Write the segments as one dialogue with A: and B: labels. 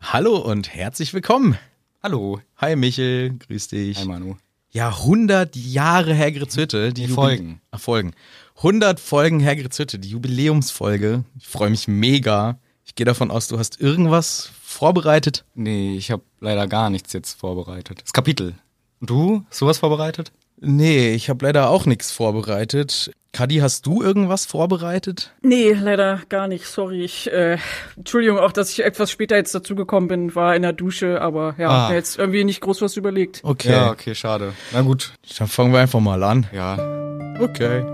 A: Hallo und herzlich willkommen.
B: Hallo.
A: Hi Michel, grüß dich.
B: Hi Manu.
A: Ja, 100 Jahre Hergrits Hütte.
B: Die
A: Jubil-
B: Folgen.
A: Ach, Folgen. 100 Folgen Hergrits Hütte, die Jubiläumsfolge. Ich freue mich mega. Ich gehe davon aus, du hast irgendwas vorbereitet.
B: Nee, ich habe leider gar nichts jetzt vorbereitet. Das Kapitel. Und du? Hast du was vorbereitet?
A: Nee, ich habe leider auch nichts vorbereitet. Kadi, hast du irgendwas vorbereitet?
C: Nee, leider gar nicht. Sorry. Ich, äh, Entschuldigung auch, dass ich etwas später jetzt dazugekommen bin, war in der Dusche, aber ja,
B: Ah.
C: hab mir jetzt irgendwie nicht groß was überlegt.
A: Okay.
B: Ja, okay, schade. Na gut.
A: Dann fangen wir einfach mal an.
B: Ja.
A: Okay.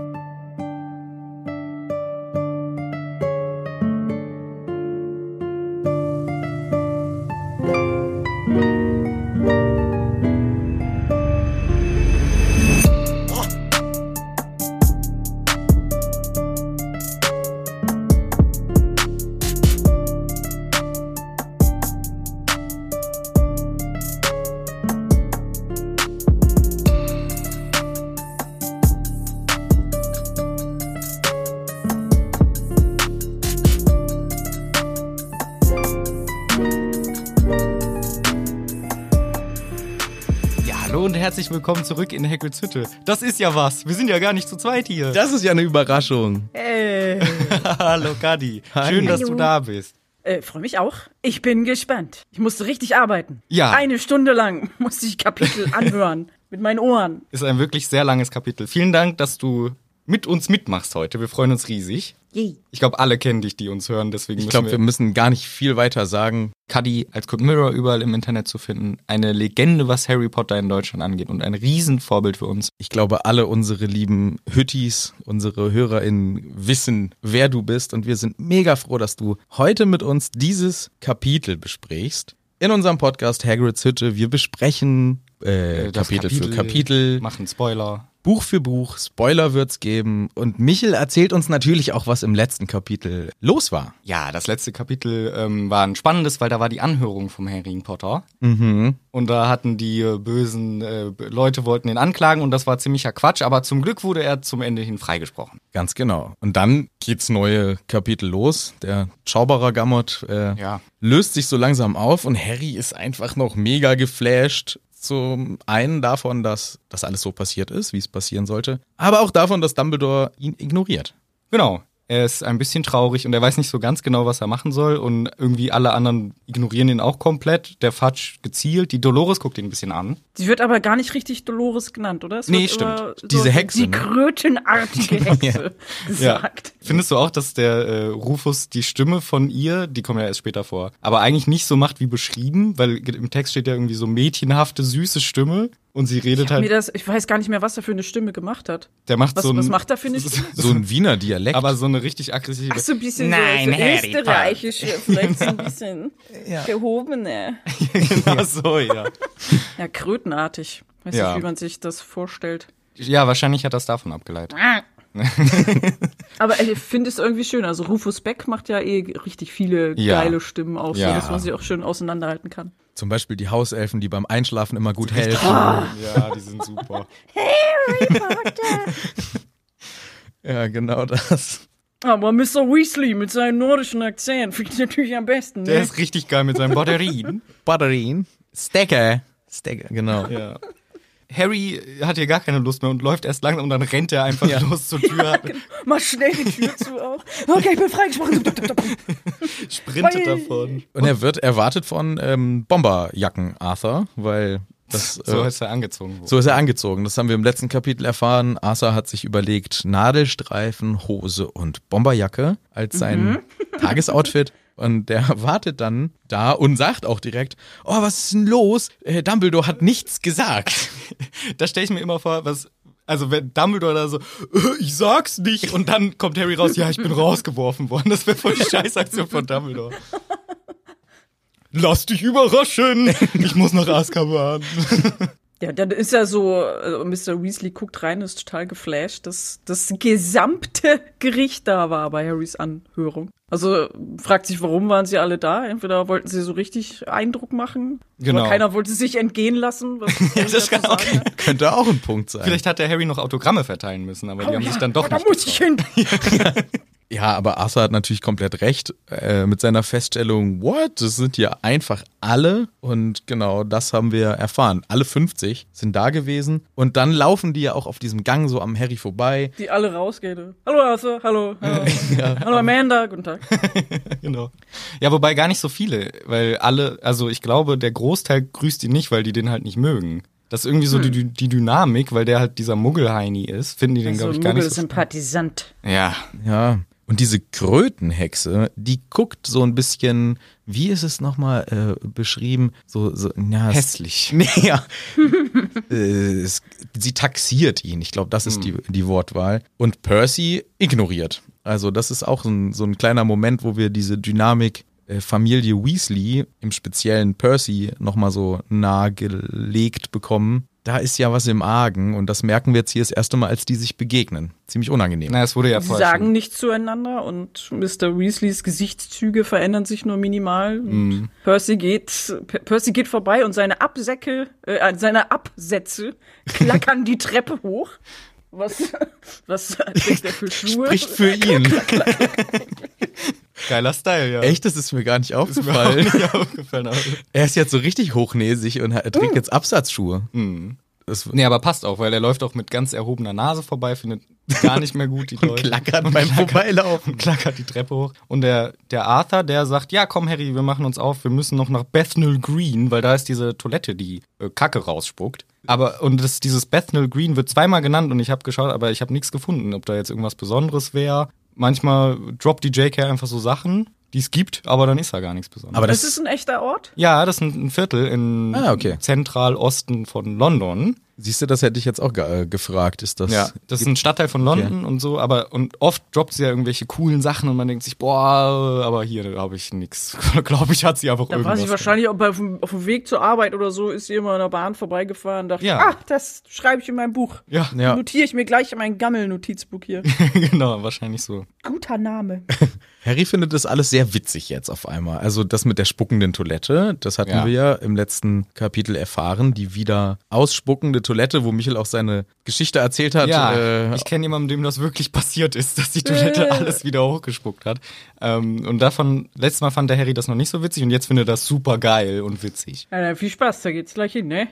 B: Ja, hallo und herzlich willkommen zurück in Heckels Hütte. Das ist ja was. Wir sind ja gar nicht zu zweit hier.
A: Das ist ja eine Überraschung.
C: Äh,
B: Hallo Kadi. Schön, dass du
C: Hallo.
B: da bist.
C: äh freue mich auch. Ich bin gespannt. Ich musste richtig arbeiten.
B: Ja.
C: Eine Stunde lang musste ich Kapitel anhören. Mit meinen Ohren.
B: Ist ein wirklich sehr langes Kapitel. Vielen Dank, dass du mit uns mitmachst heute. Wir freuen uns riesig.
C: Yay.
B: Ich glaube, alle kennen dich, die uns hören. Deswegen
A: Ich glaube, wir müssen gar nicht viel weiter sagen.
B: Cuddy als Good Mirror überall im Internet zu finden. Eine Legende, was Harry Potter in Deutschland angeht und ein Riesenvorbild für uns.
A: Ich glaube, alle unsere lieben Hüttis, unsere HörerInnen wissen, wer du bist. Und wir sind mega froh, dass du heute mit uns dieses Kapitel besprichst. In unserem Podcast Hagrids Hütte, wir besprechen äh,
B: Das
A: Kapitel, für Kapitel,
B: Machen Spoiler.
A: Buch für Buch, Spoiler wird's geben. Und Michel erzählt uns natürlich auch, was im letzten Kapitel los war.
B: Ja, das letzte Kapitel ähm, war ein spannendes, weil da war die Anhörung vom Harry Potter.
A: Mhm.
B: Und da hatten die äh, bösen äh, b- Leute wollten ihn anklagen und das war ziemlicher Quatsch, aber zum Glück wurde er zum Ende hin freigesprochen.
A: Ganz genau. Und dann geht's neue Kapitel los. Der Zauberer Gamot äh,
B: Ja.
A: löst sich so langsam auf und Harry ist einfach noch mega geflasht. Zum einen davon, dass das alles so passiert ist, wie es passieren sollte, aber auch davon, dass Dumbledore ihn ignoriert.
B: Genau. Er ist ein bisschen traurig und er weiß nicht so ganz genau, was er machen soll. Und irgendwie alle anderen ignorieren ihn auch komplett. Der Fatsch gezielt. Die Dolores guckt ihn ein bisschen an.
C: Sie wird aber gar nicht richtig Dolores genannt, oder? Es
B: Nee,
C: wird
B: stimmt.
C: immer So
A: Diese Hexe,
C: Die
A: ne?
C: krötenartige Hexe gesagt.
B: Findest du auch, dass der äh, Rufus die Stimme von ihr, die kommt ja erst später vor, aber eigentlich nicht so macht wie beschrieben, weil ge- im Text steht ja irgendwie so mädchenhafte, süße Stimme und sie redet
C: Mir
B: halt,
C: das, ich weiß gar nicht mehr, was er für eine Stimme gemacht hat.
B: der macht
C: was-
B: so ein,
C: was macht er für eine Stimme?
A: So ein Wiener Dialekt.
B: aber so eine richtig aggressive.
C: Ach so ein bisschen
B: Nein,
C: so, so
B: Harry
C: österreichische, vielleicht so ein bisschen gehobene.
B: genau so, ja.
C: Ja, krötenartig. Weiß
B: Ja.
C: nicht, wie man sich das vorstellt.
B: Ja, wahrscheinlich hat das davon abgeleitet.
C: Aber ich finde es irgendwie schön. Also Rufus Beck macht ja eh richtig viele
B: Ja.
C: geile Stimmen auch,
B: Ja.
C: so, dass man sie auch schön auseinanderhalten kann.
A: Zum Beispiel die Hauselfen, die beim Einschlafen immer gut helfen.
B: Ja, die sind super.
A: Ja, genau das.
C: Aber Mr. Weasley mit seinem nordischen Akzent finde ich natürlich am besten.
B: Der
C: Ne?
B: ist richtig geil mit seinen Batterien.
A: Batterien. Stecker. Stecker, genau.
B: Ja. Harry hat hier gar keine Lust mehr und läuft erst langsam und dann rennt er einfach
A: Ja.
B: los zur Tür,
C: Mach schnell die Tür zu auch. Okay, ich bin freigesprochen.
B: sprintet
C: Weil-
B: davon.
A: Und er wird erwartet von ähm, Bomberjacken, Arthur, weil das.
B: So
A: äh,
B: ist er angezogen worden.
A: So ist er angezogen. Das haben wir im letzten Kapitel erfahren. Asa hat sich überlegt, Nadelstreifen, Hose und Bomberjacke als sein Tagesoutfit. Und der wartet dann da und sagt auch direkt, oh, was ist denn los? Äh, Dumbledore hat nichts gesagt.
B: Da stelle ich mir immer vor, was. Also wenn Dumbledore da so, "Äh, ich sag's nicht, und dann kommt Harry raus, ja, ich bin rausgeworfen worden. Das wäre voll die Scheißaktion von Dumbledore. Lass dich überraschen! Ich muss nach Azkaban.
C: Ja, dann ist ja so, also Mr. Weasley guckt rein, ist total geflasht, dass das gesamte Gericht da war bei Harrys Anhörung. Also fragt sich, warum waren sie alle da? Entweder wollten sie so richtig Eindruck machen,
B: Genau.
C: aber keiner wollte sich entgehen lassen. Was ja,
B: das kann auch
A: Könnte auch ein Punkt sein.
C: Oh
B: Vielleicht hat der Harry noch Autogramme verteilen müssen, aber die haben sich dann doch
C: Da
B: nicht.
C: muss ich hin.
A: Ja, aber Arthur hat natürlich komplett recht äh, mit seiner Feststellung, what, das sind ja einfach alle. Und genau das haben wir erfahren. Alle 50 sind da gewesen. Und dann laufen die ja auch auf diesem Gang so am Harry vorbei.
C: Die alle rausgehen. Hallo Arthur, hallo. Hallo, hallo Amanda, guten Tag.
B: genau. Ja, wobei gar nicht so viele, weil alle, also ich glaube, der Großteil grüßt ihn nicht, weil die den halt nicht mögen. Das ist irgendwie so
C: Hm.
B: die, die Dynamik, weil der halt dieser Muggelheini ist, finden die den,
C: Also
B: glaube ich, gar
C: Muggel
B: nicht
C: ist
B: so.
C: ein Partisant.
B: Ja,
A: Ja. Und diese Krötenhexe, die guckt so ein bisschen, wie ist es nochmal äh, beschrieben? So, so ja, es-
B: hässlich.
A: Nee, ja. äh, es, sie taxiert ihn. Ich glaube, das ist die, die Wortwahl. Und Percy ignoriert. Also, das ist auch ein, so ein kleiner Moment, wo wir diese Dynamik äh, Familie Weasley, im speziellen Percy, nochmal so nahegelegt bekommen. Da ist ja was im Argen und das merken wir jetzt hier das erste Mal, als die sich begegnen. Ziemlich unangenehm.
B: Na, es wurde ja
C: Sie
B: vorher
C: sagen
B: schon.
C: nichts zueinander und Mr. Weasleys Gesichtszüge verändern sich nur minimal. Und Percy geht, Per- Percy geht vorbei und seine Absäcke, äh, seine Absätze klackern die Treppe hoch. Was, was trägt er für Schuhe?
A: Spricht für ihn.
B: Geiler Style, ja.
A: Echt, das ist mir gar nicht
B: Ist mir auch
A: aufgefallen.
B: nicht aufgefallen. aber-
A: Er ist jetzt so richtig hochnäsig und hat- trägt jetzt Absatzschuhe.
B: Mm.
A: Das
B: Nee, aber passt auch, weil er läuft auch mit ganz erhobener Nase vorbei, findet gar nicht mehr gut die
A: und
B: Leute.
A: klackert beim Vorbeilaufen.
B: und klackert die Treppe hoch. Und der, der Arthur, der sagt, ja, komm, Harry, wir machen uns auf, wir müssen noch nach Bethnal Green, weil da ist diese Toilette, die äh, Kacke rausspuckt. Aber, und das, dieses Bethnal Green wird zweimal genannt und ich habe geschaut, aber ich habe nichts gefunden, ob da jetzt irgendwas Besonderes wäre. Manchmal droppt die JK einfach so Sachen, die es gibt, aber dann ist da gar nichts Besonderes.
A: Aber
C: Das
A: das,
C: ist ein echter Ort.
B: ja, das ist ein ein Viertel in
A: Ah, okay.
B: Zentralosten von London.
A: siehst du, das hätte ich jetzt auch ge- äh, gefragt. Ist das?
B: Ja, das ist ein Stadtteil von London und so, aber und oft droppt sie ja irgendwelche coolen Sachen und man denkt sich, boah, aber hier habe ich nix. Glaube ich, hat sie einfach
C: Da war
B: irgendwas.
C: sie wahrscheinlich auch bei, auf dem- auf dem Weg zur Arbeit oder so, ist sie immer in der Bahn vorbeigefahren und dachte,
B: Ja.
C: ach, das schreibe ich in mein Buch.
B: Ja,
A: Ja.
C: Notiere ich mir gleich in mein Gammel-Notizbuch hier.
B: genau, wahrscheinlich so.
C: Guter Name.
A: Harry findet das alles sehr witzig jetzt auf einmal. Also das mit der spuckenden Toilette, das hatten
B: Ja.
A: wir ja im letzten Kapitel erfahren, die wieder ausspuckende Toilette, wo Michel auch seine Geschichte erzählt hat.
B: ja,
A: äh,
B: ich kenne jemanden, dem das wirklich passiert ist, dass die Toilette
C: Äh.
B: alles wieder hochgespuckt hat. Ähm, und davon, letztes Mal fand der Harry das noch nicht so witzig und jetzt findet er das super geil und witzig.
C: Ja, dann viel Spaß, da geht's gleich hin, ne?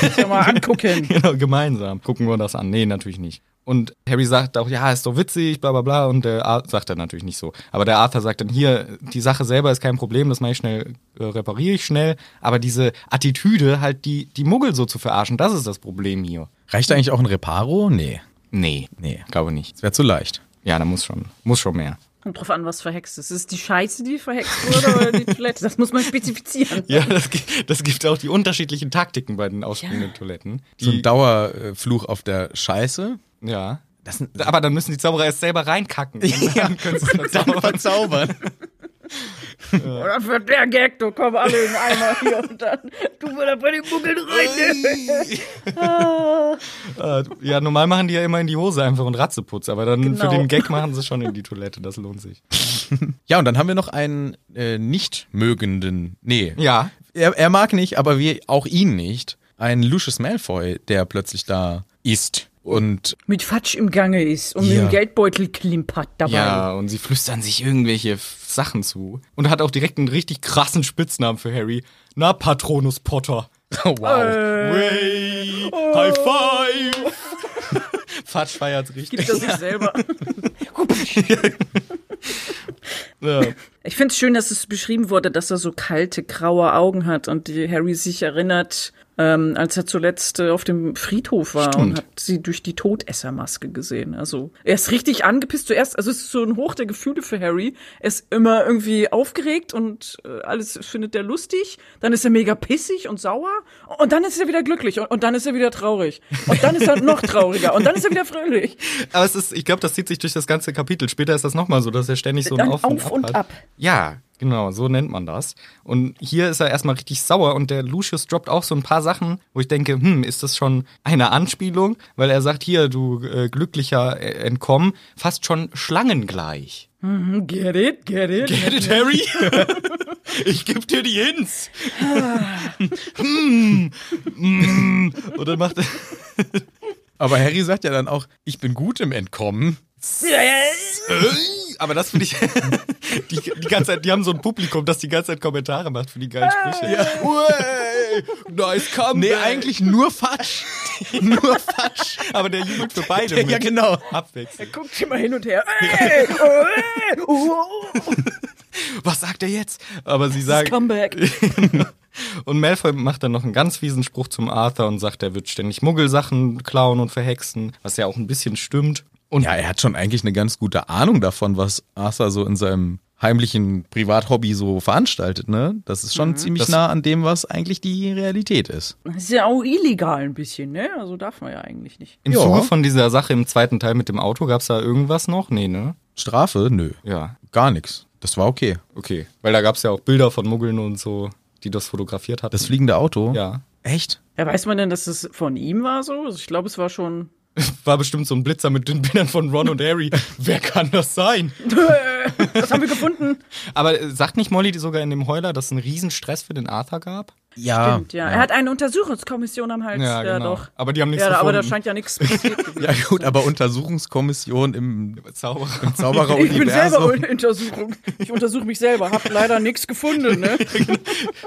C: Kannst ja mal angucken.
B: Genau, gemeinsam. Gucken wir das an. Nee, natürlich nicht. Und Harry sagt auch, ja, ist doch witzig, bla bla bla. Und der Ar sagt dann natürlich nicht so. Aber der Arthur sagt dann, hier, die Sache selber ist kein Problem, das mache ich schnell, äh, repariere ich schnell. Aber diese Attitüde, halt die, die Muggel so zu verarschen, das ist das Problem hier.
A: reicht eigentlich auch ein Reparo? Nee,
B: Nee,
A: Nee.
B: glaube nicht.
A: das wäre zu leicht.
B: Ja, da muss schon, muss schon mehr.
C: Kommt drauf an, was verhext ist. Ist es die Scheiße, die verhext wurde oder die Toilette? Das muss man spezifizieren.
B: Ja, das, gi- das gibt auch die unterschiedlichen Taktiken bei den ausspringenden Toiletten.
A: So ein
B: Die,
A: Dauerfluch auf der Scheiße.
B: ja.
A: Das sind
B: Aber dann müssen die Zauberer erst selber reinkacken. Ja, können sie es
A: dann
B: verzaubern.
A: verzaubern.
C: Und dann wird der Gag, du komm alle in einmal hier und dann du wieder bei den Muggeln rein. ne?
B: Äh, ja, normal machen die ja immer in die Hose einfach und Ratzeputz, aber dann
C: Genau.
B: für den Gag machen sie schon in die Toilette, das lohnt sich.
A: Ja, und dann haben wir noch einen äh, nicht mögenden, nee,
B: Ja.
A: er, er mag nicht, aber wir auch ihn nicht, einen Lucius Malfoy, der plötzlich da ist und
C: Mit Fatsch im Gange ist und mit
A: Ja.
C: dem Geldbeutel klimpert dabei.
B: Ja, und sie flüstern sich irgendwelche F- Sachen zu. Und hat auch direkt einen richtig krassen Spitznamen für Harry. Na, Patronus Potter. Oh,
A: wow,
B: Way, High Five. Fatsch feiert's richtig.
C: Gibt er sich selber.
B: Ja.
C: Ich finde es schön, dass es beschrieben wurde, dass er so kalte, graue Augen hat und die Harry sich erinnert, ähm, als er zuletzt äh, auf dem Friedhof war und hat sie durch die Todessermaske gesehen. Also er ist richtig angepisst zuerst. Also es ist so ein Hoch der Gefühle für Harry. Er ist immer irgendwie aufgeregt und äh, alles findet er lustig. Dann ist er mega pissig und sauer. Und dann ist er wieder glücklich. Und, und dann ist er wieder traurig. Und dann ist er noch trauriger. Und dann ist er wieder fröhlich.
B: Aber es ist, ich glaube, das zieht sich durch das ganze Kapitel. Später ist das nochmal so, dass er ständig so ein
C: Dann
B: Auf und
C: auf
B: Ab
C: und
B: hat.
C: ab.
B: Ja, genau, so nennt man das. Und hier ist er erstmal richtig sauer und der Lucius droppt auch so ein paar Sachen, wo ich denke, hm, ist das schon eine Anspielung? Weil er sagt, hier, du äh, glücklicher äh, Entkommen, fast schon schlangengleich.
C: Get it, get it.
B: Get it, Harry? ich geb dir die Hints. hm, hm. Und dann macht er...
A: aber Harry sagt ja dann auch, ich bin gut im Entkommen.
C: Ja, ja,
B: äh, aber das finde ich. die, die ganze Zeit, die haben so ein Publikum, das die ganze Zeit Kommentare macht für die geilen Sprüche. Uey, nice comeback.
A: Ah, Nee, eigentlich nur Fatsch. nur Fatsch.
B: Aber der jubelt für beide.
A: Ja, ja, genau.
B: Abwechselnd.
C: Guckt immer hin und her. Ey, ey, oh,
B: Was sagt er jetzt? Aber sie
C: das
B: sagen.
C: Comeback.
B: Und Malfoy macht dann noch einen ganz fiesen Spruch zum Arthur und sagt, er wird ständig Muggelsachen klauen und verhexen, was ja auch ein bisschen stimmt. Und
A: Ja, er hat schon eigentlich eine ganz gute Ahnung davon, was Arthur so in seinem heimlichen Privathobby so veranstaltet, ne? Das ist schon ziemlich
B: Mhm. Das-
A: nah an dem, was eigentlich die Realität ist.
C: Das ist ja auch illegal ein bisschen, ne? Also darf man ja eigentlich nicht.
B: im
A: Ja.
B: Zuge von dieser Sache im zweiten Teil mit dem Auto gab's da irgendwas noch? Nee, ne?
A: Strafe? Nö.
B: Ja,
A: Gar nichts. Das war okay.
B: okay. Weil da gab's ja auch Bilder von Muggeln und so, die das fotografiert hatten.
A: Das fliegende Auto?
B: ja.
A: Echt?
C: Ja, weiß man denn, dass es von ihm war so? Also ich glaube, es war schon.
B: War bestimmt so ein Blitzer mit den Bildern von Ron und Harry. Wer kann das sein?
C: das haben wir gefunden.
B: Aber äh, sagt nicht Molly sogar in dem Heuler, dass es einen riesen Stress für den Arthur gab? Ah,
A: Ja.
C: Stimmt, ja. Er hat eine Untersuchungskommission am Hals. Ja, doch.
B: genau. Aber die haben nichts
C: Ja, aber da
B: gefunden.
C: scheint ja nichts passiert. gewesen
A: Ja
C: zu
A: gut,
C: sein.
A: aber Untersuchungskommission im
B: Zauberer.
C: Ich bin selber
A: Zaubereruniversum.
C: in Untersuchung. Ich untersuche mich selber, hab leider nichts gefunden, ne?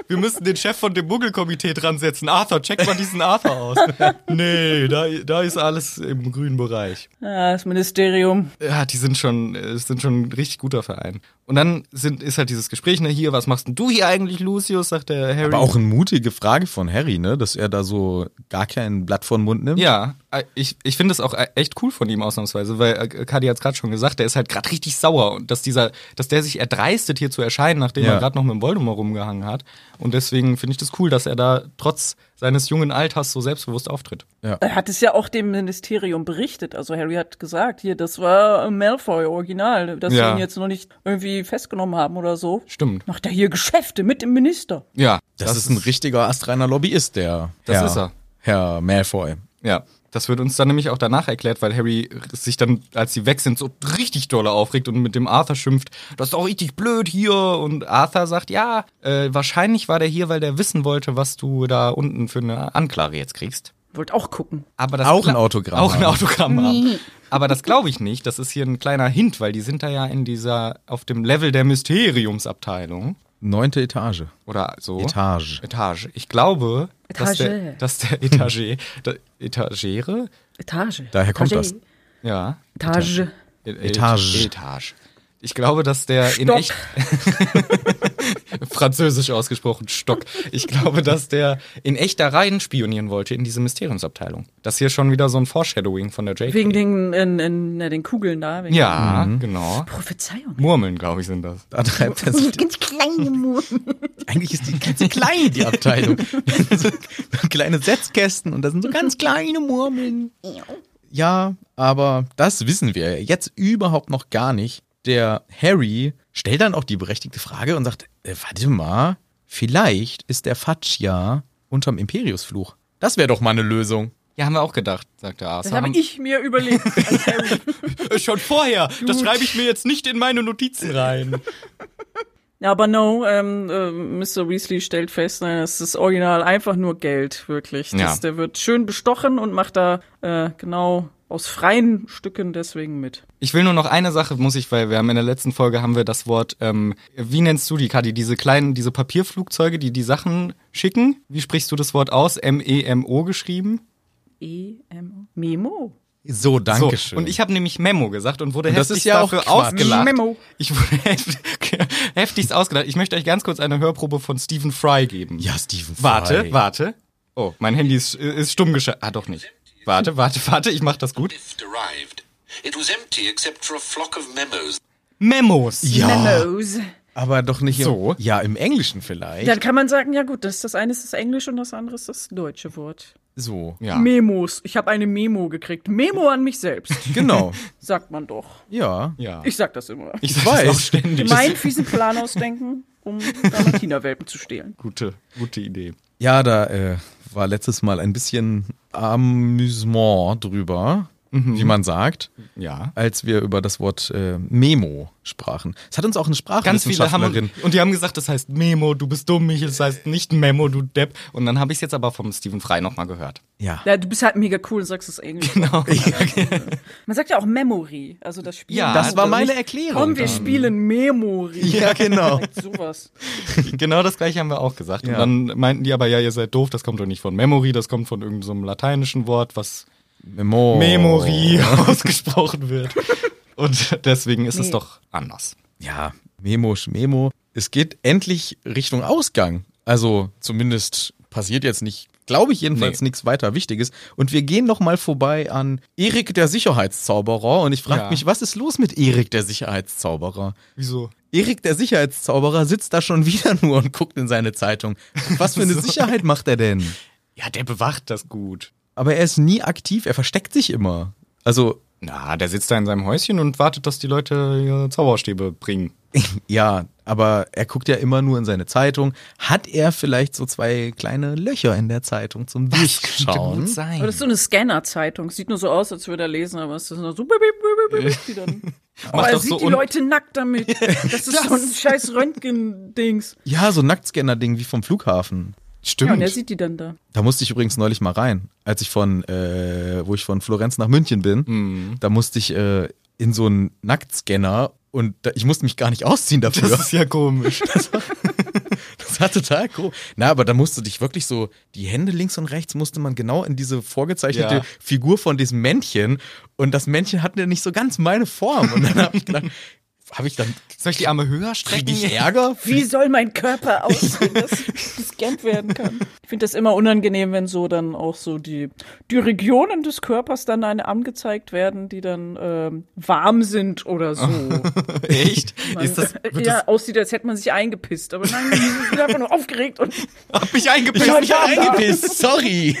B: Wir müssen den Chef von dem Muggelkomitee dran setzen. Arthur, check mal diesen Arthur aus. Nee, da, da ist alles im grünen Bereich.
C: Ah, das Ministerium.
B: Ja, die sind schon, äh, sind schon ein richtig guter Verein. Und dann sind, ist halt dieses Gespräch, ne, hier, was machst denn du hier eigentlich, Lucius, sagt der Harry.
A: Aber auch eine mutige Frage von Harry, ne? Dass er da so gar kein Blatt vor den Mund nimmt.
B: ja, äh, ich, ich finde es auch äh, echt cool von ihm ausnahmsweise, weil äh, Kadi hat es gerade schon gesagt, der ist halt gerade richtig sauer und dass dieser, dass der sich erdreistet, hier zu erscheinen, nachdem
A: Ja.
B: er gerade noch mit dem Voldemort rumgehangen hat. Und deswegen finde ich das cool, dass er da trotz seines jungen Alters so selbstbewusst auftritt.
C: Er hat es ja auch dem Ministerium berichtet. Also Harry hat gesagt, hier, das war Malfoy original, dass
B: Ja.
C: sie ihn jetzt noch nicht irgendwie festgenommen haben oder so.
B: Stimmt.
C: Macht er hier Geschäfte mit dem Minister.
B: Ja.
A: Das, ist ein richtiger astreiner Lobbyist, der.
B: Das
A: Herr,
B: ist er.
A: Herr Malfoy.
B: Ja, das wird uns dann nämlich auch danach erklärt, weil Harry sich dann, als sie weg sind, so richtig doll aufregt und mit dem Arthur schimpft, das ist doch richtig blöd hier. Und Arthur sagt, ja, äh, wahrscheinlich war der hier, weil der wissen wollte, was du da unten für eine Anklage jetzt kriegst.
C: Wollt auch gucken.
B: Aber das
A: Auch ein
B: gla-
A: Autogramm
B: Auch ein
A: haben.
B: Autogramm haben. Aber das glaube ich nicht. Das ist hier ein kleiner Hint, weil die sind da ja in dieser, auf dem Level der Mysteriumsabteilung
A: Neunte Etage.
B: oder so.
A: Etage.
B: Etage. Ich glaube, dass der,
C: Etage.
B: dass der Etagere, der Etagere,
C: Etage.
A: Daher kommt
C: Etage.
B: ja,
C: Etage.
B: Et-
A: Etage.
B: Äh, Etage. Ich glaube, dass der in
C: Stock.
B: echt französisch ausgesprochen Stock. Ich glaube, dass der in echter Reihen spionieren wollte in diese Mysteriumsabteilung. Das hier schon wieder so ein Foreshadowing von der JK.
C: Wegen den, in, in, in, den Kugeln da. Wegen
B: ja, genau.
C: Prophezeiung.
B: Murmeln, glaube ich, sind das.
A: Da treibt er sich.
C: Ganz kleine Murmeln.
A: Ah, Eigentlich ist die ganz klein, die Abteilung. so, so kleine Setzkästen und da sind so ganz kleine Murmeln. Ja, aber das wissen wir jetzt überhaupt noch gar nicht. Der Harry stellt dann auch die berechtigte Frage und sagt: äh, Warte mal, vielleicht ist der Fatsch ja unterm Imperiusfluch. Das wäre doch mal eine Lösung.
B: Ja, haben wir auch gedacht, sagt der Arthur.
C: Das habe ich mir überlegt. als Harry.
B: schon vorher. Das schreibe ich mir jetzt nicht in meine Notizen rein.
C: Ja, aber no, ähm, äh, Mr. Weasley stellt fest, nein, das ist original einfach nur Geld, wirklich. Das,
B: Ja.
C: Der wird schön bestochen und macht da äh, genau aus freien Stücken deswegen mit.
B: Ich will nur noch eine Sache, muss ich, weil wir haben in der letzten Folge haben wir das Wort, ähm, wie nennst du die, Kadi, diese kleinen, diese Papierflugzeuge, die die Sachen schicken? Wie sprichst du das Wort aus? M-E-M-O geschrieben?
C: E-M-O. E Memo.
A: So, danke schön.
B: So, und ich habe nämlich Memo gesagt und wurde
A: Und das
B: heftig
A: ist ja auch
B: dafür
A: Quatsch.
B: ausgelacht.
C: Memo.
B: Ich wurde hef- heftigst ausgelacht. Ich möchte euch ganz kurz eine Hörprobe von Stephen Fry geben.
A: ja, Steven. Fry.
B: Warte, warte. Oh, mein Handy ist, ist stumm geschaltet. Ah, doch nicht. Warte, warte, warte, ich mach das gut.
D: lift arrived. It was empty except for a flock of memos
B: Memos.
A: Ja,
C: Memos.
A: aber doch nicht im,
B: So.
A: Ja, im Englischen vielleicht.
C: Dann kann man sagen, ja gut, das, das eine ist das Englische und das andere ist das deutsche Wort.
A: so.
B: Ja.
C: Memos. Ich habe eine Memo gekriegt. Memo an mich selbst,
A: Genau.
C: sagt man doch.
A: Ja.
B: Ja.
C: Ich sag das immer.
B: Ich
A: Ich
B: sag das
A: weiß.
B: auch ständig.
C: Meinen fiesen Plan ausdenken, um Dalmatinerwelpen zu stehlen.
B: Gute, gute Idee.
A: Ja, da äh, war letztes Mal ein bisschen Amüsement drüber. wie man sagt,
B: Mhm. Ja.
A: als wir über das Wort äh, Memo sprachen. Es hat uns auch eine
B: Ganz viele
A: Sprachwissenschaftlerin.
B: haben und die haben gesagt, das heißt Memo, du bist dumm, ich, das heißt nicht Memo, du Depp. Und dann habe ich es jetzt aber vom Stephen Fry nochmal gehört.
A: Ja.
C: Ja, du bist halt mega cool und sagst es Englisch.
B: Genau.
C: Man sagt ja auch Memory, also das Spiel.
B: Ja,
A: Das war
B: Also
A: meine
B: nicht-
A: Erklärung.
C: Komm, wir
A: dann.
C: spielen Memory.
A: Ja, genau.
C: Direkt Sowas.
B: genau das gleiche haben wir auch gesagt.
A: Ja.
B: Und dann meinten die aber, ja, ihr seid doof, das kommt doch nicht von Memory, das kommt von irgendeinem so einem lateinischen Wort, was
A: Memo.
B: Oh. Memory ausgesprochen wird. Und deswegen ist es
C: Nee.
B: doch anders.
A: Ja, Memo, Schmemo. Es geht endlich Richtung Ausgang. Also zumindest passiert jetzt nicht, glaube ich jedenfalls,
B: Nee.
A: nichts weiter Wichtiges. Und wir gehen nochmal vorbei an Erik der Sicherheitszauberer. Und ich frage
B: Ja.
A: mich, was ist los mit Erik der Sicherheitszauberer?
B: Wieso?
A: Erik der Sicherheitszauberer sitzt da schon wieder nur und guckt in seine Zeitung. Was für eine
B: So.
A: Sicherheit macht er denn?
B: Ja, der bewacht das gut.
A: Aber er ist nie aktiv, er versteckt sich immer. Also,
B: Na, der sitzt da in seinem Häuschen und wartet, dass die Leute ihre Zauberstäbe bringen.
A: ja, aber er guckt ja immer nur in seine Zeitung. Hat er vielleicht so zwei kleine Löcher in der Zeitung zum Durchschauen?
C: Aber das
B: sein.
C: ist so eine Scanner-Zeitung. Sieht nur so aus, als würde er lesen, aber es ist nur so. bip, bip, bip, bip, bip, die dann. Aber er
B: doch
C: sieht
B: so
C: die
B: un-
C: Leute nackt damit. Das ist so ein scheiß Röntgen-Dings.
A: Ja, so ein Nacktscanner-Ding wie vom Flughafen.
C: Ja, und er
B: Stimmt.
C: sieht die dann da.
A: Da musste ich übrigens neulich mal rein, als ich von, äh, wo ich von Florenz nach München bin.
B: Mhm.
A: Da musste ich äh, in so einen Nacktscanner und da, ich musste mich gar nicht ausziehen dafür.
B: das ist ja komisch.
A: Das war total cool. Na, aber da musst du dich wirklich so, die Hände links und rechts musste man genau in diese vorgezeichnete
B: Ja.
A: Figur von diesem Männchen. Und das Männchen hatte nicht so ganz meine Form. Und dann habe ich gedacht, habe ich dann,
B: Soll ich die Arme höher strecken?
A: kriege ich Ärger?
C: Wie soll mein Körper aussehen, dass ich gescannt werden kann? Ich finde das immer unangenehm, wenn so dann auch so die, die Regionen des Körpers dann eine angezeigt werden, die dann ähm, warm sind oder so.
B: Echt?
C: Man,
B: Ist das, wird
C: ja,
B: das,
C: aussieht, als hätte man sich eingepisst. Aber nein, ich bin einfach nur aufgeregt und
B: hab mich eingepisst.
A: Ich hab mich eingepisst, sorry.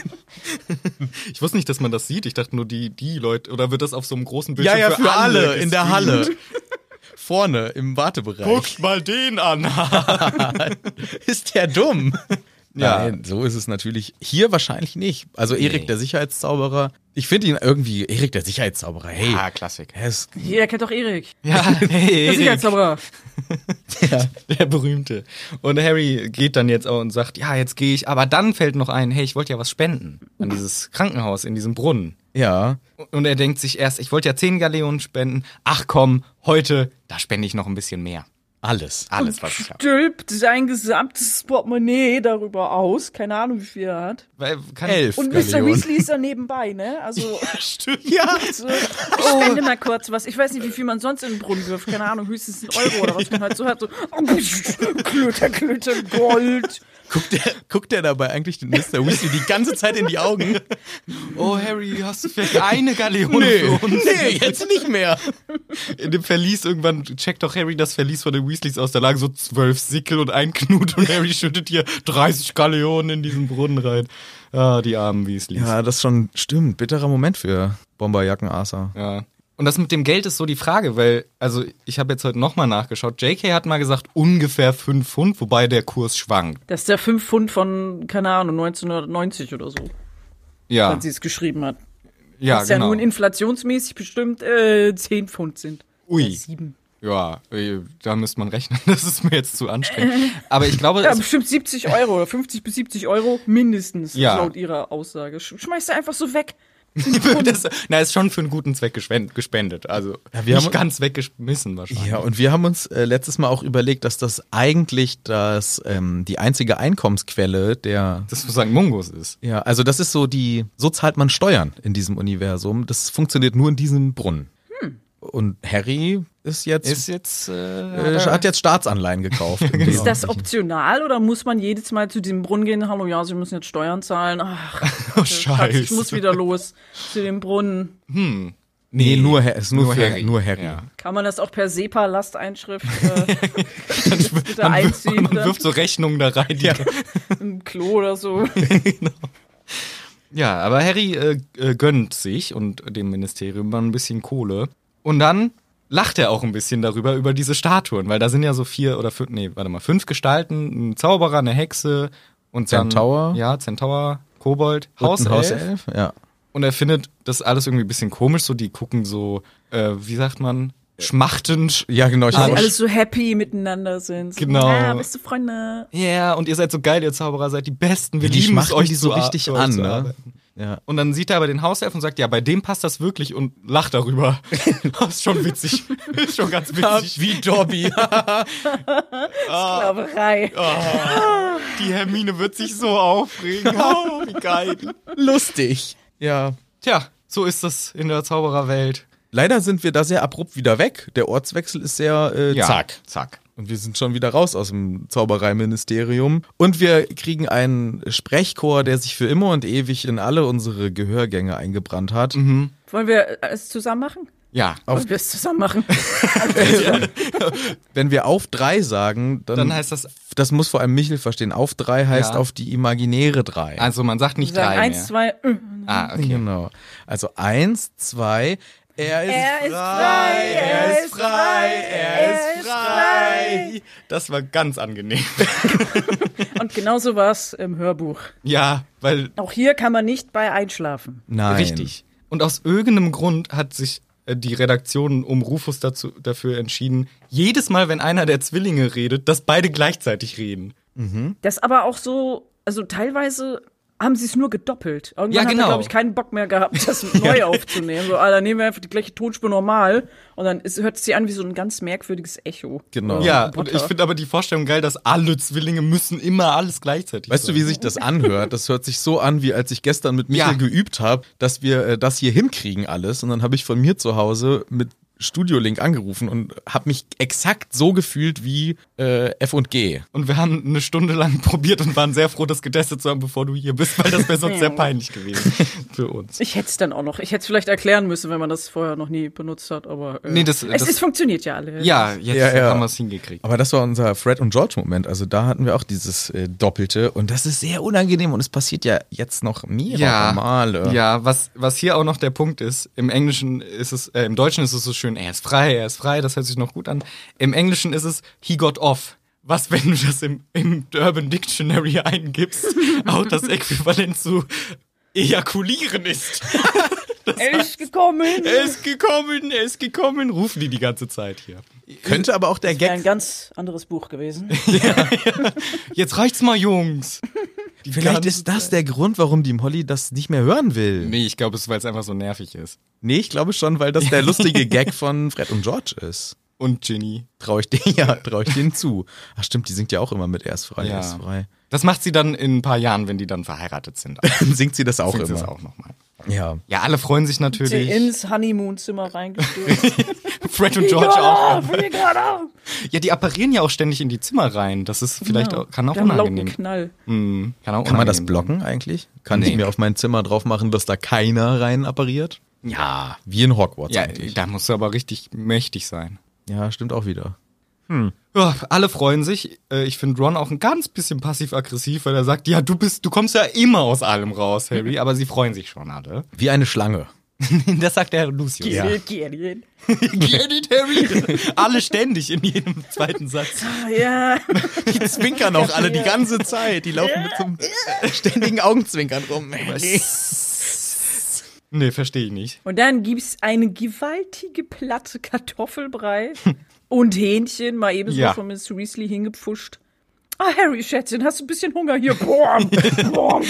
B: Ich wusste nicht, dass man das sieht. Ich dachte nur die, die Leute. Oder wird das auf so einem großen
A: Ja,
B: Bildschirm
A: ja, für alle in der
B: gestreamt?
A: Halle. Vorne im Wartebereich.
B: Guckt mal den an.
A: Ist der dumm?
B: Ja.
A: Nein, so ist es natürlich hier wahrscheinlich nicht. Also Erik
B: Nee.
A: der Sicherheitszauberer, ich finde ihn irgendwie Erik der Sicherheitszauberer. Hey,
B: Ah, Klassik.
A: er ist
C: jeder kennt doch Erik.
B: Ja, hey,
C: Der Sicherheitszauberer.
B: der berühmte. Und Harry geht dann jetzt auch und sagt, ja, jetzt gehe ich. Aber dann fällt noch ein, hey, ich wollte ja was spenden an dieses Krankenhaus in diesem Brunnen.
A: ja,
B: Und er denkt sich erst, ich wollte ja 10 Galeonen spenden. Ach komm, heute, da spende ich noch ein bisschen mehr.
A: alles.
B: Alles, was ich habe.
C: Stülpt sein gesamtes Portemonnaie darüber aus. Keine Ahnung, wie viel er hat.
B: Weil, kann-
A: Elf.
C: Und Mr.
A: Galeonen.
C: Weasley ist da nebenbei, ne? Also. oh.
B: Stimmt.
A: Ja.
C: So, ich spende mal kurz was. Ich weiß nicht, wie viel man sonst in den Brunnen wirft. Keine Ahnung, höchstens ein Euro oder was man halt so hat. So, Klöter, Klöter, Gold.
A: Guckt der, guckt der dabei eigentlich den Mr. Weasley die ganze Zeit in die Augen?
B: Oh, Harry, hast du vielleicht eine Galeone für uns?
A: nee, jetzt nicht mehr.
B: In dem Verlies irgendwann checkt doch Harry das Verlies von den Weasleys aus. Da lagen so zwölf Sickel und ein Knut und Harry schüttet hier 30 Galeonen in diesen Brunnen rein. Ah, die armen Weasleys.
A: Ja, das schon stimmt. Bitterer Moment für Bomberjacken Arthur.
B: Ja. Und das mit dem Geld ist so die Frage, weil, also ich habe jetzt heute nochmal nachgeschaut. JK hat mal gesagt, ungefähr 5 Pfund, wobei der Kurs schwankt.
C: Das ist der 5 Pfund von, keine Ahnung, 1990 oder so,
B: Ja,
C: als sie es geschrieben hat.
B: ja
C: Was ja
B: genau.
C: nun inflationsmäßig bestimmt äh, 10 Pfund sind.
B: Ui.
C: Oder sieben.
B: Ja, äh, da müsste man rechnen. Das ist mir jetzt zu anstrengend. Aber ich glaube,
C: Ja,
B: es-
C: bestimmt 70 Euro oder 50 bis 70 Euro mindestens,
B: Ja.
C: laut ihrer Aussage. Sch schmeißt er einfach so weg.
B: das, na, ist schon für einen guten Zweck geschwen- gespendet. Also
A: Ja, wir
B: nicht
A: haben-
B: ganz weggeschmissen wahrscheinlich.
A: Ja, und wir haben uns äh, letztes Mal auch überlegt, dass das eigentlich das, ähm, die einzige Einkommensquelle der.
B: dass du sagen Mungos ist.
A: Ja, also das ist so die, so zahlt man Steuern in diesem Universum. Das funktioniert nur in diesem Brunnen.
C: Hm.
A: Und Harry ist jetzt,
B: jetzt
A: äh, hat jetzt Staatsanleihen gekauft. in
C: Ist
A: diesem-
C: das optional oder muss man jedes Mal zu diesem Brunnen gehen? Hallo, ja, Sie müssen jetzt Steuern zahlen. Ach,
B: oh,
C: Schatz,
B: Scheiße.
C: ich muss wieder los zu dem Brunnen.
A: nee, nur, Har- ist nur,
B: Nur
A: für,
B: Harry.
A: Nur Harry.
B: Ja.
C: Kann man das auch per SEPA-Lasteinschrift äh, bitte
B: Man, wirft,
C: einziehen?
B: man
C: dann
B: wirft so Rechnungen da rein. Ja,
C: Im Klo oder so.
B: ja aber Harry äh, äh, gönnt sich und dem Ministerium mal ein bisschen Kohle. Und dann lacht er auch ein bisschen darüber, über diese Statuen, weil da sind ja so vier oder fünf, nee, warte mal, fünf Gestalten, ein Zauberer, eine Hexe und dann,
A: Centaur.
B: Ja, Centaur, Kobold,
A: Und ein
B: Hauself.
A: Hauself, ja.
B: und er findet das alles irgendwie ein bisschen komisch. So, die gucken so, äh, wie sagt man, schmachtend.
A: Ja, genau. Ich
C: Dass
A: glaub,
C: sie alle so happy miteinander sind. So,
B: Genau.
C: Ah, beste Freunde.
B: Ja, und ihr seid so geil, ihr Zauberer seid die Besten. Wir
A: die
B: lieben es,
A: schmachten
B: euch
A: die so
B: zu ar-
A: richtig
B: euch
A: an,
B: zu
A: ne?
B: arbeiten.
A: Ja.
B: Und dann sieht er aber den Hauself und sagt, ja, bei dem passt das wirklich und lacht darüber. das ist schon witzig. Ist schon ganz witzig.
A: Wie Dobby.
B: Ah.
C: Sklaverei.
B: Die Hermine wird sich so aufregen. Oh, wie geil.
A: Lustig. Ja.
B: Tja, so ist das in der Zaubererwelt.
A: Leider sind wir da sehr abrupt wieder weg. Der Ortswechsel ist sehr äh, zack.
B: Zack.
A: Und wir sind schon wieder raus aus dem Zaubereiministerium. Und wir kriegen einen Sprechchor, der sich für immer und ewig in alle unsere Gehörgänge eingebrannt hat.
C: Wollen wir es zusammen machen?
B: Ja.
C: Wollen wir es zusammen machen?
A: Wenn wir auf drei sagen, dann,
B: Dann heißt das,
A: das muss vor allem Michel verstehen. Auf drei heißt
B: Ja.
A: auf die imaginäre drei.
B: also man sagt nicht
C: Wir sagen
B: drei
C: eins,
B: mehr.
C: zwei. äh.
B: Ah, okay.
A: Genau. Also eins, zwei. Er ist,
C: Er ist frei, er ist frei, er ist frei.
B: Das war ganz angenehm.
C: Und genauso war es im Hörbuch.
B: Ja, weil
C: Auch hier kann man nicht bei einschlafen.
A: Nein.
B: Richtig. Und aus irgendeinem Grund hat sich äh, die Redaktion um Rufus dazu, dafür entschieden, jedes Mal, wenn einer der Zwillinge redet, dass beide gleichzeitig reden.
C: Das aber auch so, also teilweise haben sie es nur gedoppelt. Irgendwann
B: Ja,
C: hat er,
B: genau.
C: glaube ich, keinen Bock mehr gehabt, das neu aufzunehmen. So, ah, dann nehmen wir einfach die gleiche Tonspur normal und dann ist, hört es sich an wie so ein ganz merkwürdiges Echo.
A: Genau.
B: ja,
C: Roboter.
B: und ich finde aber die Vorstellung geil, dass alle Zwillinge müssen immer alles gleichzeitig
A: Weißt du, wie sich das anhört? Das hört sich so an, wie als ich gestern mit Michael
B: Ja.
A: geübt habe, dass wir äh, das hier hinkriegen alles. Und dann habe ich von mir zu Hause mit Studiolink angerufen und habe mich exakt so gefühlt wie äh, F und G.
B: Und wir haben eine Stunde lang probiert und waren sehr froh, das getestet zu haben, bevor du hier bist, weil das wäre sonst sehr peinlich gewesen für uns.
C: Ich hätte es dann auch noch, ich hätte es vielleicht erklären müssen, wenn man das vorher noch nie benutzt hat, aber äh,
B: Nee, das-
C: es
B: das-
C: ist, funktioniert ja alle.
B: Ja, jetzt
A: Ja, ja.
B: haben wir es hingekriegt.
A: Aber das war unser Fred und George Moment. Also da hatten wir auch dieses äh, Doppelte und das ist sehr unangenehm und es passiert ja jetzt noch mehrere Male.
B: Ja, was, was hier auch noch der Punkt ist, im Englischen ist es, äh, im Deutschen ist es so schön, er ist frei, er ist frei, das hört sich noch gut an. Im Englischen ist es, he got off. Was, wenn du das im, im Urban Dictionary eingibst, auch das Äquivalent zu ejakulieren ist.
C: Er ist gekommen.
B: Er ist gekommen, er ist gekommen, rufen die die ganze Zeit hier.
A: Könnte aber auch der
C: Wäre ein
A: Gag.
C: ganz anderes Buch gewesen.
B: Jetzt reicht's mal, Jungs. Die
A: Vielleicht
B: ganze
A: ist das
B: Zeit.
A: der Grund, warum die Molly das nicht mehr hören will.
B: Nee, ich glaube, es ist, weil es einfach so nervig ist.
A: Nee, ich glaube schon, weil das der lustige Gag von Fred und George ist.
B: Und Ginny.
A: Traue ich denen, ja, trau ich denen zu. Ach stimmt, die singt ja auch immer mit Er ist frei,
B: Ja.
A: er ist frei.
B: Das macht sie dann in ein paar Jahren, wenn die dann verheiratet sind.
A: Dann singt sie das auch
B: Singt sie
A: immer.
B: es auch nochmal.
A: Ja.
B: Ja, alle freuen sich
C: Sie
B: natürlich.
C: ins Honeymoon-Zimmer reingestürzt.
B: Fred und George auch.
C: auf, hier gerade auf.
B: Ja, die apparieren ja auch ständig in die Zimmer rein. Das ist vielleicht
C: Genau.
B: auch, kann auch
C: Wir haben einen lauten
B: unangenehm.
C: Knall.
B: Mhm. Kann, auch
A: Kann man das
B: unangenehm
A: blocken eigentlich? Kann ich
B: Nee.
A: mir auf mein Zimmer drauf machen, dass da keiner rein appariert?
B: sein. Ja.
A: Wie in Hogwarts
B: Ja,
A: eigentlich.
B: da musst du aber richtig mächtig sein.
A: Ja, stimmt auch wieder.
B: Ja, alle freuen sich. Äh, Ich finde Ron auch ein ganz bisschen passiv-aggressiv, weil er sagt, ja, du bist, du kommst ja immer aus allem raus, Harry, aber sie freuen sich schon alle.
A: Wie eine Schlange.
B: Das sagt der Lucius.
C: Get it, get it.
B: Get it, Harry? alle ständig in jedem zweiten Satz.
C: Ah, Ja.
A: Die zwinkern auch alle die ganze Zeit. Die laufen mit so einem ständigen Augenzwinkern rum.
B: Nee, verstehe ich nicht.
C: Und dann gibt's eine gewaltige Platte Kartoffelbrei und Hähnchen, mal eben
B: Ja.
C: so von Miss Weasley hingepfuscht. Ah, Harry, Schätzchen, hast du ein bisschen Hunger hier? Boah, boah.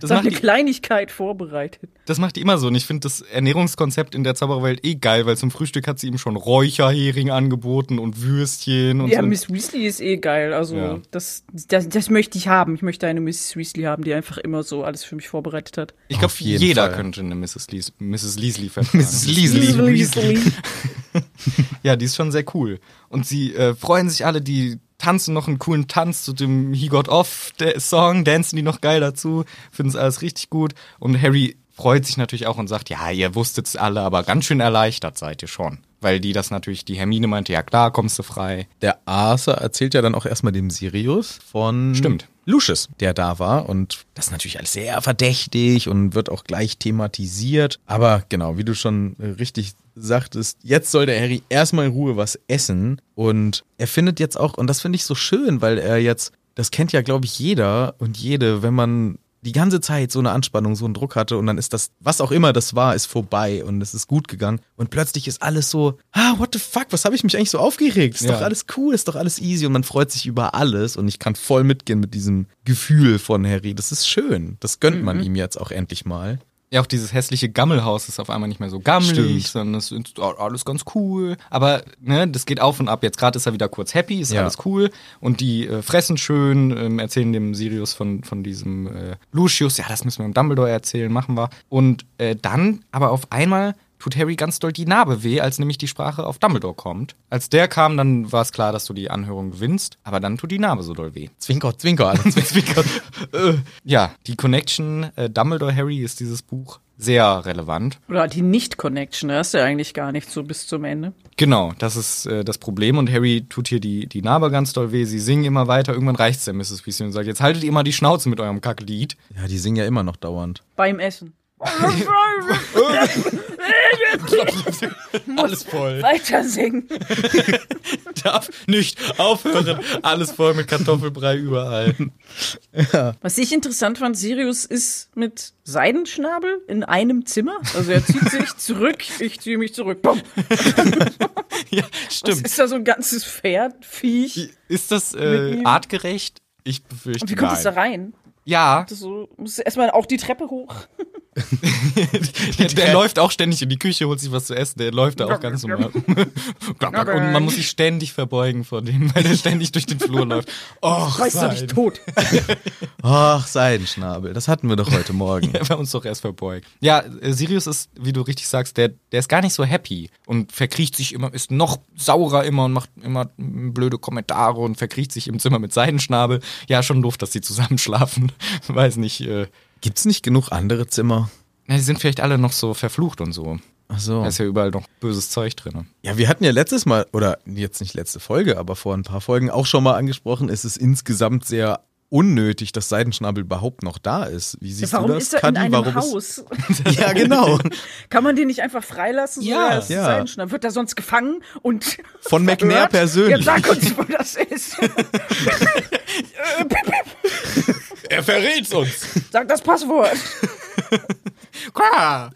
B: Das
C: Da
B: macht
C: eine
B: die
C: Kleinigkeit vorbereitet.
B: Das macht die immer so. Und ich finde das Ernährungskonzept in der Zaubererwelt eh geil, weil zum Frühstück hat sie ihm schon Räucherhering angeboten und Würstchen und
C: Ja,
B: so.
C: Miss Weasley ist eh geil. Also,
B: Ja.
C: das, das, das möchte ich haben. Ich möchte eine Miss Weasley haben, die einfach immer so alles für mich vorbereitet hat.
B: ich glaube,
A: Auf jeden
B: jeder
A: Fall.
B: könnte eine Mrs. Lees Mrs. Leasley vertragen.
A: Mrs. Leasley.
C: Miss Weasley.
B: Ja, die ist schon sehr cool. Und sie äh, freuen sich alle, die tanzen noch einen coolen Tanz zu dem He Got Off der Song, dancen die noch geil dazu, finden es alles richtig gut. Und Harry freut sich natürlich auch und sagt, ja, ihr wusstet's alle, aber ganz schön erleichtert seid ihr schon. Weil die das natürlich, die Hermine meinte, ja klar, kommst du frei.
A: Der Arthur erzählt ja dann auch erstmal dem Sirius von
B: Stimmt.
A: Lucius, der da war. Und das ist natürlich alles sehr verdächtig und wird auch gleich thematisiert. Aber genau, wie du schon äh, richtig sagtest, jetzt soll der Harry erstmal in Ruhe was essen. Und er findet jetzt auch, und das finde ich so schön, weil er jetzt, das kennt ja, glaube ich, jeder und jede, wenn man die ganze Zeit so eine Anspannung, so einen Druck hatte und dann ist das, was auch immer das war, ist vorbei und es ist gut gegangen und plötzlich ist alles so, ah, what the fuck, was habe ich mich eigentlich so aufgeregt? Ist
B: Ja.
A: doch alles cool, ist doch alles easy und man freut sich über alles und ich kann voll mitgehen mit diesem Gefühl von Harry. Das ist schön. Das gönnt
C: Mhm.
A: man ihm jetzt auch endlich mal.
B: Ja, auch dieses hässliche Gammelhaus ist auf einmal nicht mehr so gammelig,
A: Stimmt.
B: sondern es ist a- alles ganz cool. Aber ne, das geht auf und ab. Jetzt gerade ist er wieder kurz happy, ist
A: Ja.
B: alles cool. Und die äh, fressen schön, ähm, erzählen dem Sirius von, von diesem äh, Lucius, ja, das müssen wir dem Dumbledore erzählen, machen wir. Und äh, dann, aber auf einmal tut Harry ganz doll die Narbe weh, als nämlich die Sprache auf Dumbledore kommt. Als der kam, dann war es klar, dass du die Anhörung gewinnst, aber dann tut die Narbe so doll weh.
A: Zwinker, Zwinker, also Zwinker.
B: Äh, ja, die Connection äh, Dumbledore Harry ist dieses Buch sehr relevant.
C: Oder die Nicht-Connection, da hast du ja eigentlich gar nicht so bis zum Ende.
B: Genau, das ist äh, das Problem und Harry tut hier die, die Narbe ganz doll weh. Sie singen immer weiter, irgendwann reicht's der Mrs. Weasley und sagt, jetzt haltet ihr mal die Schnauze mit eurem Kacklied.
A: Ja, die singen ja immer noch dauernd.
C: Beim Essen.
B: Alles voll.
C: Weiter singen.
B: Darf nicht aufhören. Alles voll mit Kartoffelbrei überall.
C: Was ich interessant fand, Sirius ist mit Seidenschnabel in einem Zimmer. Also er zieht sich zurück, ich ziehe mich zurück. Bumm.
B: ja,
C: Das
B: stimmt.
C: ist da so ein ganzes Pferd, Viech.
B: Ist das äh,
C: ihm?
B: artgerecht? Ich
C: Und
B: befürchte
C: wie kommt
B: nein.
C: es da rein?
B: Ja,
C: Das so, muss erstmal auch die Treppe hoch.
B: der, der läuft auch ständig in die Küche, holt sich was zu essen. Der läuft da auch ganz normal. Und man muss sich ständig verbeugen vor dem, weil der ständig durch den Flur läuft. Och,
C: Reißt du dich
B: Sein.
C: tot.
A: Ach, Seidenschnabel, das hatten wir doch heute Morgen.
B: Wir haben uns doch erst verbeugt. Ja, äh, Sirius ist, wie du richtig sagst, der, der ist gar nicht so happy und verkriecht sich immer, ist noch saurer immer und macht immer mm, blöde Kommentare und verkriecht sich im Zimmer mit Seidenschnabel. Ja, schon doof, dass die zusammen schlafen. Weiß nicht. Äh,
A: Gibt's nicht genug andere Zimmer?
B: na, die sind vielleicht alle noch so verflucht und so.
A: Ach so.
B: Da
C: Also-
B: ist ja überall noch böses Zeug drin.
A: Ja, wir hatten ja letztes Mal, oder jetzt nicht letzte Folge, aber vor ein paar Folgen auch schon mal angesprochen, es ist insgesamt sehr unnötig, dass Seidenschnabel überhaupt noch da ist. Wie siehst
C: Warum
A: du das,
C: ist er in
A: Kadi?
C: einem
A: Warum ist-
C: Haus?
A: Ja, genau.
C: Kann man den nicht einfach freilassen?
B: Ja,
C: so, er ist
A: ja.
C: Seidenschnabel. Wird er sonst gefangen und
A: Von McNair
C: verhört?
A: persönlich.
C: Jetzt sag uns, wo das ist. Äh,
B: Er verrät's uns.
C: Sag das Passwort.
B: Qua.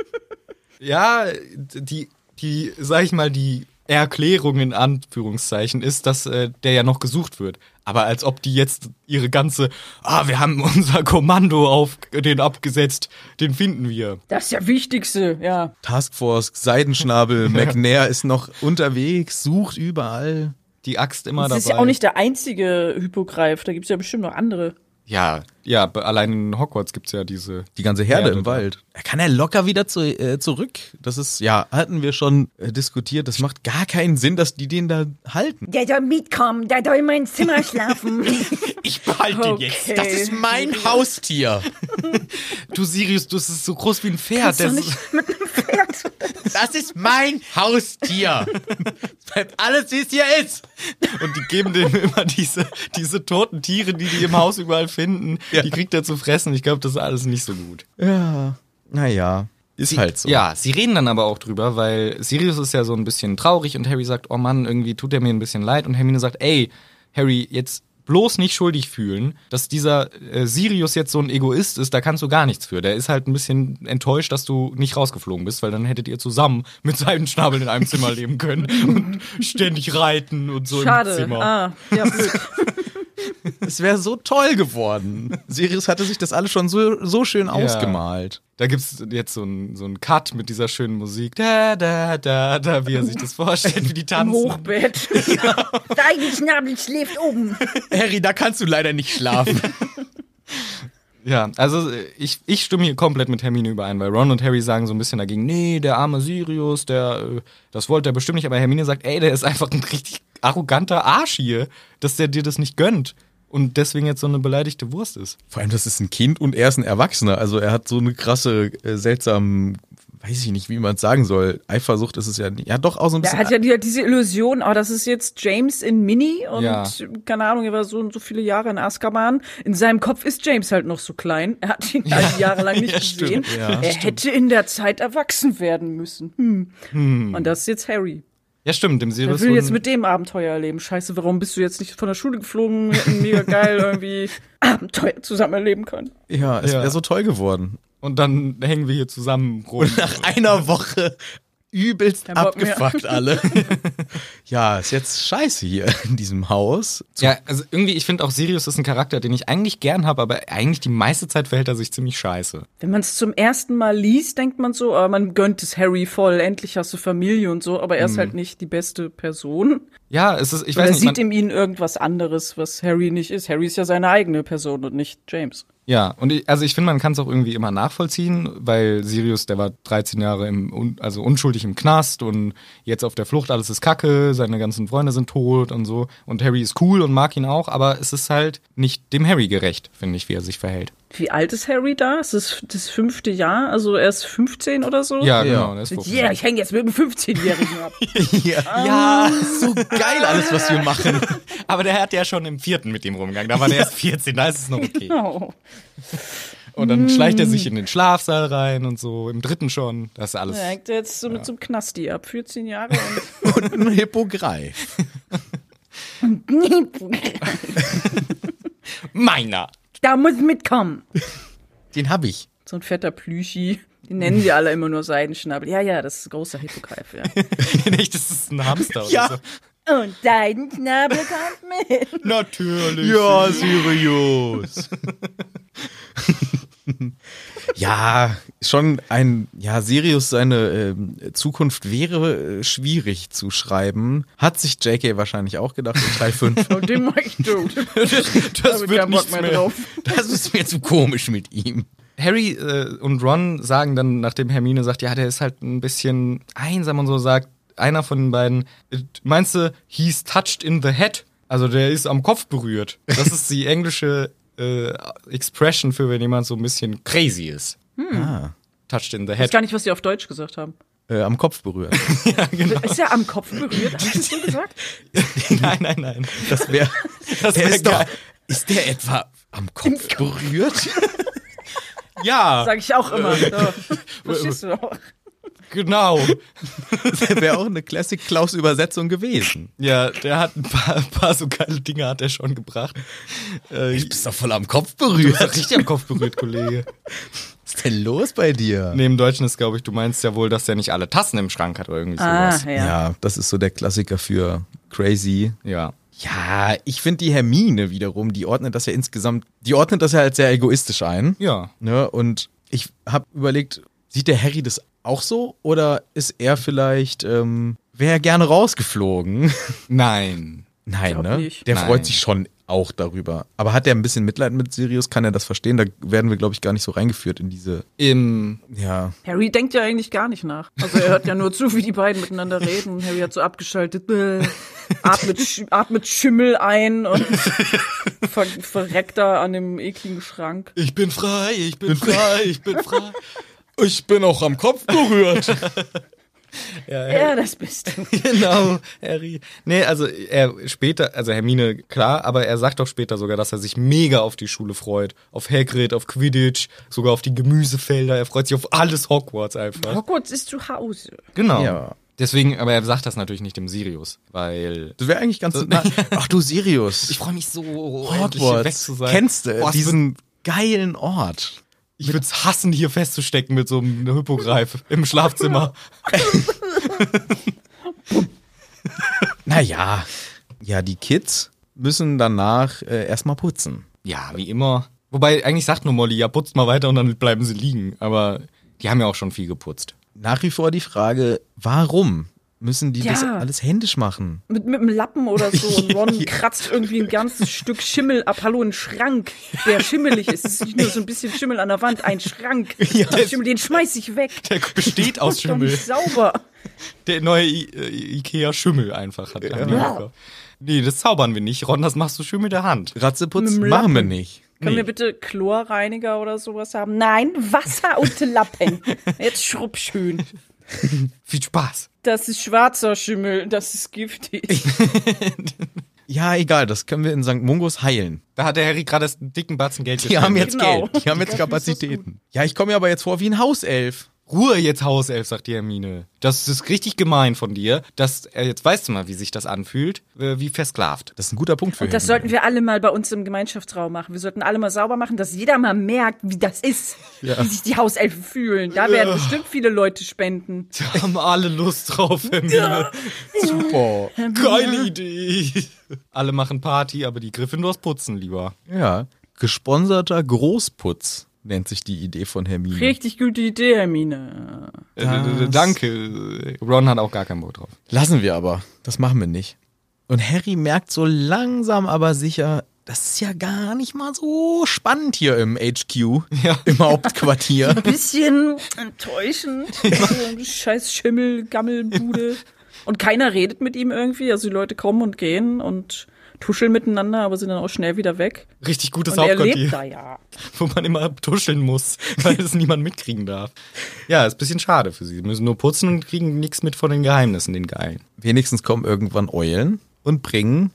B: ja, die, die, sag ich mal, die Erklärung in Anführungszeichen ist, dass äh, der ja noch gesucht wird. Aber als ob die jetzt ihre ganze, ah, wir haben unser Kommando auf den abgesetzt, den finden wir.
C: Das ist ja Wichtigste, ja.
A: Taskforce, Seidenschnabel, McNair ist noch unterwegs, sucht überall.
B: Die Axt immer
C: Das
B: dabei.
C: ist ja auch nicht der einzige Hypogreif. Da gibt es ja bestimmt noch andere.
B: ja, ja, be- allein in Hogwarts gibt's ja diese.
A: Die ganze Herde
B: Herde
A: im
B: da.
A: Wald. Er kann ja locker wieder zu, äh, zurück. Das ist, ja, hatten wir schon äh, diskutiert. Das macht gar keinen Sinn, dass die den da halten.
E: Der soll mitkommen, der soll in mein Zimmer schlafen.
B: Ich behalte
C: Okay.
A: mein Haustier.
B: Du Sirius, du das ist so groß wie ein Pferd.
C: doch
B: Das
C: nicht-
A: Das ist mein Haustier. Bleibt alles, wie es hier ist.
B: Und die geben dem immer diese, diese toten Tiere, die die im Haus überall finden. Die kriegt er zu fressen. Ich glaube, das ist alles nicht so gut.
A: Ja, naja, ist halt so.
B: Ja, sie reden dann aber auch drüber, weil Sirius ist ja so ein bisschen traurig und Harry sagt, oh Mann, irgendwie tut er mir ein bisschen leid. Und Hermine sagt, ey, Harry, jetzt bloß nicht schuldig fühlen, dass dieser äh, Sirius jetzt so ein Egoist ist, da kannst du gar nichts für. Der ist halt ein bisschen enttäuscht, dass du nicht rausgeflogen bist, weil dann hättet ihr zusammen mit seinen Schnabeln in einem Zimmer leben können und ständig reiten und so im
C: Schade.
B: Zimmer.
C: Ah, ja, blöd.
A: Es wäre so toll geworden. Sirius hatte sich das alles schon so, so schön ausgemalt.
B: Da gibt's jetzt so einen so einen Cut mit dieser schönen Musik. Da, da, da, da, wie er sich das vorstellt, wie die
C: Im
B: tanzen.
C: Hochbett.
E: Dein Schnabel schläft oben.
A: Harry, da kannst du leider nicht schlafen.
B: Ja, also äh, ich, ich stimme hier komplett mit Hermine überein, weil Ron und Harry sagen so ein bisschen dagegen, nee, der arme Sirius, der, äh, das wollte er bestimmt nicht, aber Hermine sagt, ey, der ist einfach ein richtig arroganter Arsch hier, dass der dir das nicht gönnt und deswegen jetzt so eine beleidigte Wurst ist.
A: Vor allem, das ist ein Kind und er ist ein Erwachsener. Also er hat so eine krasse, äh, seltsame, weiß ich nicht, wie man es sagen soll. Eifersucht ist es ja nicht. Ja, doch auch so ein
C: Er
A: bisschen.
C: hat ja die- diese Illusion, oh, das ist jetzt James in Mini und
B: Ja.
C: keine Ahnung, er war so und so viele Jahre in Azkaban. In seinem Kopf ist James halt noch so klein. Er hat ihn halt jahrelang nicht
B: Ja,
C: gesehen.
B: stimmt.
A: Ja,
B: Hm.
C: er hätte in der Zeit erwachsen werden müssen. Hm. Und das ist jetzt Harry.
B: Ja, stimmt, dem
C: Er
B: Sirius.
C: will jetzt
B: wurden-
C: mit dem Abenteuer erleben. Scheiße, warum bist du jetzt nicht von der Schule geflogen? Wir hätten mega geil irgendwie Abenteuer zusammen erleben können.
A: Ja, es
B: Ja.
A: wäre so toll geworden.
B: und dann hängen wir hier zusammen rum.
A: Nach einer Woche übelst
C: Kein Bock mehr.
A: abgefuckt alle. ja, ist jetzt scheiße hier in diesem Haus.
B: ja, also irgendwie, ich finde auch Sirius ist ein Charakter, den ich eigentlich gern habe, aber eigentlich die meiste Zeit verhält er sich ziemlich scheiße.
C: Wenn man es zum ersten Mal liest, denkt man so, ah, man gönnt es Harry voll, endlich hast du Familie und so, aber er
B: Hm.
C: ist halt nicht die beste Person.
B: Ja, es ist, ich
C: Er
B: weiß nicht.
C: sieht
B: Man,
C: in ihm irgendwas anderes, was Harry nicht ist. Harry ist ja seine eigene Person und nicht James.
B: ja, und ich, also ich finde, man kann es auch irgendwie immer nachvollziehen, weil Sirius, der war 13 Jahre im, un- also unschuldig im Knast und jetzt auf der Flucht, alles ist kacke, seine ganzen Freunde sind tot und so. Und Harry ist cool und mag ihn auch, aber es ist halt nicht dem Harry gerecht, finde ich, wie er sich verhält.
C: Wie alt ist Harry da? Ist das das fünfte Jahr? Also er ist 15 oder so?
A: Ja.
B: Ja, genau. der ist
C: Ja,
B: verrückt.
C: ich hänge jetzt mit einem 15-Jährigen ab.
A: Ja, so geil alles, was wir machen.
B: Aber der hat ja schon im vierten mit ihm rumgegangen. Da war der erst 14, da ist es noch okay.
C: Genau.
B: Und dann schleicht er sich in den Schlafsaal rein und so, im dritten schon. Das ist alles.
C: Er hängt jetzt so mit so einem Knasti ab, 14 Jahre. Und
A: Und ein Hippogreif.
B: Meiner!
E: Da muss mitkommen.
A: Den hab ich.
C: so ein fetter Plüschi. Den nennen sie alle immer nur Seidenschnabel. Ja, ja, das ist ein großer Hippogreif, ja.
B: Nicht, das ist ein Hamster
A: Ja.
B: oder
E: Und dein Schnabel kommt mit.
B: so. Natürlich.
A: Ja, Sirius. ja, schon ein, ja, Sirius seine ähm, Zukunft wäre äh, schwierig zu schreiben. Hat sich JK wahrscheinlich auch gedacht in Teil 5.
C: Und den mag ich tot.
B: das
C: Hab ich keinen Bock mehr drauf.
A: Das ist mir zu komisch mit ihm.
B: Harry äh, und Ron sagen dann, nachdem Hermine sagt, ja, der ist halt ein bisschen einsam und so, sagt einer von den beiden, äh, meinst du, he's touched in the head? Also der ist am Kopf berührt. Das ist die englische äh, Expression für, wenn jemand so ein bisschen crazy ist. Touched in the
C: Ich weiß
B: head.
C: gar nicht, was sie auf Deutsch gesagt haben.
A: Äh, am Kopf berührt.
C: Ist ja am Kopf berührt, hab ich das so gesagt?
B: nein, nein, nein.
A: Das wäre.
B: Das
A: Der
B: wär
A: ist doch.
B: geil.
A: Ist der etwa am Kopf berührt?
B: Ja,
C: Sag ich auch immer. Äh. So. Verstehst du doch.
B: genau.
A: Das wäre auch eine Classic-Klaus-Übersetzung gewesen.
B: Ja, der hat ein paar, ein paar so geile Dinge hat er schon gebracht. Äh,
A: Du bist doch voll am Kopf berührt.
B: das hat richtig am Kopf berührt, Kollege.
A: Was ist denn los bei dir?
B: Neben Deutschen ist, glaube ich, du meinst ja wohl, dass der nicht alle Tassen im Schrank hat oder irgendwie
C: Ah,
B: sowas.
C: ja.
A: Ja. das ist so der Klassiker für crazy.
B: Ja.
A: Ja, ich finde die Hermine wiederum, die ordnet das ja insgesamt, die ordnet das ja als sehr egoistisch ein.
B: Ja.
A: Ne? Und ich habe überlegt, sieht der Harry das auch so oder ist er vielleicht, ähm, wäre er gerne rausgeflogen?
B: Nein.
A: Nein,
C: Glaub
A: ne?
C: nicht.
A: Der
B: Nein.
A: freut sich schon auch darüber. Aber hat er ein bisschen Mitleid mit Sirius? Kann er das verstehen? Da werden wir, glaube ich, gar nicht so reingeführt in diese,
B: Im
A: ja,
C: Harry denkt ja eigentlich gar nicht nach. Also er hört ja nur zu, wie die beiden miteinander reden. Und Harry hat so abgeschaltet, äh, atmet, Sch atmet Schimmel ein und ver verreckt da an dem ekligen Schrank.
B: Ich bin frei, ich bin frei, ich bin frei. Ich bin auch am Kopf berührt.
C: Ja, das bist du.
B: genau, Harry. Nee, also er später, also Hermine, klar, aber er sagt doch später sogar, dass er sich mega auf die Schule freut. Auf Hagrid, auf Quidditch, sogar auf die Gemüsefelder. Er freut sich auf alles Hogwarts einfach.
C: Hogwarts ist zu Hause.
B: Genau.
A: Ja.
B: Deswegen, aber er sagt das natürlich nicht dem Sirius, weil
A: das wäre eigentlich ganz, na, ach du Sirius.
B: Ich freue mich so, endlich hier weg
A: Hogwarts.
B: zu sein.
A: Kennst du
B: Boah, es wird-
A: diesen geilen Ort?
B: Ich würde es hassen, hier festzustecken mit so einem Hippogreif im Schlafzimmer.
A: Naja, ja, die Kids müssen danach äh, erstmal putzen.
B: Ja, wie immer. Wobei, eigentlich sagt nur Molly, ja, putzt mal weiter und dann bleiben sie liegen. Aber die haben ja auch schon viel geputzt.
A: Nach wie vor die Frage, warum müssen die das
C: Ja.
A: alles händisch machen?
C: Mit, mit einem Lappen oder so. Und Ron kratzt irgendwie ein ganzes Stück Schimmel ab. Hallo, ein Schrank, der schimmelig ist. Es ist nicht nur so ein bisschen Schimmel an der Wand, ein Schrank. Den Schimmel, den schmeiß ich weg.
B: Der besteht aus
C: Doch
B: Schimmel.
C: nicht sauber.
B: Der neue I äh, Ikea-Schimmel einfach hat. haben die gekauft. Nee, das zaubern wir nicht. Ron, das machst du schön mit der Hand.
A: Ratzeputz
C: Mit dem
A: machen wir
C: Lappen.
A: nicht.
C: Können
B: Nee.
C: wir bitte Chlorreiniger oder sowas haben?
E: Nein, Wasser und Lappen.
C: Jetzt schrupp schön.
B: Viel Spaß.
C: Das ist schwarzer Schimmel, das ist giftig.
A: Ja, egal, das können wir in St. Mungos heilen.
B: Da hat der Harry gerade erst einen dicken Batzen Geld
A: Die haben jetzt
C: Genau.
A: Geld, die haben jetzt Kapazitäten. Ja, ich komme mir aber jetzt vor wie ein Hauself.
B: Ruhe jetzt, Hauself, sagt die Hermine. Das ist richtig gemein von dir. Das, äh, jetzt weißt du mal, wie sich das anfühlt, äh, wie versklavt.
A: Das ist ein guter Punkt für
C: Und
A: ihn.
E: Das sollten wir alle mal bei uns im Gemeinschaftsraum machen. Wir sollten alle mal sauber machen, dass jeder mal merkt, wie das ist, wie sich die Hauselfen fühlen. Da werden bestimmt viele Leute spenden.
B: Da haben alle Lust drauf, Hermine.
A: Super.
B: Geile Idee. Alle machen Party, aber die Gryffindors putzen lieber.
A: Ja. Gesponserter Großputz nennt sich die Idee von Hermine.
C: Richtig gute Idee, Hermine.
B: Äh, äh, danke. Ron hat auch gar keinen Bock drauf.
A: Lassen wir aber. Das machen wir nicht. Und Harry merkt so langsam aber sicher, das ist ja gar nicht mal so spannend hier im HQ,
B: Ja.
A: im Hauptquartier.
C: Bisschen enttäuschend. So Scheiß Schimmel, Gammelbude. Und keiner redet mit ihm irgendwie. Also die Leute kommen und gehen und tuscheln miteinander, aber sind dann auch schnell wieder weg.
B: Richtig gutes
C: Und er lebt
B: Hauptquartier,
C: da ja.
B: wo man immer tuscheln muss, weil es niemand mitkriegen darf. Ja, ist ein bisschen schade für sie. Sie müssen nur putzen und kriegen nichts mit von den Geheimnissen, den Geilen.
A: Wenigstens kommen irgendwann Eulen und bringen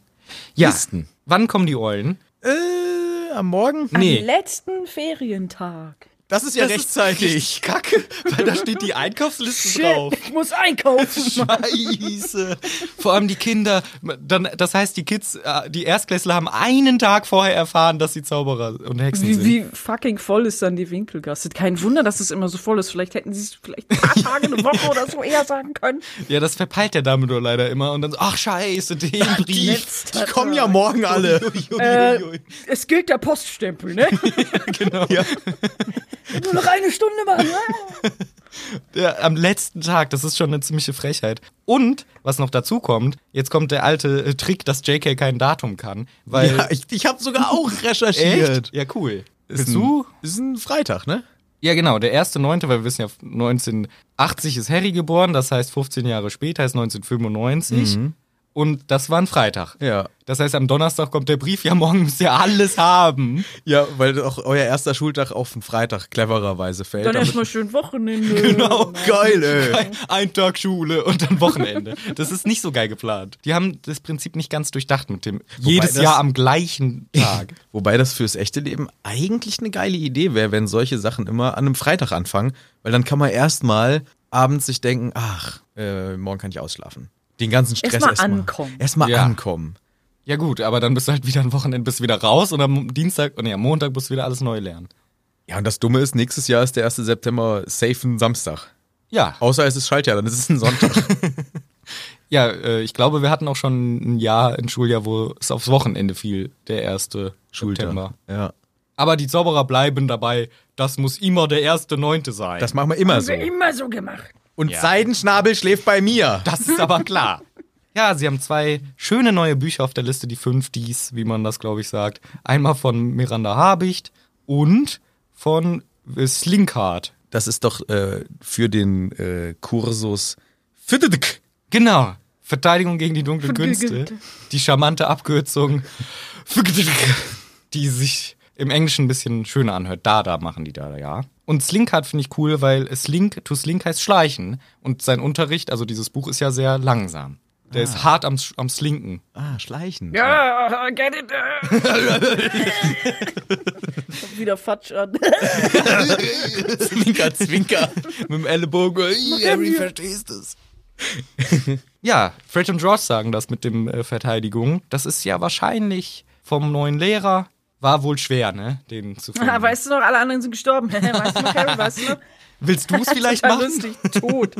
B: Ja.
A: Kisten.
B: Wann kommen die Eulen?
A: Äh, am Morgen?
B: Nee.
C: Am letzten Ferientag.
A: Das ist ja
B: Das ist richtig
A: kacke.
B: Weil da steht die Einkaufsliste drauf.
C: Ich muss einkaufen.
B: Scheiße. Vor allem die Kinder. Dann, das heißt, die Kids, äh, die Erstklässler haben einen Tag vorher erfahren, dass sie Zauberer und Hexen
C: Wie,
B: sind.
C: wie fucking voll ist dann die Winkelgasse? Kein Wunder, dass es immer so voll ist. Vielleicht hätten sie es vielleicht ein paar Tage, eine Woche oder so eher sagen können.
B: Ja, das verpeilt der Dumbledore leider immer. Und dann so, ach scheiße, den Brief.
A: Die kommen ja morgen alle.
B: Uiuiui.
C: Äh, Es gilt der Poststempel, ne?
B: genau. Ja.
C: Nur noch eine Stunde ne? machen.
A: Äh.
B: Ja, am letzten Tag, das ist schon eine ziemliche Frechheit. Und, was noch dazu kommt, jetzt kommt der alte äh, Trick, dass JK kein Datum kann. Weil,
A: Ja, ich ich habe sogar auch recherchiert.
B: echt? Ja, cool.
A: Ist
B: Bist
A: ein-
B: du?
A: Ist ein Freitag, ne?
B: Ja, genau, der erste Neunte, weil wir wissen ja, 1980 ist Harry geboren, das heißt 15 Jahre später ist 1995. Und das war ein Freitag.
A: Mhm. Ja.
B: Das heißt, am Donnerstag kommt der Brief, ja, morgen müsst ihr alles haben.
A: Ja, weil auch euer erster Schultag auf den Freitag clevererweise fällt.
C: Dann
A: damit- Oh,
C: erstmal schön Wochenende.
B: Genau.
A: Geil, ey.
B: Ein Tag Schule und dann Wochenende. Das ist nicht so geil geplant. Die haben das Prinzip nicht ganz durchdacht mit dem jedes
A: das-
B: Jahr am gleichen Tag.
A: Wobei das fürs echte Leben eigentlich eine geile Idee wäre, wenn solche Sachen immer an einem Freitag anfangen, weil dann kann man erstmal abends sich denken, ach, äh, morgen kann ich ausschlafen. Den ganzen Stress
C: Erstmal
A: erstmal.
C: ankommen.
A: Erstmal
B: Ja.
A: ankommen.
B: ja gut, aber dann bist du halt wieder am Wochenende, bist wieder raus und am Dienstag, nee, am Montag musst du wieder alles neu lernen.
A: Ja, und das Dumme ist, nächstes Jahr ist der 1. September safe ein Samstag.
B: Ja,
A: Außer es ist Schaltjahr, dann ist es ein Sonntag.
B: ja, äh, ich glaube, wir hatten auch schon ein Jahr, ein Schuljahr, wo es aufs Wochenende fiel, der erste September.
A: Ja.
B: Aber die Zauberer bleiben dabei, das muss immer der erste Neunte sein.
A: Das machen wir immer so.
E: Haben wir immer so gemacht.
A: Und Seidenschnabel schläft bei mir.
B: Das ist aber klar. Ja, sie haben zwei schöne neue Bücher auf der Liste, die fünf Ds, wie man das, glaube ich, sagt. Einmal von Miranda Habicht und von äh, Slinkhardt.
A: Das ist doch äh, für den äh, Kursus Fittedick.
B: Genau. Verteidigung gegen die dunklen Künste. Die charmante Abkürzung, die sich im Englischen ein bisschen schöner anhört. Dada machen die da, ja. Und Slinkhardt finde ich cool, weil Slink to Slink heißt Schleichen. Und sein Unterricht, also dieses Buch, ist ja sehr langsam. Der ist hart am, am Slinken.
A: Ah, Schleichen.
C: Ja, get it. Kommt wieder Fatsch an.
A: Zwinker, Zwinker. Mit dem Ellenbogen. Harry
B: verstehst es. ja, Fred und George sagen das mit dem äh, Verteidigung. Das ist ja wahrscheinlich vom neuen Lehrer. War wohl schwer, ne? Den zu finden.
C: Ah, weißt du noch, alle anderen sind gestorben. weißt du noch, Harry, weißt du noch?
B: Willst du es vielleicht
C: Total
B: machen?
C: lustig, tot.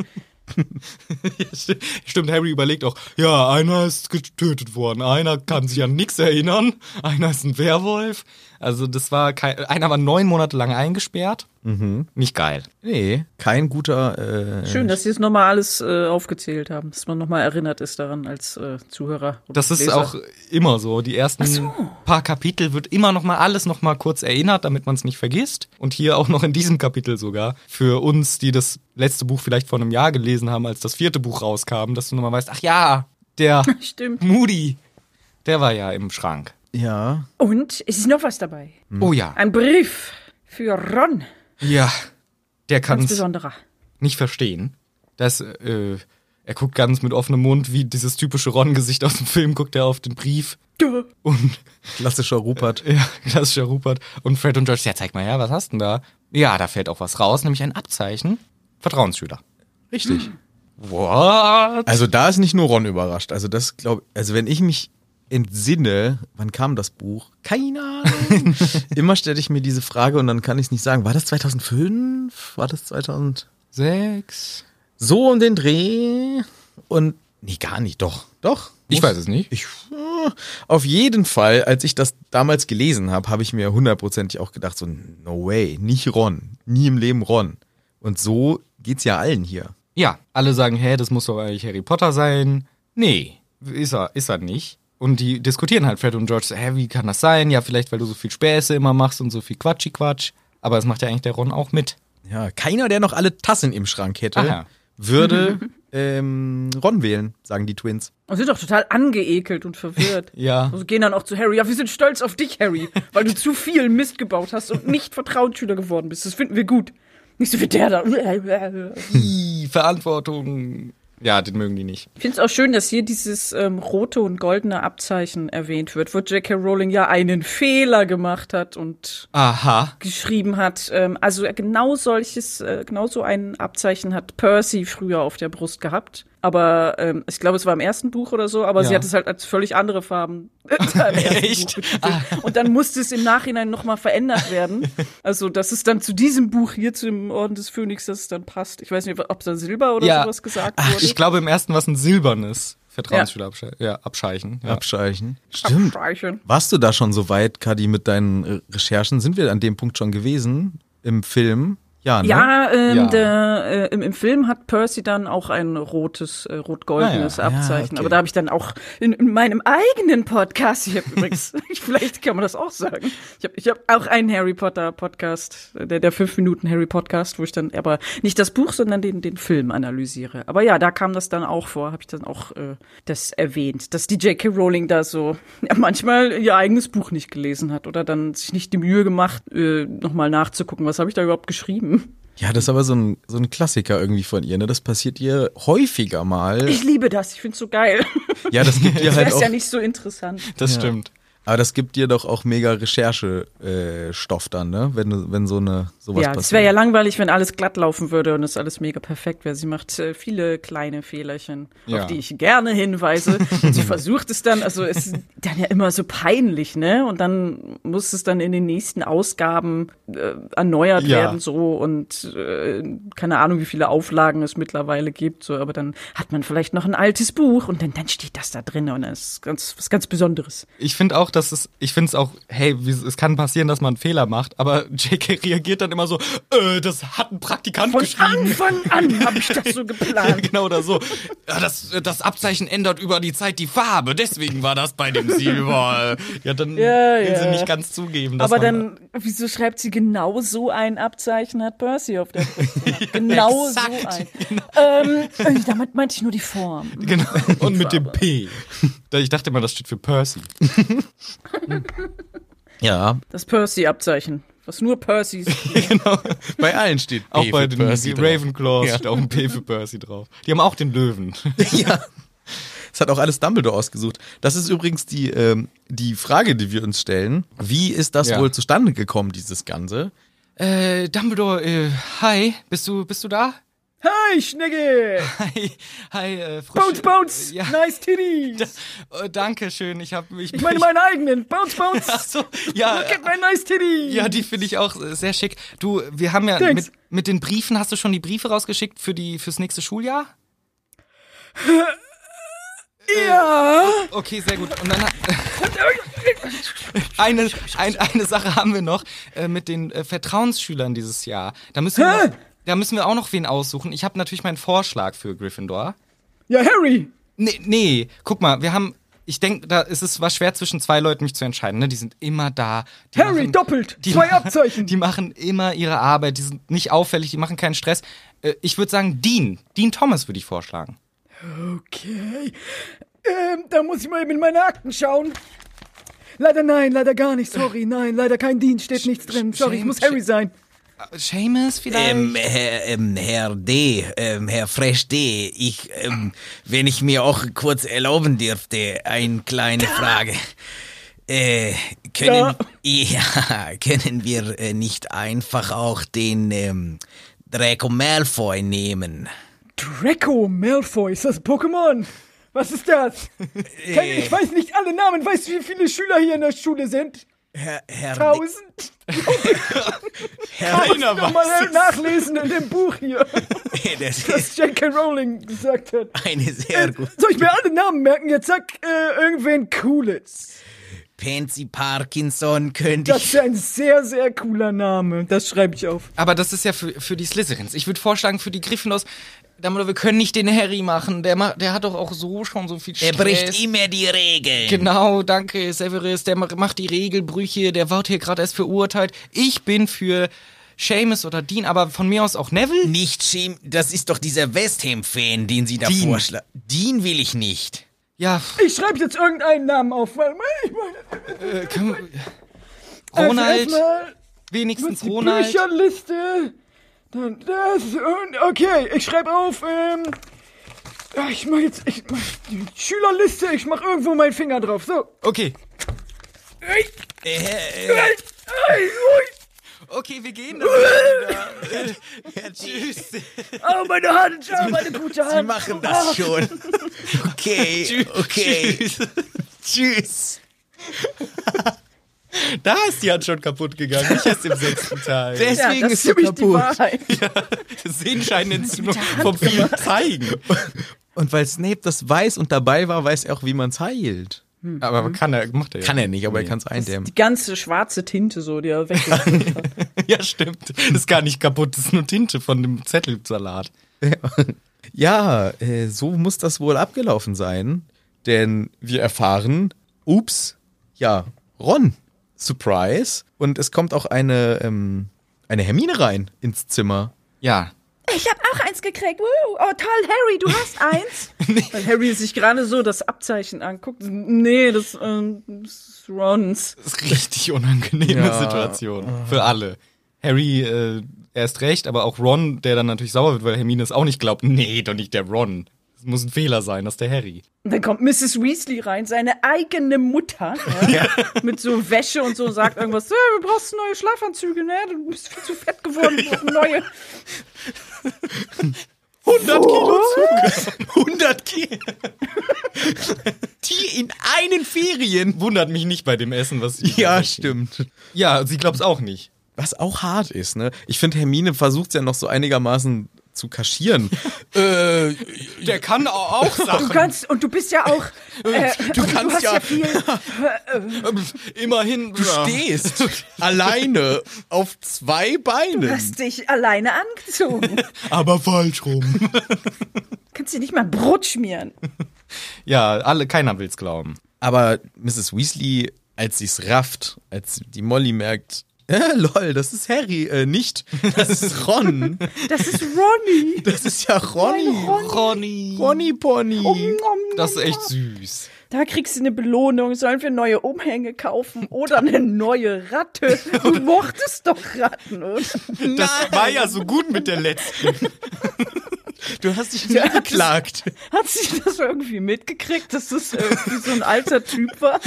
B: Ja, sti- Stimmt, Harry überlegt auch, ja, einer ist getötet worden, einer kann sich an nichts erinnern, einer ist ein Werwolf. Also das war, kein, einer war neun Monate lang eingesperrt. Nicht geil.
A: Nee, kein guter. Äh,
C: Schön, dass sie es nochmal alles äh, aufgezählt haben, dass man nochmal erinnert ist daran als äh, Zuhörer. oder
B: Das ist
C: Leser.
B: auch immer so. Die ersten paar Kapitel wird immer noch mal alles noch mal kurz erinnert, damit man es nicht vergisst. Und hier auch noch in diesem Kapitel sogar. Für uns, die das letzte Buch vielleicht vor einem Jahr gelesen haben, als das vierte Buch rauskam, dass du nochmal weißt, ach ja, der
C: Stimmt.
B: Moody, der war ja im Schrank.
A: ja.
E: Und es ist noch was dabei.
B: Oh ja.
C: Ein Brief für Ron,
B: Ja, der kann
C: ganz
B: es
C: besonderer.
B: nicht verstehen. Das, äh, er guckt ganz mit offenem Mund, wie dieses typische Ron-Gesicht aus dem Film, guckt er auf den Brief und
A: Klassischer Rupert.
B: Ja, klassischer Rupert. Und Fred und George, ja, zeig mal her, was hast denn da? Ja, da fällt auch was raus, nämlich ein Abzeichen Vertrauensschüler.
A: Richtig.
B: What?
A: Also da ist nicht nur Ron überrascht. Also das glaube also wenn ich mich entsinne, wann kam das Buch? Keine Ahnung. Immer stelle ich mir diese Frage und dann kann ich es nicht sagen. War das 2005? War das 2000?
B: Sechs.
A: So um den Dreh und nee, gar nicht, doch. Doch.
B: Ich
A: Muss-
B: weiß es nicht.
A: Ich, äh, auf jeden Fall, als ich das damals gelesen habe, habe ich mir hundertprozentig auch gedacht, so, no way, nicht Ron. Nie im Leben Ron. Und so geht's ja allen hier.
B: Ja, alle sagen, hä, das muss doch eigentlich Harry Potter sein. Nee, ist er, ist er nicht. Und die diskutieren halt Fred und George, so, hä, wie kann das sein? Ja, vielleicht, weil du so viel Späße immer machst und so viel Quatschi-Quatsch. Aber das macht ja eigentlich der Ron auch mit.
A: Ja, keiner, der noch alle Tassen im Schrank hätte,
B: Aha.
A: würde ähm, Ron wählen, sagen die Twins.
C: Und sind doch total angeekelt und verwirrt.
B: Ja.
C: Also gehen dann auch zu Harry. Ja, wir sind stolz auf dich, Harry, weil du zu viel Mist gebaut hast und nicht Vertrauensschüler geworden bist. Das finden wir gut. Nicht so wie der da. Ich
B: Die Verantwortung. Ja, den mögen die nicht.
C: finde es auch schön, dass hier dieses ähm, rote und goldene Abzeichen erwähnt wird, wo J.K. Rowling ja einen Fehler gemacht hat und
B: Aha.
C: geschrieben hat. Ähm, also genau solches, äh, genau so ein Abzeichen hat Percy früher auf der Brust gehabt. Aber ähm, ich glaube, es war im ersten Buch oder so, aber
B: Ja.
C: sie hat es halt als völig andere Farben. im ersten
B: Echt? Ah.
C: Buch betitelt. Und dann musste es im Nachhinein nochmal verändert werden. Also, dass es dann zu diesem Buch hier, zu dem Orden des Phönix, dass es dann passt. Ich weiß nicht, ob da Silber oder
B: Ja.
C: sowas gesagt
B: Ach,
C: wurde.
B: ich glaube, im ersten war es ein silbernes Vertrauensschülerabscheichen. Ja, abscheichen. Ja.
A: Abscheichen. Stimmt.
C: Abzeichen.
A: Warst du da schon so weit, Kadi, mit deinen äh, Recherchen? Sind wir an dem Punkt schon gewesen im Film? Ja, ne?
C: Ja, ähm,
B: Ja.
C: Der, äh, im, im Film hat Percy dann auch ein rotes, äh, rot-goldenes
B: Ah ja,
C: Abzeichen.
A: okay.
C: Aber da habe ich dann auch in, in meinem eigenen Podcast, ich hab übrigens, vielleicht kann man das auch sagen, ich habe ich hab auch einen Harry Potter Podcast, äh, der, der 5-Minuten-Harry-Podcast, wo ich dann aber nicht das Buch, sondern den, den Film analysiere. Aber ja, da kam das dann auch vor, habe ich dann auch äh, das erwähnt, dass die J.K. Rowling da so ja, manchmal ihr eigenes Buch nicht gelesen hat oder dann sich nicht die Mühe gemacht, äh, nochmal nachzugucken, was habe ich da überhaupt geschrieben.
A: Ja, das ist aber so ein, so ein Klassiker irgendwie von ihr. Ne? Das passiert ihr häufiger mal.
C: Ich liebe das, ich find's so geil.
A: Ja, das gibt ihr
C: Das
A: halt
C: wäre
A: auch.
C: ja nicht so interessant.
B: Das stimmt.
A: Aber das gibt dir doch auch mega Recherchestoff äh, Stoff dann, ne? Wenn, du- wenn so eine sowas
C: ja,
A: passiert.
C: es wäre ja langweilig, wenn alles glatt laufen würde und es alles mega perfekt wäre. Sie macht äh, viele kleine Fehlerchen,
B: Ja.
C: auf die ich gerne hinweise. Und sie versucht es dann, also es ist dann ja immer so peinlich, ne? Und dann muss es dann in den nächsten Ausgaben äh, erneuert
B: Ja.
C: werden, so und äh, keine Ahnung, wie viele Auflagen es mittlerweile gibt, so. Aber dann hat man vielleicht noch ein altes Buch und dann, dann steht das da drin und das ist ganz, was ganz Besonderes.
B: Ich finde auch, dass es, ich finde es auch, hey, wie, es kann passieren, dass man einen Fehler macht, aber JK reagiert dann immer so, äh, das hat ein Praktikant
C: Von
B: geschrieben.
C: Anfang an habe ich das so
B: Ja,
C: geplant.
B: genau oder so. Ja, das, das Abzeichen ändert über die Zeit die Farbe, deswegen war das bei dem Silber. Ja, dann
C: Ja,
B: will sie
C: ja.
B: nicht ganz zugeben. Dass
C: Aber
B: man,
C: dann, wieso schreibt sie genau so ein Abzeichen, hat Percy auf der Brust gemacht? Genau so
B: exakt,
C: ein. Ähm, äh, damit meinte ich nur die Form.
B: Genau. Und mit dem P. Da- Ich dachte immer, das steht für Percy.
A: ja,
C: Das Percy-Abzeichen. Was nur Percys.
A: bei allen steht
B: Auch
A: B
B: Genau. bei
A: für
B: den
A: Percy drauf.
B: Ravenclaws
A: Ja.
B: steht auch ein P für Percy drauf. Die haben auch den Löwen.
A: Ja. Es hat auch alles Dumbledore ausgesucht. Das ist übrigens die, ähm, die Frage, die wir uns stellen. Wie ist das
B: Ja.
A: wohl zustande gekommen, dieses Ganze?
B: Äh, Dumbledore, äh, hi, bist du, bist du da?
C: Hi, Schnecke!
B: Hi, hi, äh, frisch.
C: Bounce, bounce!
B: Äh, Ja,
C: Nice titties!
B: äh, danke schön, ich hab mich.
C: Ich meine meinen eigenen. Bounce,
B: Ach
C: bounce!
B: so, ja.
C: Look at my nice titties!
B: Ja, die finde ich auch äh, sehr schick. Du, wir haben ja
C: Thanks.
B: mit, mit den Briefen, hast du schon die Briefe rausgeschickt für die fürs nächste Schuljahr? äh,
C: ja.
B: Okay, sehr gut. Und dann hat- eine, ein, eine Sache haben wir noch äh, mit den äh, Vertrauensschülern dieses Jahr. Da müssen wir,
C: Hä?
B: noch, da müssen wir auch noch wen aussuchen. Ich habe natürlich meinen Vorschlag für Gryffindor.
C: ja, Harry!
B: Nee, nee, guck mal, wir haben ich denke, da ist es war schwer zwischen zwei Leuten mich zu entscheiden, ne? Die sind immer da. Die
C: Harry,
B: machen-
C: doppelt!
B: Die
C: Zwei
B: ma-
C: Abzeichen!
B: Die machen immer ihre Arbeit, die sind nicht auffällig, die machen keinen Stress. Äh, Ich würde sagen, Dean. Dean Thomas würde ich vorschlagen.
C: Okay. Ähm, da muss ich mal eben in meine Akten schauen. Leider nein, leider gar nicht, sorry, nein, leider kein Dienst, steht nichts drin. Sorry, ich
B: Shame,
C: muss Harry sein.
B: Äh, Seamus vielleicht?
F: Ähm, Herr, ähm, Herr D., ähm, Herr Fresh D., ich, ähm, wenn ich mir auch kurz erlauben dürfte, eine kleine Frage. Äh, können, ja. können wir äh, nicht einfach auch den, ähm, Draco Malfoy nehmen.
C: Draco Malfoy, ist das Pokémon? Was ist das? Kein- Ich weiß nicht alle Namen. Weißt du, wie viele Schüler hier in der Schule sind?
F: Herr, Herr, De-
C: Tausend.
F: Herr,
B: Keiner
C: Mal nachlesen in dem Buch hier,
F: das ist
C: was J.K. Rowling gesagt hat.
F: eine sehr gute.
C: Soll ich mir alle Namen merken? Jetzt sag äh, irgendwen Cooles.
F: Pansy Parkinson könnte
C: Das
F: ich.
C: ist ein sehr, sehr cooler Name. Das schreibe ich auf.
B: Aber das ist ja für, für die Slytherins. Ich würde vorschlagen, für die Gryffindors, Dumbledore, wir können nicht den Harry machen. Der, ma- der hat doch auch so schon so viel
F: Der
B: Stress.
F: bricht immer die Regeln.
B: Genau, danke, Severus. Der ma- macht die Regelbrüche. Der wird hier gerade erst verurteilt. Ich bin für Seamus oder Dean, aber von mir aus auch Neville.
F: Nicht schämen. Das ist doch dieser West Ham-Fan, den sie da
B: Dean.
F: vorschlagen. Den will ich nicht.
B: Ja,
C: Ich schreibe jetzt irgendeinen Namen auf, weil ich meine,
B: äh, können wir-
C: also
B: Ronald,
C: erstmal
B: wenigstens
C: die
B: Ronald.
C: Bücherliste. Dann das und okay, ich schreibe auf. Ähm, ja, ich mache jetzt ich mach die Schülerliste. Ich mache irgendwo meinen Finger drauf. So.
B: Okay,
F: Äh, äh,
B: okay, wir gehen. Dann Tschüss.
C: Oh, meine Hand, oh, meine gute
F: wir
C: Hand.
F: machen das schon. Okay, okay.
B: Tschüss.
F: Tschüss.
B: Da ist die Hand schon kaputt gegangen. Nicht erst im sechsten Teil.
C: Ja,
F: Deswegen
C: das
F: ist
C: ist
F: sie
C: für mich die
F: kaputt.
C: Wahrheit.
B: Sehenscheinentzündung vom vielen Zeigen.
A: Und weil Snape das weiß und dabei war, weiß er auch, wie man es heilt.
C: Hm.
B: Aber kann er, macht er ja.
A: Kann er nicht, aber er kann es eindämmen.
G: Die ganze schwarze Tinte so, die er weggeschmissen
B: Ja, stimmt. Ist gar nicht kaputt, das ist nur Tinte von dem Zettelsalat.
A: Ja, äh, so muss das wohl abgelaufen sein. Denn wir erfahren, ups, ja, Ron, Surprise. Und es kommt auch eine, ähm, eine Hermine rein ins Zimmer.
B: Ja.
C: Ich habe auch eins gekriegt. Woo. Oh, toll, Harry, du hast eins.
G: Weil Harry sich gerade so das Abzeichen anguckt. Nee, das, ähm, das ist Rons.
B: Das ist richtig unangenehme
A: Ja.
B: Situation. Für alle. Harry äh, erst recht, aber auch Ron, der dann natürlich sauer wird, weil Hermine es auch nicht glaubt. Nee, doch nicht der Ron. Es muss ein Fehler sein, das ist der Harry.
G: Und dann kommt Mrs. Weasley rein, seine eigene Mutter, ja, mit so Wäsche und so und sagt irgendwas, "Ja, du brauchst neue Schlafanzüge, ne? Du bist viel zu fett geworden, du brauchst neue.
B: 100 Kilo
F: 100 Kilo.
B: Die in einen Ferien. Wundert mich nicht bei dem Essen, was sie
A: Ja, stimmt.
B: Ja, sie glaubt's auch nicht.
A: Was auch hart ist, ne? Ich finde, Hermine versucht es ja noch so einigermaßen zu kaschieren. äh,
B: Der kann auch
C: Du
B: Sachen.
C: kannst, und du bist ja auch. Äh,
A: du
C: und
A: kannst
C: hast ja,
A: ja-
C: viel.
B: Immerhin. Du
A: stehst alleine auf zwei Beinen.
C: Du hast dich alleine angezogen. Du
B: Aber falsch rum.
C: kannst dir nicht mal Brot schmieren.
B: Ja, alle, keiner will's glauben.
A: Aber Mrs. Weasley, als sie es rafft, als die Molly merkt, äh, lol, das ist Harry, äh, nicht, das ist Ron.
C: Das ist Ronny.
A: Das ist ja Ronny.
B: Ronny.
A: Ronny Pony.
B: Das ist echt süß.
C: Da kriegst du eine Belohnung. Sollen wir neue Umhänge kaufen oder eine neue Ratte? Du mochtest doch Ratten, oder?
B: Das war ja so gut mit der letzten.
A: Du hast dich nicht angeklagt.
C: Hat sie das irgendwie mitgekriegt, dass das irgendwie so ein alter Typ war?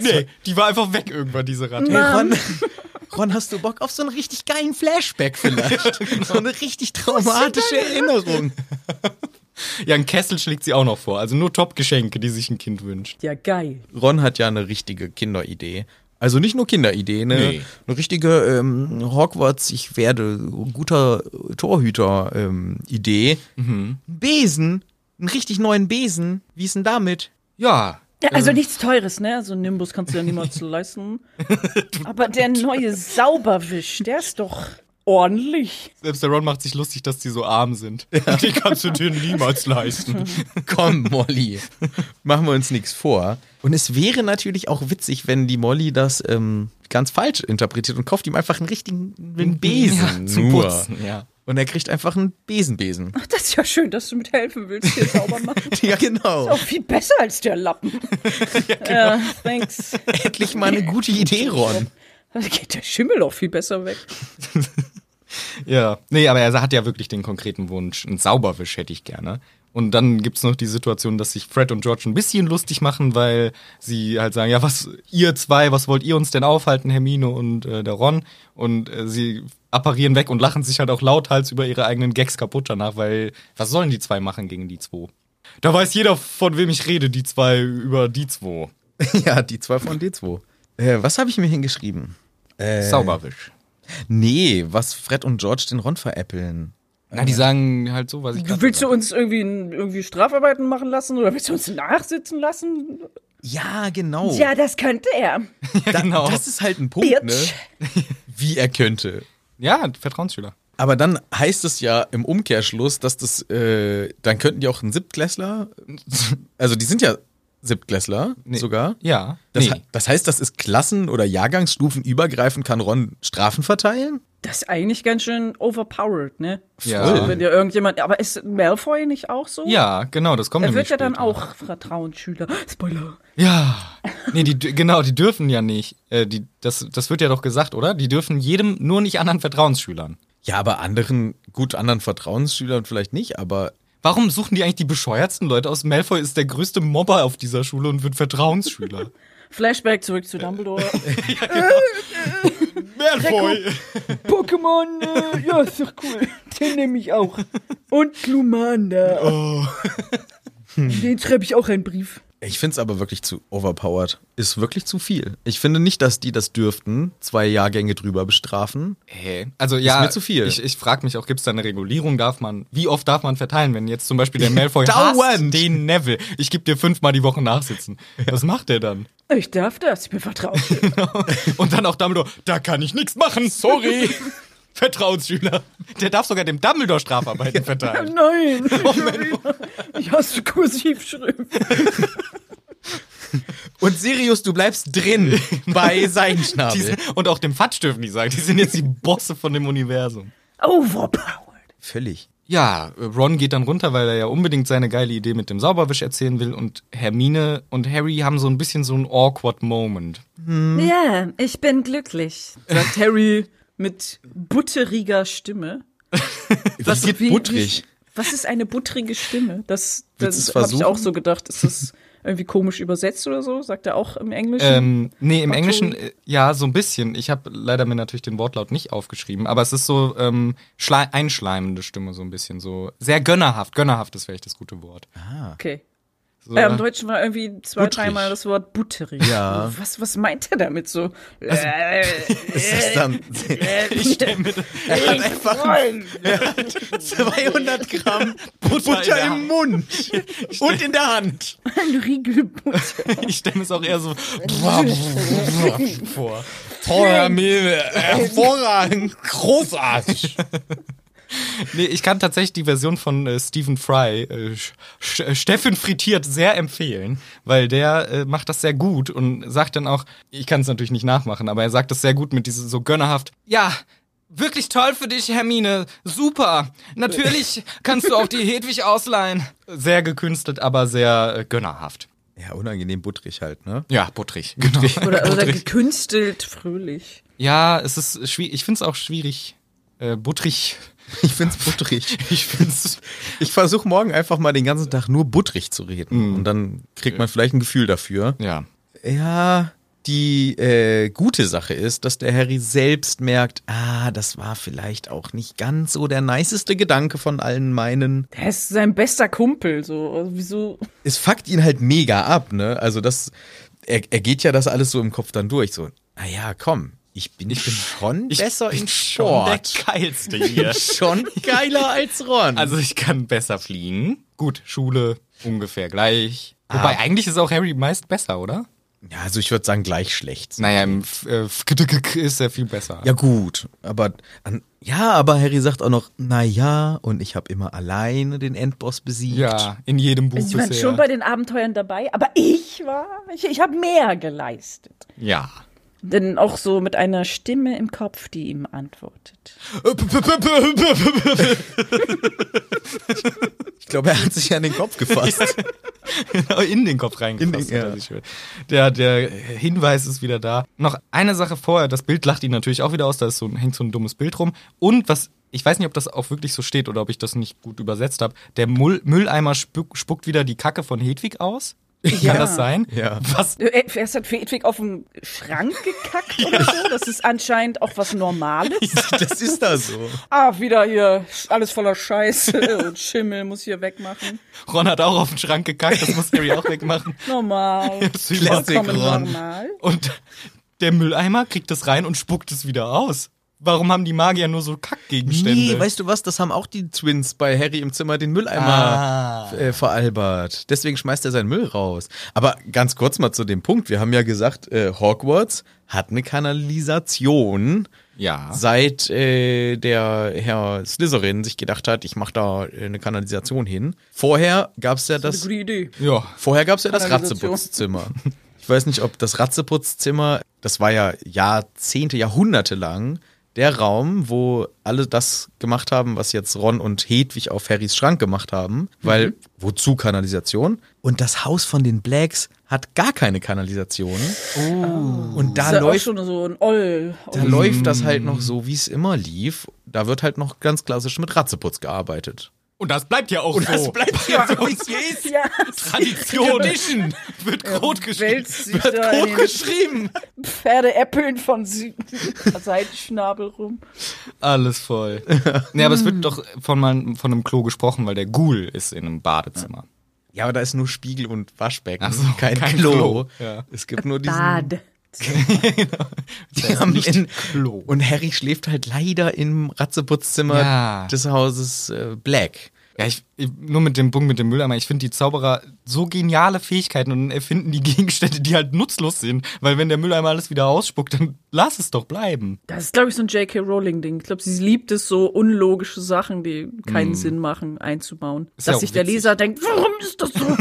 B: Nee, die war einfach weg irgendwann, diese Ratte.
A: Hey, Ron, Ron, hast du Bock auf so einen richtig geilen Flashback vielleicht? So eine richtig traumatische Erinnerung.
B: Ja, ein Kessel schlägt sie auch noch vor. Also nur Top-Geschenke, die sich ein Kind wünscht.
G: Ja, geil.
A: Ron hat ja eine richtige Kinderidee. Also nicht nur Kinderidee, ne?
B: Nee.
A: Eine richtige ähm, Hogwarts, ich werde guter Torhüter-Idee. Ein Besen, einen richtig neuen Besen. Wie ist denn damit?
B: Ja.
G: Ja, also nichts Teures, ne? So einen Nimbus kannst du ja niemals leisten.
C: Aber der neue Sauberwisch, der ist doch ordentlich.
B: Selbst der Ron macht sich lustig, dass die so arm sind. Die kannst du dir niemals leisten.
A: Komm, Molly, machen wir uns nichts vor. Und es wäre natürlich auch witzig, wenn die Molly das ähm, ganz falsch interpretiert und kauft ihm einfach einen richtigen einen Besen
B: zum
A: nur.
B: Putzen, ja.
A: Und er kriegt einfach einen Besenbesen.
C: Ach, das ist ja schön, dass du mithelfen willst, hier sauber machen.
A: Ja, genau.
C: Auch viel besser als der Lappen. ja, thanks.
A: Endlich mal eine gute Idee, Ron.
C: Da geht der Schimmel auch viel besser weg.
B: Ja. Nee, aber er hat ja wirklich den konkreten Wunsch. Einen Sauberwisch hätte ich gerne. Und dann gibt's noch die Situation, dass sich Fred und George ein bisschen lustig machen, weil sie halt sagen, ja, was, ihr zwei, was wollt ihr uns denn aufhalten, Hermine und äh, der Ron? Und äh, sie apparieren weg und lachen sich halt auch lauthals über ihre eigenen Gags kaputt danach, weil was sollen die zwei machen gegen die zwei? Da weiß jeder, von wem ich rede, die zwei über die zwei.
A: ja, die zwei von D2. Äh, was habe ich mir hingeschrieben? Äh,
B: Zauberwisch.
A: Nee, was Fred und George den Ron veräppeln.
B: Na, die sagen halt so, was ich grad
C: Willst du
B: gesagt
C: uns irgendwie, irgendwie Strafarbeiten machen lassen oder willst du uns nachsitzen lassen?
A: Ja, genau.
C: Ja, das könnte er.
A: Da,
B: genau.
A: Das ist halt ein Punkt, ne?
C: Bitch.
A: Wie er könnte.
B: hab. Ja, Vertrauensschüler.
A: Aber dann heißt es ja im Umkehrschluss, dass das, äh, dann könnten die auch einen Siebtklässler, also die sind ja Siebtklässler sogar.
B: Ja.
A: Das,
B: nee.
A: he- das heißt, das ist Klassen- oder Jahrgangsstufen übergreifend, kann Ron Strafen verteilen?
C: Das ist eigentlich ganz schön overpowered, ne?
A: Voll.
C: Wenn dir irgendjemand, aber ist Malfoy nicht auch so?
B: Ja, genau, das kommt
C: Er
B: nämlich
C: wird ja dann
B: später.
C: auch Vertrauensschüler. Spoiler.
B: Ja. Nee, die, dü- genau, die dürfen ja nicht. Äh, die, das, das wird ja doch gesagt, oder? Die dürfen jedem, nur nicht anderen Vertrauensschülern.
A: Ja, aber anderen, gut, anderen Vertrauensschülern vielleicht nicht, aber
B: Warum suchen die eigentlich die bescheuertsten Leute aus? Malfoy ist der größte Mobber auf dieser Schule und wird Vertrauensschüler.
C: Flashback zurück zu Dumbledore.
B: Malfoy!
C: Pokémon, äh, ja, ist doch cool. Den nehme ich auch. Und Glumanda. Den schreibe ich auch einen Brief.
A: ich finde es aber wirklich zu overpowered. Ist wirklich zu viel. Ich finde nicht, dass die das dürften, zwei Jahrgänge drüber bestrafen.
B: Hey, also ja,
A: mir zu viel.
B: ich, ich frage mich auch, gibt es da eine Regulierung? Darf man, wie oft darf man verteilen, wenn jetzt zum Beispiel der Malfoy hasst
A: Dauernd.
B: den Neville? Ich gebe dir fünfmal die Woche nachsitzen. Was macht der dann?
C: Ich darf das, ich bin vertraut.
B: Und dann auch Dumbledore, da kann ich nichts machen, sorry. Vertrauensschüler. Der darf sogar dem Dumbledore Strafarbeiten verteilen.
C: Nein, ich hasse Kursivschrift.
A: Und Sirius, du bleibst drin bei
B: Die
A: Seidenschnabel.
B: sind, und auch dem Fatsch dürfen die sagen, die sind jetzt die Bosse von dem Universum.
C: Overpowered.
A: Völlig.
B: Ja, Ron geht dann runter, weil er ja unbedingt seine geile Idee mit dem Sauberwisch erzählen will und Hermine und Harry haben so ein bisschen so einen awkward Moment.
C: Ja, ich bin glücklich. Hm? Sagt Harry mit butteriger Stimme.
A: Das geht
C: Wie-
A: buttrig.
C: wie- Was ist eine buttrige Stimme? Das,
A: Willst
C: das
A: du's
C: habe ich
A: versuchen?
C: auch so gedacht. Ist das irgendwie komisch übersetzt oder so? Sagt er auch im Englischen?
B: Ähm, nee, im
C: Batum.
B: Englischen, äh, ja, so ein bisschen. Ich habe leider mir natürlich den Wortlaut nicht aufgeschrieben, aber es ist so ähm, schlei- einschleimende Stimme, so ein bisschen. so Sehr gönnerhaft. Gönnerhaft ist vielleicht das gute Wort.
C: okay.
B: So,
C: Äh, Im Deutschen war irgendwie zwei,
A: Butterig.
C: dreimal das Wort butterig.
A: Ja. Also,
C: Was, was meint er damit so? Äh,
A: Ist das dann,
B: ich stell mir das-
A: er hat einfach
C: Nein.
A: 200 Gramm Butter,
B: der
A: im Mund und in der Hand.
C: Ein Riegelbutter.
B: ich stell mir es auch eher so vor. Teuer Mehl, hervorragend, großartig. Nee, ich kann tatsächlich die Version von äh, Stephen Fry, äh, Sch- Sch- Steffen frittiert, sehr empfehlen, weil der äh, macht das sehr gut und sagt dann auch, ich kann es natürlich nicht nachmachen, aber er sagt das sehr gut mit diesem so gönnerhaft, ja, wirklich toll für dich, Hermine, super, natürlich kannst du auch die Hedwig ausleihen. Sehr gekünstelt, aber sehr äh, gönnerhaft.
A: Ja, unangenehm buttrig halt, ne?
B: Ja, buttrig, genau.
C: Oder, oder gekünstelt fröhlich.
B: Ja, es ist schwierig. Ich find's auch schwierig. Äh, buttrig.
A: Ich find's buttrig.
B: Ich find's.
A: Ich versuche morgen einfach mal den ganzen Tag nur buttrig zu
B: Mhm.
A: reden. Und dann kriegt man vielleicht ein Gefühl dafür.
B: Ja.
A: Ja, die äh, gute Sache ist, dass der Harry selbst merkt, ah, das war vielleicht auch nicht ganz so der niceste Gedanke von allen meinen.
C: Er ist sein bester Kumpel. So. Also Wieso?
A: Es fuckt ihn halt mega ab, ne? Also das, er, er geht ja das alles so im Kopf dann durch. So, naja, komm, ich bin, ich bin schon besser
B: ich
A: in
B: bin
A: Sport.
B: der geilste hier.
A: Schon geiler als Ron.
B: also ich kann besser fliegen. Gut, Schule ungefähr gleich.
A: Ah.
B: Wobei eigentlich ist auch Harry meist besser, oder?
A: ja, also ich würde sagen, gleich schlecht.
B: Naja, im F äh, F ist er viel besser.
A: Ja gut, aber an, ja, aber Harry sagt auch noch, na ja, und ich habe immer alleine den Endboss besiegt.
B: Ja, in jedem
A: Also
B: Buch
C: Sie waren
B: bisher.
C: schon bei den Abenteuern dabei, aber ich war, ich, ich habe mehr geleistet.
B: ja.
C: Denn auch so mit einer Stimme im Kopf, die ihm antwortet.
A: Äh, Ich glaube, er hat sich an den Kopf gefasst.
B: in den Kopf
A: In
B: reingefasst.
A: den-
B: hat er
A: ja.
B: sich wohl. der, der Hinweis ist wieder da. Noch eine Sache vorher, das Bild lacht ihn natürlich auch wieder aus, da ist so, ein- hängt so ein dummes Bild rum. Und was ich weiß nicht, ob das auch wirklich so steht oder ob ich das nicht gut übersetzt habe. Der Mull Mülleimer spuck, spuckt wieder die Kacke von Hedwig aus. Kann das sein?
A: Ja.
B: Was?
C: Äh, Erst hat Hedwig auf den Schrank gekackt oder so. Das ist anscheinend auch was Normales.
A: Das ist da so.
C: Ah, wieder hier alles voller Scheiße und Schimmel muss hier wegmachen.
B: Ron hat auch auf den Schrank gekackt, das muss Harry auch wegmachen.
C: Normal.
B: Das ist überhaupt-
A: Classic
C: Vollkommen
A: Ron.
C: normal.
B: Und der Mülleimer kriegt das rein und spuckt es wieder aus. Warum haben die Magier nur so Kackgegenstände?
A: Nee, weißt du was? Das haben auch die Twins bei Harry im Zimmer den Mülleimer
B: Ah.
A: äh, veralbert. Deswegen schmeißt er seinen Müll raus. Aber ganz kurz mal zu dem Punkt. Wir haben ja gesagt, äh, Hogwarts hat eine Kanalisation.
B: Ja.
A: Seit äh, der Herr Slytherin sich gedacht hat, ich mache da äh, eine Kanalisation hin. Vorher gab's ja
C: Eine
A: das
C: gute Idee.
B: ja.
A: Vorher gab es ja das
C: Kanalisation.
A: Ratzeputzzimmer. Ich weiß nicht, ob das Ratzeputzzimmer, das war ja Jahrzehnte, Jahrhunderte lang der Raum, wo alle das gemacht haben, was jetzt Ron und Hedwig auf Harrys Schrank gemacht haben, weil
C: Mhm.
A: wozu Kanalisation? Und das Haus von den Blacks hat gar keine Kanalisation. Und da
C: Das Oh. ist ja auch Mhm.
A: läuft
C: schon so ein Oll.
A: da läuft das halt noch so, wie es immer lief. Da wird halt noch ganz klassisch mit Ratzeputz gearbeitet.
B: Und das bleibt ja auch so.
A: Das bleibt ja so, wie es ist.
C: Ja,
B: Tradition. wird rot geschrieben.
C: wälzt sich da in den
A: geschrieben.
C: Pferdeäppeln von Sü- Seitenschnabel rum.
B: Alles voll. ja, aber es wird doch von, man, von einem Klo gesprochen, weil der Ghoul ist in einem Badezimmer.
A: Ja, aber da ist nur Spiegel und Waschbecken.
B: Ach so,
A: kein,
B: kein
A: Klo.
B: Klo, ja.
A: Es gibt nur diesen. Genau.
C: Bad.
A: Die haben in,
B: Klo.
A: Und Harry schläft halt leider im Ratzeputzzimmer
B: Ja.
A: des Hauses äh, Black.
B: Ja, ich, ich, nur mit dem Punkt mit dem Mülleimer. Ich finde die Zauberer so geniale Fähigkeiten und erfinden die Gegenstände, die halt nutzlos sind. Weil wenn der Mülleimer alles wieder ausspuckt, dann lass es doch bleiben.
C: Das ist, glaube ich, so ein J.K. Rowling-Ding. Ich glaube, sie liebt es, so unlogische Sachen, die keinen Sinn machen, einzubauen.
B: Hm. Ist ja
C: Dass
B: auch
C: sich der
B: witzig.
C: Leser denkt, warum ist das so?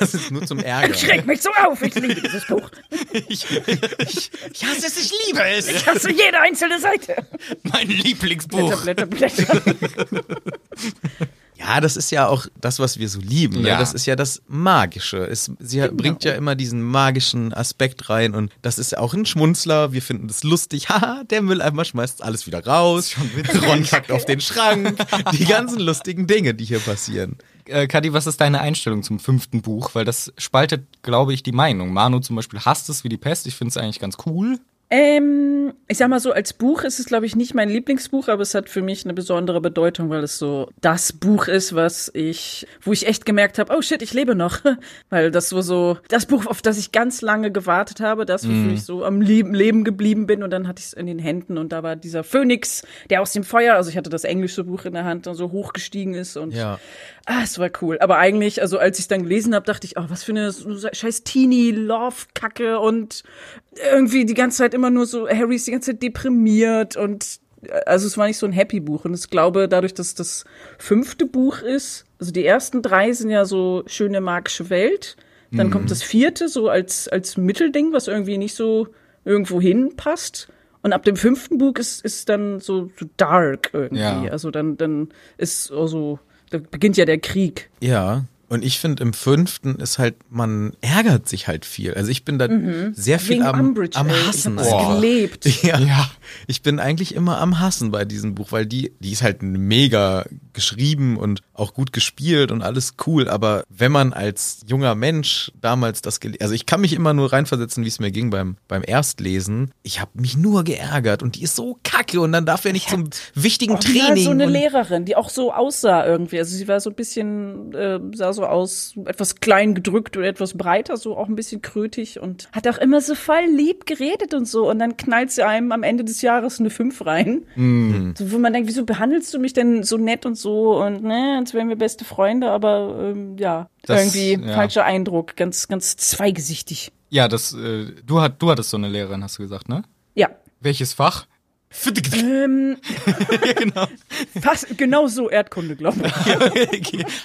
A: Das ist nur zum Ärger.
C: Schreckt mich so auf. Ich liebe dieses Buch.
B: Ich, ich,
F: Ich hasse es, ich liebe es.
C: Ich hasse jede einzelne Seite.
B: mein
C: Blätter,
B: Lieblingsbuch.
C: Blätter, Blätter.
A: Ja, das ist ja auch das, was wir so lieben.
B: Ja. Genau.
A: Ne? Das ist ja das Magische. Es, sie bringt ja immer diesen magischen Aspekt rein und das ist ja auch ein Schmunzler. Wir finden das lustig. Haha, der Mülleimer schmeißt alles wieder raus. Ron kackt auf den Schrank. Die ganzen lustigen Dinge, die hier passieren.
B: Äh, Kadi, was ist deine Einstellung zum fünften Buch? Weil das spaltet, glaube ich, die Meinung. Manu zum Beispiel hasst es wie die Pest. Ich finde es eigentlich ganz cool.
C: ähm, ich sag mal so, als Buch ist es, glaube ich, nicht mein Lieblingsbuch, aber es hat für mich eine besondere Bedeutung, weil es so das Buch ist, was ich, wo ich echt gemerkt habe, oh shit, ich lebe noch. Weil das war so das Buch, auf das ich ganz lange gewartet habe, das, wofür ich so am Leben, Leben geblieben bin. Und dann hatte ich es in den Händen und da war dieser Phönix, der aus dem Feuer, also ich hatte das englische Buch in der Hand und so hochgestiegen ist und
A: Ja.
C: Ah, es war cool. Aber eigentlich, also als ich es dann gelesen habe, dachte ich, oh, was für eine so- so scheiß Teenie-Love-Kacke und irgendwie die ganze Zeit immer nur so, Harry ist die ganze Zeit deprimiert und äh, also es war nicht so ein happy Buch. Und ich glaube, dadurch, dass das fünfte Buch ist, also die ersten drei sind ja so schöne magische Welt, dann kommt das vierte so als, als Mittelding, was irgendwie nicht so irgendwo hinpasst. Und ab dem fünften Buch ist, ist dann so, so dark irgendwie.
B: Ja.
C: Also dann, dann ist also, da beginnt ja der Krieg.
A: Ja. Und ich finde, im fünften ist halt, man ärgert sich halt viel. Also ich bin da sehr viel
C: Mhm. Wegen
A: am,
C: Umbridge,
A: am
C: ey.
A: Hassen.
C: Ich hab das
A: einfach.
C: gelebt.
A: Ja.
B: Ja.
A: Ich bin eigentlich immer am Hassen bei diesem Buch, weil die, die ist halt mega geschrieben und auch gut gespielt und alles cool. Aber wenn man als junger Mensch damals das gele- also ich kann mich immer nur reinversetzen, wie es mir ging beim, beim Erstlesen. Ich habe mich nur geärgert und die ist so kacke und dann darf er nicht zum wichtigen
C: Original
A: Training.
C: so eine
A: und
C: Lehrerin, die auch so aussah irgendwie. Also sie war so ein bisschen, äh, sah so aus, etwas klein gedrückt oder etwas breiter, so auch ein bisschen krötig und hat auch immer so voll lieb geredet und so. Und dann knallt sie einem am Ende des Jahres eine 5 rein.
B: Mhm.
C: So, wo man denkt, wieso behandelst du mich denn so nett und so? Und ne, als wären wir beste Freunde, aber ähm, ja,
B: Das-
C: irgendwie
B: ja.
C: falscher Eindruck, ganz, ganz zweigesichtig.
B: Ja, das, äh, du, hat, du hattest so eine Lehrerin, hast du gesagt, ne?
C: Ja.
B: Welches Fach?
C: Ähm,
B: genau.
C: fast, genau so Erdkunde, glaube ich.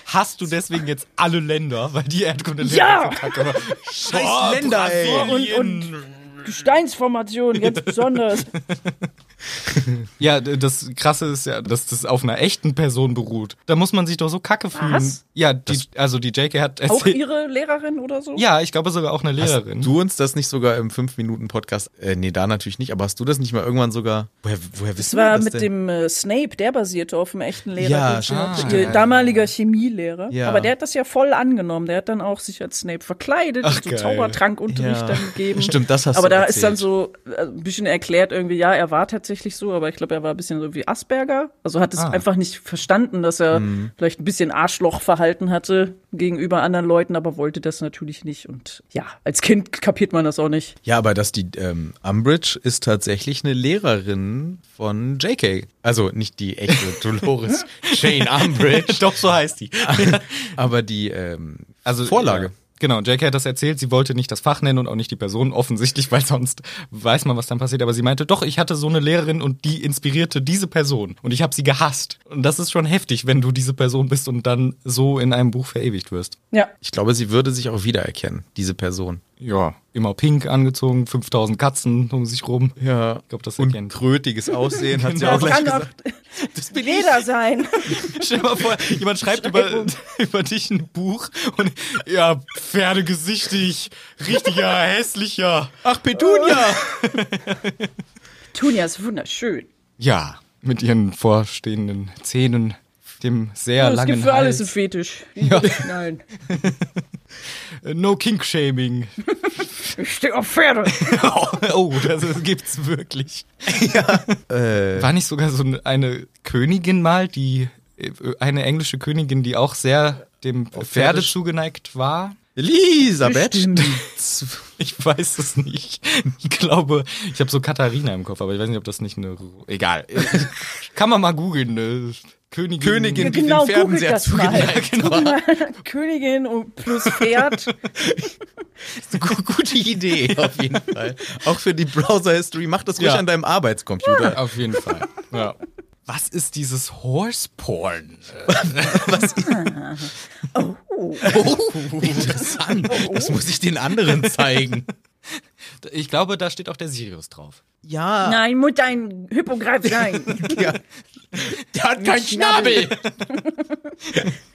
B: Hast du deswegen jetzt alle Länder, weil die Erdkunde
C: Ja!
B: so kacke war?
A: Scheiß Länder, ey.
C: Und, und Gesteinsformationen, ganz besonders.
B: Ja, d- das Krasse ist ja, dass das auf einer echten Person beruht. Da muss man sich doch so kacke fühlen. Ja, die, also die JK hat
C: Auch
B: erzählt.
C: ihre Lehrerin oder so?
B: Ja, ich glaube sogar auch eine
A: Hast
B: Lehrerin.
A: du uns das nicht sogar im 5-Minuten-Podcast, äh, nee, da natürlich nicht, aber hast du das nicht mal irgendwann sogar, woher, woher
C: Das
A: wissen wir
C: war
A: das
C: mit
A: denn?
C: dem äh, Snape, der basierte auf einem echten Lehrer.
A: Ja,
C: den sie
A: stimmt,
C: hatte.
A: stimmt.
C: Ihr damaliger Chemielehrer.
A: Ja.
C: Aber der hat das ja voll angenommen. Der hat dann auch sich als Snape verkleidet
B: Ach,
C: und so
B: geil.
C: Zaubertrankunterricht
A: Ja.
C: dann gegeben.
A: Stimmt, das hast
C: Aber
A: du
C: da
A: erzählt.
C: ist dann so äh, ein bisschen erklärt irgendwie, ja, er war tatsächlich so, aber ich glaube, er war ein bisschen so wie Asperger. Also hat es
A: Ah.
C: einfach nicht verstanden, dass er
A: Mhm.
C: vielleicht ein bisschen Arschlochverhalten hatte gegenüber anderen Leuten, aber wollte das natürlich nicht. Und ja, als Kind kapiert man das auch nicht.
A: Ja, aber dass die ähm, Umbridge ist tatsächlich eine Lehrerin von JK. Also nicht die echte Dolores Jane Umbridge,
B: Doch, so heißt die.
A: aber die ähm,
B: Also,
A: Vorlage.
B: Ja. Genau, JK hat das erzählt, sie wollte nicht das Fach nennen und auch nicht die Person, offensichtlich, weil sonst weiß man, was dann passiert. Aber sie meinte, doch, ich hatte so eine Lehrerin und die inspirierte diese Person und ich habe sie gehasst. Und das ist schon heftig, wenn du diese Person bist und dann so in einem Buch verewigt wirst.
C: Ja.
A: Ich glaube, sie würde sich auch wiedererkennen, diese Person.
B: Ja. Immer pink angezogen, 5000 Katzen um sich rum.
A: Ja.
B: Ich glaube, das
A: Und
B: erkennt. Genau.
A: krötiges Aussehen hat sie auch gleich
C: kann
A: gesagt.
C: doch jeder sein.
B: Stell dir mal vor, jemand schreibt über, über dich ein Buch und ja, pferdegesichtig, richtiger, hässlicher.
A: Ach, Petunia!
C: Tunia ist wunderschön.
B: Ja, mit ihren vorstehenden Zähnen, dem sehr
C: es
B: langen
C: gibt für alles einen
B: Hals.
C: Fetisch. Nein.
B: No Kink Shaming.
C: Ich stehe auf Pferde.
B: oh, oh, das ist- gibt's wirklich. Äh, War nicht sogar so eine Königin mal, die äh, eine englische Königin, die auch sehr dem Pferde
A: Pferde-
B: zugeneigt war?
A: Elisabeth!
B: Ich weiß es nicht. Ich glaube, ich habe so Katharina im Kopf, aber ich weiß nicht, ob das nicht eine. Ru- Egal. Kann man mal googeln. Ne? Königin.
A: Königin, die
C: Genau,
A: den Pferden
C: googelt
A: sehr genau.
C: das mal.
A: zugeneigt war.
C: Königin und plus Pferd.
A: Gu- Gute Idee, auf jeden Fall. Auch für die Browser-History. Mach das ruhig
B: Ja.
A: an deinem Arbeitscomputer.
B: Auf jeden Fall. Ja. Was ist dieses Horse Porn?
A: Oh, interessant. Das muss ich den anderen zeigen.
B: Ich glaube, da steht auch der Sirius drauf.
A: Ja.
C: Nein, Mutter, ein Hippogreif sein.
A: Der hat keinen Schnabel.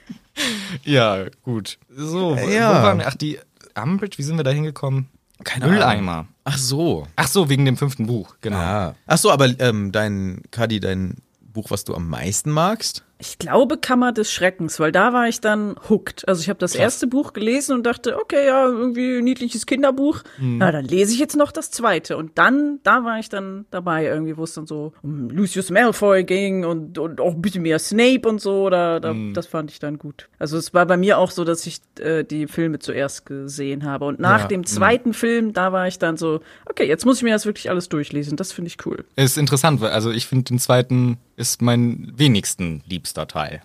B: Ja, gut. So, wo,
A: Ja.
B: wo waren wir? Ach, die Umbridge, wie sind wir da hingekommen? Keine Mülleimer.
A: Ach so.
B: Ach so, wegen dem fünften Buch, genau.
A: Ja. Ach so, aber ähm, dein, Kadi, dein Buch, was du am meisten magst?
C: Ich glaube Kammer des Schreckens, weil da war ich dann hooked. Also ich habe das erste Buch gelesen und dachte, okay, ja, irgendwie niedliches Kinderbuch. Na, dann lese ich jetzt noch das zweite. Und dann, da war ich dann dabei irgendwie, wo es dann so um Lucius Malfoy ging und, und auch ein bisschen mehr Snape und so. Da, da, Das fand ich dann gut. Also es war bei mir auch so, dass ich äh, die Filme zuerst gesehen habe. Und nach
A: Ja,
C: dem zweiten Film, da war ich dann so, okay, jetzt muss ich mir das wirklich alles durchlesen. Das finde ich cool.
B: Ist interessant, weil also ich finde den zweiten ist mein wenigsten liebster Teil.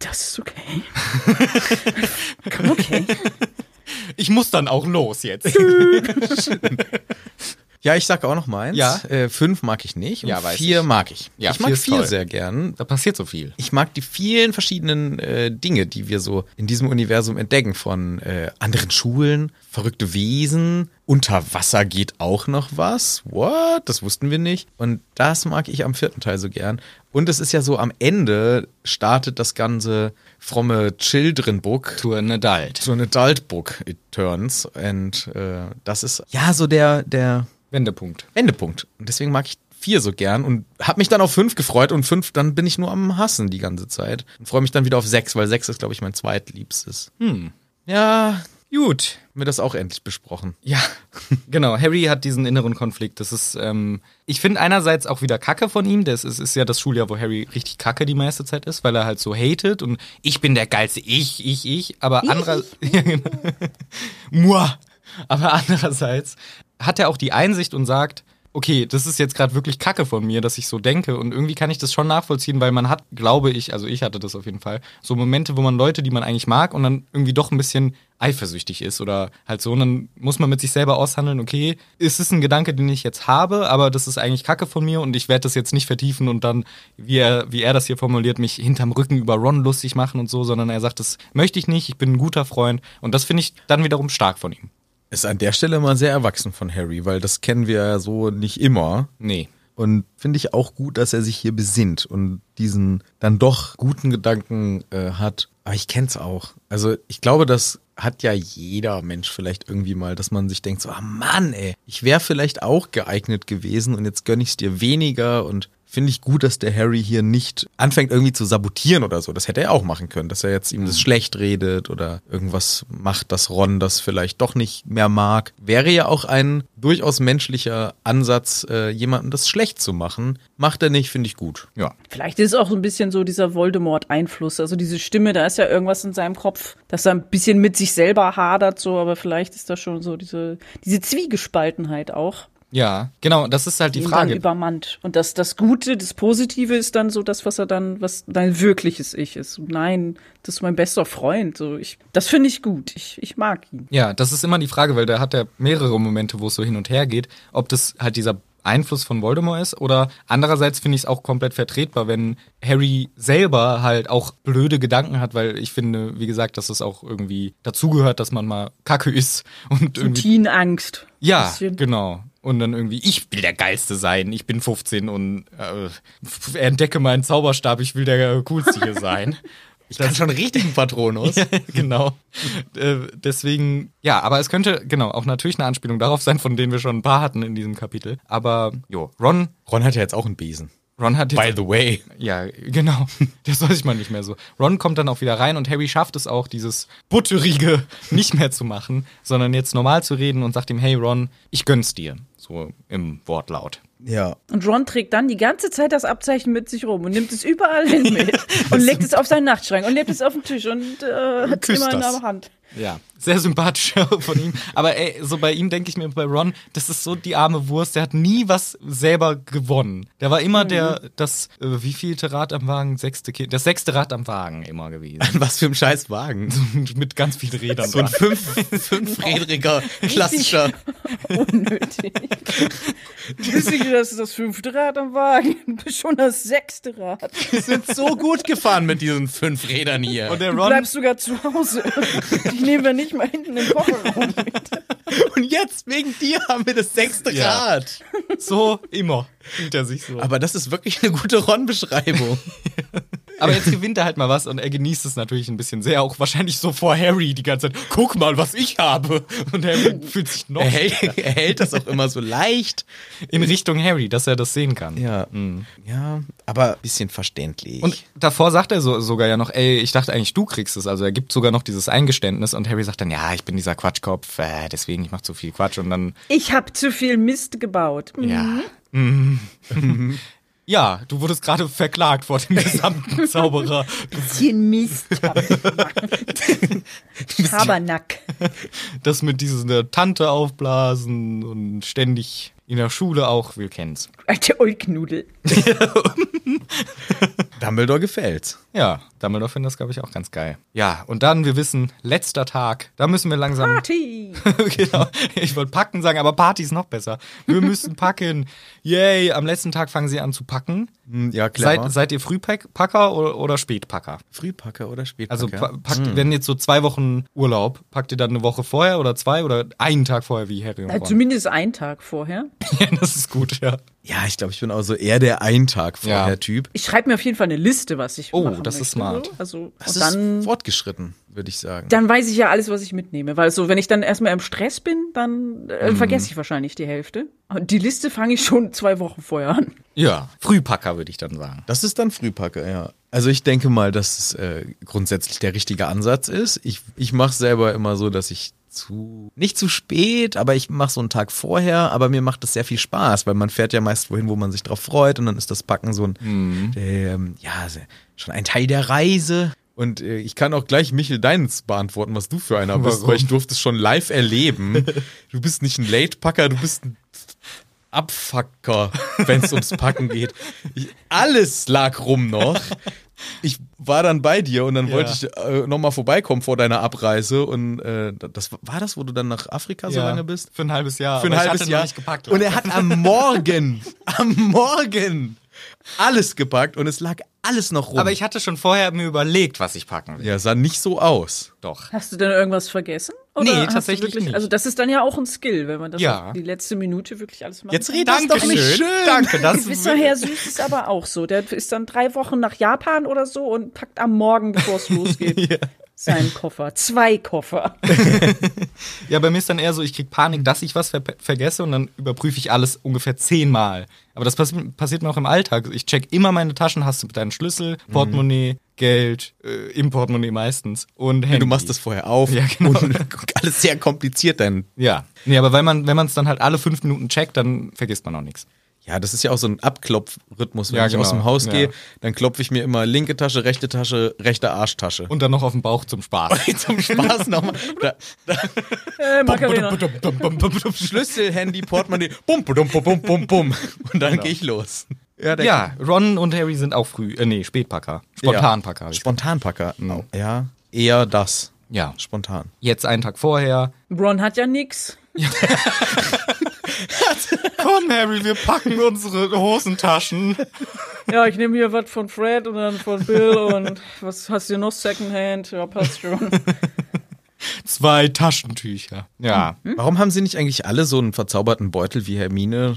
C: Das ist okay. okay.
B: Ich muss dann auch los jetzt.
A: Ja, ich sag auch noch meins.
B: Ja.
A: Äh, fünf mag ich nicht. Und
B: Ja, weiß
A: vier
B: ich.
A: mag ich.
B: Ja,
A: ich
B: vier
A: mag
B: ist
A: vier
B: toll.
A: sehr gern.
B: da passiert so viel.
A: Ich mag die vielen verschiedenen äh, Dinge, die wir so in diesem Universum entdecken. Von äh, anderen Schulen, verrückte Wesen, unter Wasser geht auch noch was. What? Das wussten wir nicht. Und das mag ich am vierten Teil so gern. Und es ist ja so, am Ende startet das ganze fromme Children Book
B: To an adult.
A: so ein Adult Book it turns and äh, das ist ja so der der
B: Wendepunkt.
A: Wendepunkt und deswegen mag ich vier so gern und habe mich dann auf fünf gefreut und fünf dann bin ich nur am hassen die ganze Zeit und freue mich dann wieder auf sechs weil sechs ist glaube ich mein zweitliebstes hm. ja
B: Gut.
A: haben wir das auch endlich besprochen
B: Ja, genau. Harry hat diesen inneren Konflikt. Das ist, ähm, ich finde einerseits auch wieder Kacke von ihm. Das ist, ist ja das Schuljahr, wo Harry richtig Kacke die meiste Zeit ist, weil er halt so hatet und ich bin der geilste, ich, ich, ich. Aber anderer, ja, genau. Muah. aber andererseits hat er auch die Einsicht und sagt, okay, das ist jetzt gerade wirklich Kacke von mir, dass ich so denke und irgendwie kann ich das schon nachvollziehen, weil man hat, glaube ich, also ich hatte das auf jeden Fall, so Momente, wo man Leute, die man eigentlich mag und dann irgendwie doch ein bisschen eifersüchtig ist oder halt so und dann muss man mit sich selber aushandeln, okay, es ist ein Gedanke, den ich jetzt habe, aber das ist eigentlich Kacke von mir und ich werde das jetzt nicht vertiefen und dann, wie er, wie er das hier formuliert, mich hinterm Rücken über Ron lustig machen und so, sondern er sagt, das möchte ich nicht, ich bin ein guter Freund und das finde ich dann wiederum stark von ihm.
A: ist an der Stelle mal sehr erwachsen von Harry weil das kennen wir ja so nicht immer
B: Nee.
A: Und finde ich auch gut, dass er sich hier besinnt und diesen dann doch guten Gedanken äh, hat. Aber ich kenn's auch. Also ich glaube, das hat ja jeder Mensch vielleicht irgendwie mal, dass man sich denkt, so, ah Mann, ey, ich wäre vielleicht auch geeignet gewesen und jetzt gönn ich's dir weniger und finde ich gut, dass der Harry hier nicht anfängt irgendwie zu sabotieren oder so. Das hätte er auch machen können, dass er jetzt ihm
B: Mhm.
A: das schlecht redet oder irgendwas macht, dass Ron das vielleicht doch nicht mehr mag. Wäre ja auch ein durchaus menschlicher Ansatz, äh, jemandem das schlecht zu machen. Macht er nicht, finde ich gut. Ja.
C: Vielleicht ist es auch so ein bisschen so dieser Voldemort-Einfluss, also diese Stimme, da ist ja irgendwas in seinem Kopf, dass er ein bisschen mit sich selber hadert, so, aber vielleicht ist da schon so diese, diese Zwiegespaltenheit auch.
B: Ja, genau, das ist halt die
C: ihn
B: Frage.
C: dann übermannt. Und das, das Gute, das Positive ist dann so das, was er dann, was dein wirkliches Ich ist. Nein, das ist mein bester Freund. So, ich, das finde ich gut. Ich, ich mag ihn.
B: Ja, das ist immer die Frage, weil da hat er mehrere Momente, wo es so hin und her geht, ob das halt dieser Einfluss von Voldemort ist oder andererseits finde ich es auch komplett vertretbar, wenn Harry selber halt auch blöde Gedanken hat, weil ich finde, wie gesagt, dass es auch irgendwie dazugehört, dass man mal Kacke ist und irgendwie
C: Teen-Angst.
B: ja,
C: Bisschen.
B: genau. Und dann irgendwie, ich will der Geilste sein, ich bin 15 und äh, f- entdecke meinen Zauberstab, ich will der Coolste hier sein. Ich
A: Dann schon richtigen Patronus.
B: genau. Äh, deswegen, ja, aber es könnte, genau, auch natürlich eine Anspielung darauf sein, von denen wir schon ein paar hatten in diesem Kapitel. Aber, jo, Ron,
A: Ron hat ja jetzt auch einen Besen.
B: Ron hat jetzt
A: By the way.
B: ja, genau. Das weiß ich mal nicht mehr so. Ron kommt dann auch wieder rein und Harry schafft es auch, dieses Butterige nicht mehr zu machen, sondern jetzt normal zu reden und sagt ihm, hey Ron, ich gönn's dir. So im Wortlaut.
A: Ja.
C: Und Ron trägt dann die ganze Zeit das Abzeichen mit sich rum und nimmt es überall hin mit und legt es auf seinen Nachtschrank und legt es auf den Tisch und äh, hat es
B: Küsst
C: immer in
B: das.
C: der Hand.
B: Ja, sehr sympathisch von ihm. Aber ey, so bei ihm denke ich mir, bei Ron, das ist so die arme Wurst. Der hat nie was selber gewonnen. Der war immer der,
A: Mhm.
B: das, äh, wie vielte Rad am Wagen? Sechste Kind. Das sechste Rad am Wagen immer gewesen.
A: Was für ein scheiß Wagen.
B: Mit ganz vielen Rädern.
A: So ein
B: dran.
A: fünf, fünfrädriger, klassischer.
C: Unnötig. Wissen Sie, das ist das fünfte Rad am Wagen, du bist schon das sechste Rad.
A: Wir sind so gut gefahren mit diesen fünf Rädern hier.
B: Und der
C: Du
B: Ron,
C: bleibst sogar zu Hause. Die nehmen wir nicht mal hinten im Kofferraum mit.
A: Und jetzt, wegen dir, haben wir das sechste
B: Ja.
A: Rad.
B: so immer. Fühlt er sich so.
A: Aber das ist wirklich eine gute Ron-Beschreibung.
B: Aber jetzt gewinnt er halt mal was und er genießt es natürlich ein bisschen sehr. Auch wahrscheinlich so vor Harry die ganze Zeit. Guck mal, was ich habe. Und Harry fühlt sich noch
A: Er hält, er hält das auch immer so leicht.
B: in Richtung Harry, dass er das sehen kann.
A: Ja, ja aber ein bisschen verständlich.
B: mhm. Und davor sagt er so, sogar ja noch, ey, ich dachte eigentlich, du kriegst es. Also er gibt sogar noch dieses Eingeständnis und Harry sagt dann, ja, ich bin dieser Quatschkopf, äh, deswegen ich mach zu viel Quatsch und dann,
C: Ich hab zu viel Mist gebaut.
B: ja. Mhm. Ja, du wurdest gerade verklagt vor dem gesamten Zauberer.
C: Bisschen Mist hab ich gemacht. Habernack.
B: Das mit dieser Tante aufblasen und ständig in der Schule auch, wir kennen's.
C: Alte Oldknudel.
A: Dumbledore gefällt's.
B: Ja, Dumbledore findet das, glaube ich, auch ganz geil. Ja, und dann, wir wissen, letzter Tag, da müssen wir langsam...
C: Party.
B: genau. Ich wollte packen sagen, aber Party ist noch besser. Wir müssen packen. Yay, am letzten Tag fangen sie an zu packen.
A: Ja,
B: Seid, seid ihr Frühpacker oder, oder Spätpacker?
A: Frühpacker oder Spätpacker?
B: Also pa- packt, wenn jetzt so zwei Wochen Urlaub, packt ihr dann eine Woche vorher oder zwei oder einen Tag vorher wie Harry und
C: Na,
B: Ron?
C: zumindest einen Tag vorher.
B: Ja, das ist gut, ja.
A: ja, ich glaube, ich bin auch so eher der Eintag vorher
B: Ja.
A: Typ.
C: Ich schreibe mir auf jeden Fall eine Liste, was ich
B: Oh,
C: machen
B: das ist
C: möchte,
B: smart.
C: so. Also
A: Das
C: und dann
A: ist fortgeschritten, würde ich sagen.
C: dann weiß ich ja alles, was ich mitnehme, weil so wenn ich dann erstmal im Stress bin, dann äh,
A: Mhm.
C: vergesse ich wahrscheinlich die Hälfte. Und die Liste fange ich schon zwei Wochen vorher an.
B: Ja, Frühpacker würde ich dann sagen.
A: Das ist dann Frühpacker, ja. Also ich denke mal, dass es äh, grundsätzlich der richtige Ansatz ist. Ich, ich mache selber immer so, dass ich zu, nicht zu spät, aber ich mache so einen Tag vorher, aber mir macht das sehr viel Spaß, weil man fährt ja meist wohin, wo man sich drauf freut und dann ist das Packen so ein, ähm, ja, se- schon ein Teil der Reise. Und äh, ich kann auch gleich, Michel, deins beantworten, was du für einer bist,
B: Warum?
A: weil ich durfte es schon live erleben. Du bist nicht ein Late-Packer, du bist ein Abfucker, wenn es ums Packen geht. Ich, alles lag rum noch. Ich war dann bei dir und dann
B: Ja.
A: wollte ich äh, nochmal vorbeikommen vor deiner Abreise. Und äh, das war das, wo du dann nach Afrika so
B: Ja,
A: lange bist?
B: Für ein halbes Jahr.
A: Für ein
B: aber ich
A: halbes
B: hatte
A: Jahr.
B: Noch nicht gepackt,
A: und er hat am Morgen, am Morgen alles gepackt und es lag alles noch rum.
B: aber ich hatte schon vorher mir überlegt, was ich packen will.
A: ja, sah nicht so aus.
B: Doch.
C: Hast du denn irgendwas vergessen? Oder
B: Nee,
C: hast du
B: tatsächlich
C: wirklich,
B: nicht.
C: Also das ist dann ja auch ein Skill, wenn man das
B: Ja.
C: auf die letzte Minute wirklich alles macht.
A: Jetzt red das doch nicht schön.
B: Danke, das
C: Gewisser Herr Süß ist aber auch so. Der ist dann drei Wochen nach Japan oder so und packt am Morgen, bevor es losgeht, seinen Koffer. Zwei Koffer.
B: Ja, bei mir ist dann eher so, ich krieg Panik, dass ich was ver vergesse und dann überprüfe ich alles ungefähr zehnmal. Aber das passi passiert mir auch im Alltag. Ich check immer meine Taschen, hast du deinen Schlüssel, Portemonnaie, Geld, äh, im Portemonnaie meistens und Handy.
A: Du machst das vorher auf.
B: Ja, genau.
A: Und alles sehr kompliziert dann.
B: Ja. Nee, aber weil man, wenn man es dann halt alle fünf Minuten checkt, dann vergisst man auch nichts.
A: Ja, das ist ja auch so ein Abklopfrhythmus. Wenn
B: Ja,
A: ich aus
B: genau.
A: dem Haus
B: Ja.
A: gehe, dann klopfe ich mir immer linke Tasche, rechte Tasche, rechte Arschtasche.
B: Und dann noch auf den Bauch zum Spaß.
A: zum Spaß nochmal. Da, da,
C: Äh, Macarena.
A: Schlüssel, Handy, Portemonnaie. Bum, bum, bum, bum, bum, bum. Und dann gehe ich los. Ja, der
B: ja, Ron und Harry sind auch früh, äh, nee, Spätpacker. Spontanpacker. hab ich Mhm.
A: Spontanpacker. Ja, eher das.
B: Ja.
A: Spontan.
B: Jetzt einen Tag vorher.
C: Ron hat ja nix.
B: Komm, Harry, wir packen unsere Hosentaschen.
C: Ja, ich nehme hier was von Fred und dann von Bill und was hast du noch? Secondhand? Ja, passt schon.
B: Zwei Taschentücher. Ja,
A: Warum haben sie nicht eigentlich alle so einen verzauberten Beutel wie Hermine?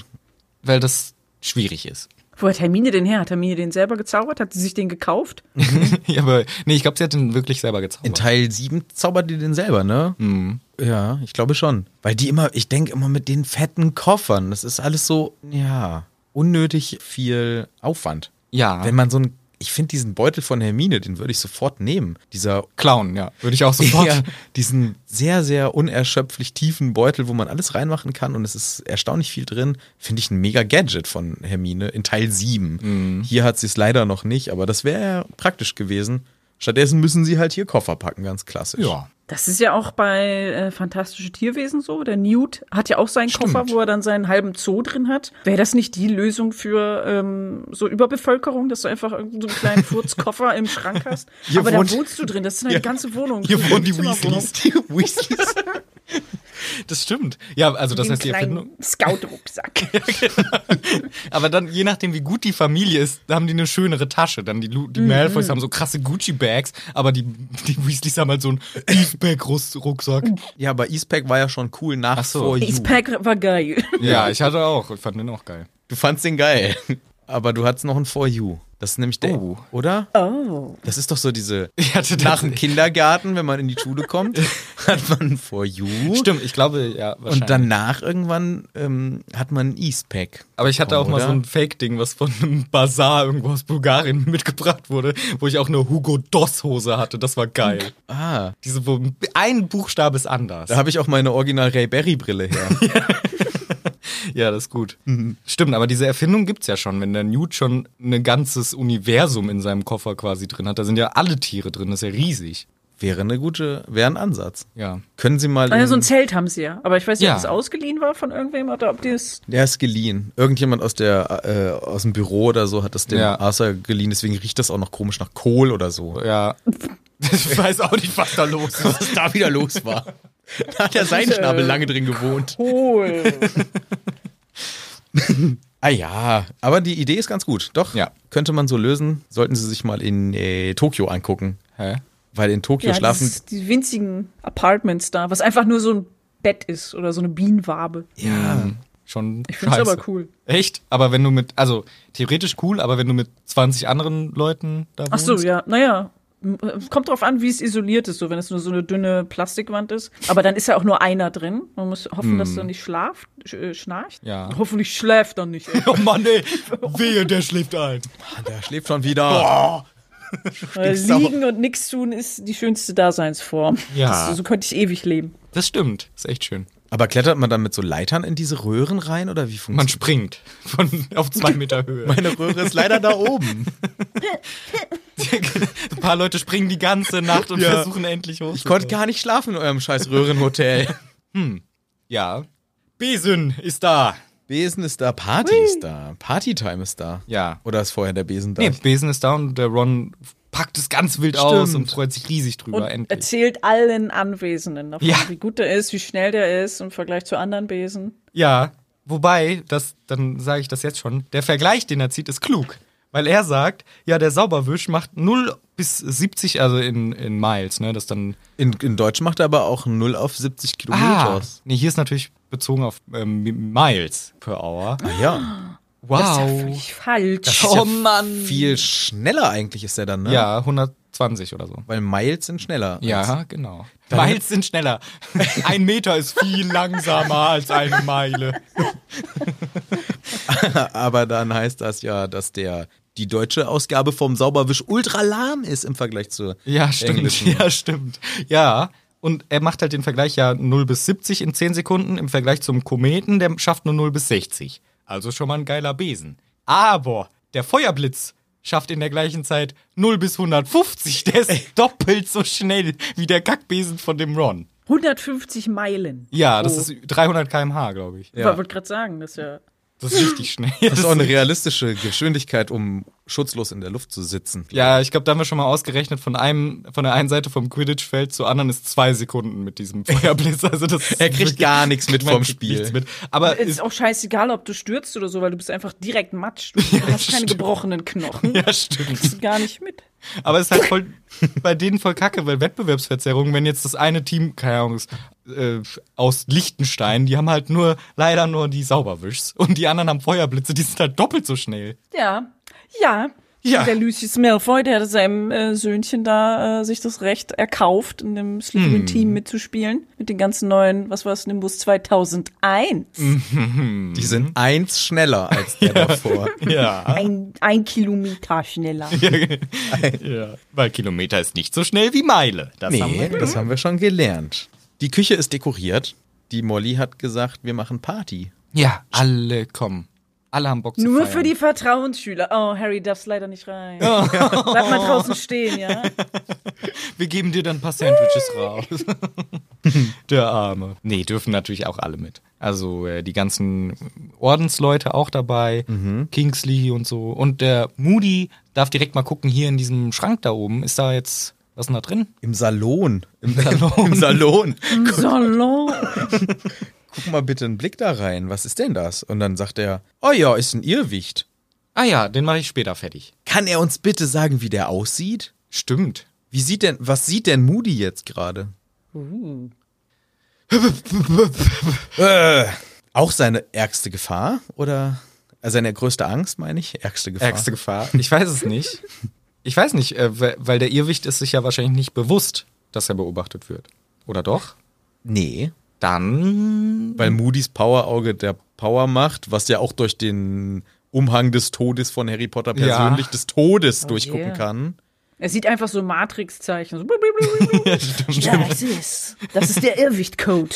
B: weil das schwierig ist.
C: Wo hat Hermine den her? Hat Hermine den selber gezaubert? Hat sie sich den gekauft?
B: ja, aber nee, ich glaube, sie hat den wirklich selber
A: In
B: gezaubert.
A: Teil 7 zaubert die den selber, ne?
B: Mhm.
A: Ja, ich glaube schon. Weil die immer, ich denke immer mit den fetten Koffern. Das ist alles so, ja, unnötig viel Aufwand.
B: Ja.
A: Wenn man so ein, ich finde diesen Beutel von Hermine, den würde ich sofort nehmen. Dieser
B: Clown, ja. Würde ich auch sofort.
A: Ja, diesen sehr, sehr unerschöpflich tiefen Beutel, wo man alles reinmachen kann und es ist erstaunlich viel drin, finde ich ein mega Gadget von Hermine in Teil 7.
B: Mhm.
A: Hier hat sie es leider noch nicht, aber das wäre ja praktisch gewesen. Stattdessen müssen sie halt hier Koffer packen, ganz klassisch.
B: Ja.
C: Das ist ja auch bei äh, Fantastische Tierwesen so. Der Newt hat ja auch seinen Koffer, wo er dann seinen halben Zoo drin hat. Wäre das nicht die Lösung für ähm, so Überbevölkerung, dass du einfach irgendeinen so einen kleinen Furzkoffer im Schrank hast?
B: Hier
C: Aber
B: wohnt-
C: da wohnst du drin, das ist eine ganze Wohnung.
B: Hier
C: So
B: wohnen die
C: eine Zimmerwohnung.
B: Weasleys. Die Weasleys. Das stimmt. Ja, also das
C: Wie einen
B: heißt die Erfindung.
C: kleinen Scout-Rucksack.
B: Aber dann, je nachdem, wie gut die Familie ist, haben die eine schönere Tasche. Dann die, Lu- die Malfoys haben so krasse Gucci-Bags, aber die, die Weasleys haben halt so einen Beefbag-Rucksack.
A: Ja, aber Eastpack war ja schon cool nach
B: Ach so.
A: For You.
C: Eastpack war geil.
B: Ja, ich hatte auch. Ich fand den auch geil.
A: Du fandst den geil. Aber du hattest noch ein For You. Das ist nämlich der,
B: Oh.
A: oder?
C: Oh.
A: Das ist doch so diese,
B: Ich hatte das
A: nach dem
B: nicht.
A: Kindergarten, wenn man in die Schule kommt, hat man ein For You.
B: Stimmt, ich glaube, ja, wahrscheinlich.
A: Und danach irgendwann ähm, hat man ein Eastpack.
B: Aber ich hatte auch
A: bekommen,
B: mal so
A: oder?
B: ein Fake-Ding, was von einem Bazar irgendwo aus Bulgarien mitgebracht wurde, wo ich auch eine Hugo Doss-Hose hatte. Das war geil.
A: Ah,
B: Diese, wo ein Buchstabe ist anders.
A: da habe ich auch meine original Ray Berry Brille her.
B: Ja, das ist gut.
C: Mhm.
B: Stimmt, aber diese Erfindung gibt's ja schon, wenn der Newt schon ein ganzes Universum in seinem Koffer quasi drin hat. Da sind ja alle Tiere drin, das ist ja riesig.
A: wäre eine gute, wäre ein Ansatz.
B: Ja.
A: Können Sie mal.
C: Also so ein
A: in,
C: Zelt haben sie ja. Aber ich weiß nicht,
B: Mhm. Ja.
C: ob das ausgeliehen war von irgendwem oder ob die es.
A: der ist geliehen. Irgendjemand aus der äh, aus dem Büro oder so hat das dem
B: Ja.
A: Arthur geliehen. Deswegen riecht das auch noch komisch nach Kohl oder so.
B: Ja. Ich weiß auch nicht, was da los ist.
A: Was da wieder los war. äh, Da hat der Seidenschnabel lange drin gewohnt.
C: Cool.
A: Ah ja, aber die Idee ist ganz gut. Doch,
B: Ja.
A: könnte man so lösen. Sollten Sie sich mal in äh, Tokio angucken.
B: Hä?
A: Weil in Tokio
C: ja,
A: schlafen
C: dieses- die winzigen Apartments da, was einfach nur so ein Bett ist oder so eine Bienenwabe.
B: Ja. Hm, Schon
C: Ich find's
B: scheiße.
C: aber cool.
B: Echt? Aber wenn du mit, also theoretisch cool, aber wenn du mit 20 anderen Leuten da wohnst.
C: Ach so, ja, naja. M- äh, Kommt drauf an, wie es isoliert ist, so wenn es nur so eine dünne Plastikwand ist. Aber dann ist ja auch nur einer drin. Man muss hoffen, dass er nicht schlaft, sch äh, schnarcht.
B: Hm. Ja.
C: Hoffentlich schläft er nicht. ey.
B: Oh Mann, ey. Wehe, der schläft ein.
A: Der schläft schon wieder.
C: Weil Äh, Liegen und nichts tun ist die schönste Daseinsform.
B: Ja.
C: Das, so könnte ich ewig leben.
B: Das stimmt. Ist echt schön.
A: Aber klettert man dann mit so Leitern in diese Röhren rein oder wie
B: Man
A: funktioniert
B: springt von, auf zwei Meter Höhe.
A: Meine Röhre ist leider da oben.
B: Ein paar Leute springen die ganze Nacht und
A: Ja.
B: versuchen endlich hoch.
A: Ich konnte gar nicht schlafen in eurem scheiß Röhrenhotel.
B: Ja. Besen ist da.
A: Besen ist da, Party ist da, Partytime ist da.
B: Ja.
A: Oder ist vorher der Besen da?
B: Nee, Besen ist da und der Ron packt es ganz wild aus
A: Stimmt.
B: und freut sich riesig drüber.
C: Und
B: endlich.
C: erzählt allen Anwesenden davon,
B: Ja.
C: wie gut er ist, wie schnell der ist im Vergleich zu anderen Besen.
B: Ja. Wobei, das, dann sage ich das jetzt schon, der Vergleich, den er zieht, ist klug. Weil er sagt, ja, der Sauberwisch macht 0 bis 70, also in, in Miles, ne? Das dann.
A: In, in Deutsch macht er aber auch 0 auf 70
C: Ah.
A: Kilometer.
B: nee, hier ist natürlich bezogen auf ähm, Miles per Hour.
A: Ja.
B: Wow.
C: Das Ah, ist ja völlig falsch.
A: Oh Mann. Viel schneller eigentlich ist er dann, ne?
B: ja, 120 oder so.
A: Weil Miles sind schneller. als-
B: Ja, genau. Miles sind schneller. Ein Meter ist viel langsamer als eine Meile.
A: Aber dann heißt das ja, dass der die deutsche Ausgabe vom Sauberwisch ultra lahm ist im Vergleich zur
B: Ja, stimmt.
A: englischen.
B: Ja, stimmt. Ja. Und er macht halt den Vergleich ja 0 bis 70 in 10 Sekunden im Vergleich zum Kometen, der schafft nur 0 bis 60. Also schon mal ein geiler Besen. Aber der Feuerblitz schafft in der gleichen Zeit 0 bis 150. Der ist doppelt so schnell wie der Kackbesen von dem Ron.
C: 150 Meilen. Oh.
B: Ja,
A: Oh.
B: das ist 300 km/h, glaube ich.
C: Ich wollte gerade sagen, das ist ja.
B: Das ist richtig schnell.
A: Das ist auch eine realistische Geschwindigkeit, um schutzlos in der Luft zu sitzen.
B: Ja, ich glaube, da haben wir schon mal ausgerechnet, von einem, von der einen Seite vom Quidditch-Feld zur anderen ist zwei Sekunden mit diesem Feuerblitz. Also das
A: Er kriegt gar nichts mit
B: Man
A: vom
B: kriegt nichts
A: Spiel.
B: Mit. Aber
C: Es
B: ist,
C: ist auch scheißegal, ob du stürzt oder so, weil du bist einfach direkt matsch. Du hast keine
B: stimmt.
C: gebrochenen Knochen.
B: ja, stimmt.
C: Gar nicht mit.
B: Aber es ist halt voll, bei denen voll kacke, weil Wettbewerbsverzerrung, wenn jetzt das eine Team, keine Ahnung, ist, äh, aus Liechtenstein, die haben halt nur, leider nur die Sauberwischs und die anderen haben Feuerblitze, die sind halt doppelt so schnell.
C: Ja, ja.
B: Ja.
C: Der Lucius Malfoy, der hat seinem äh, Söhnchen da äh, sich das Recht erkauft, in dem
B: Hm.
C: Slytherin-Team mitzuspielen. Mit den ganzen neuen, was war es, Nimbus 2001.
A: Die sind eins schneller als der davor.
B: Ja.
C: Ein, ein Kilometer schneller.
B: ja. Weil Kilometer ist nicht so schnell wie Meile. Das haben wir
A: Nee, das haben wir schon gelernt. Die Küche ist dekoriert. Die Molly hat gesagt, wir machen Party.
B: Ja, alle kommen. Alle haben Bock zu
C: Nur
B: feiern. Oh.
C: für die Vertrauensschüler. Oh, Harry darf's leider nicht rein. Bleib mal draußen stehen, ja?
B: Wir geben dir dann ein paar Sandwiches raus. Der Arme. Nee, dürfen natürlich auch alle mit. Also äh, die ganzen Ordensleute auch dabei, Kingsley und so. Und der Moody darf direkt mal gucken, hier in diesem Schrank da oben, ist da jetzt, was ist denn da drin?
A: Im Salon. Im Salon. Im Salon.
C: Salon.
A: Guck mal bitte einen Blick da rein. Was ist denn das? Und dann sagt er, oh ja, ist ein Irrwicht.
B: Ah ja, den mache ich später fertig.
A: Kann er uns bitte sagen, wie der aussieht?
B: Stimmt.
A: Wie sieht denn, was sieht denn Moody jetzt gerade?
B: Uh.
A: Äh, auch seine ärgste Gefahr oder also seine größte Angst, meine ich? Ärgste Gefahr.
B: Ärgste Gefahr. Ich weiß es nicht. Ich weiß nicht, äh, weil- weil der Irrwicht ist sich ja wahrscheinlich nicht bewusst, dass er beobachtet wird. Oder doch?
A: Nee.
B: Dann.
A: Weil Moody's Powerauge der Power macht, was ja auch durch den Umhang des Todes von Harry Potter
B: Ja.
A: persönlich des Todes durchgucken
C: Oh yeah.
A: kann.
C: Er sieht einfach so Matrix-Zeichen. So blub, blub, blub, blub. ja, das ist. Das ist der Irrwicht-Code.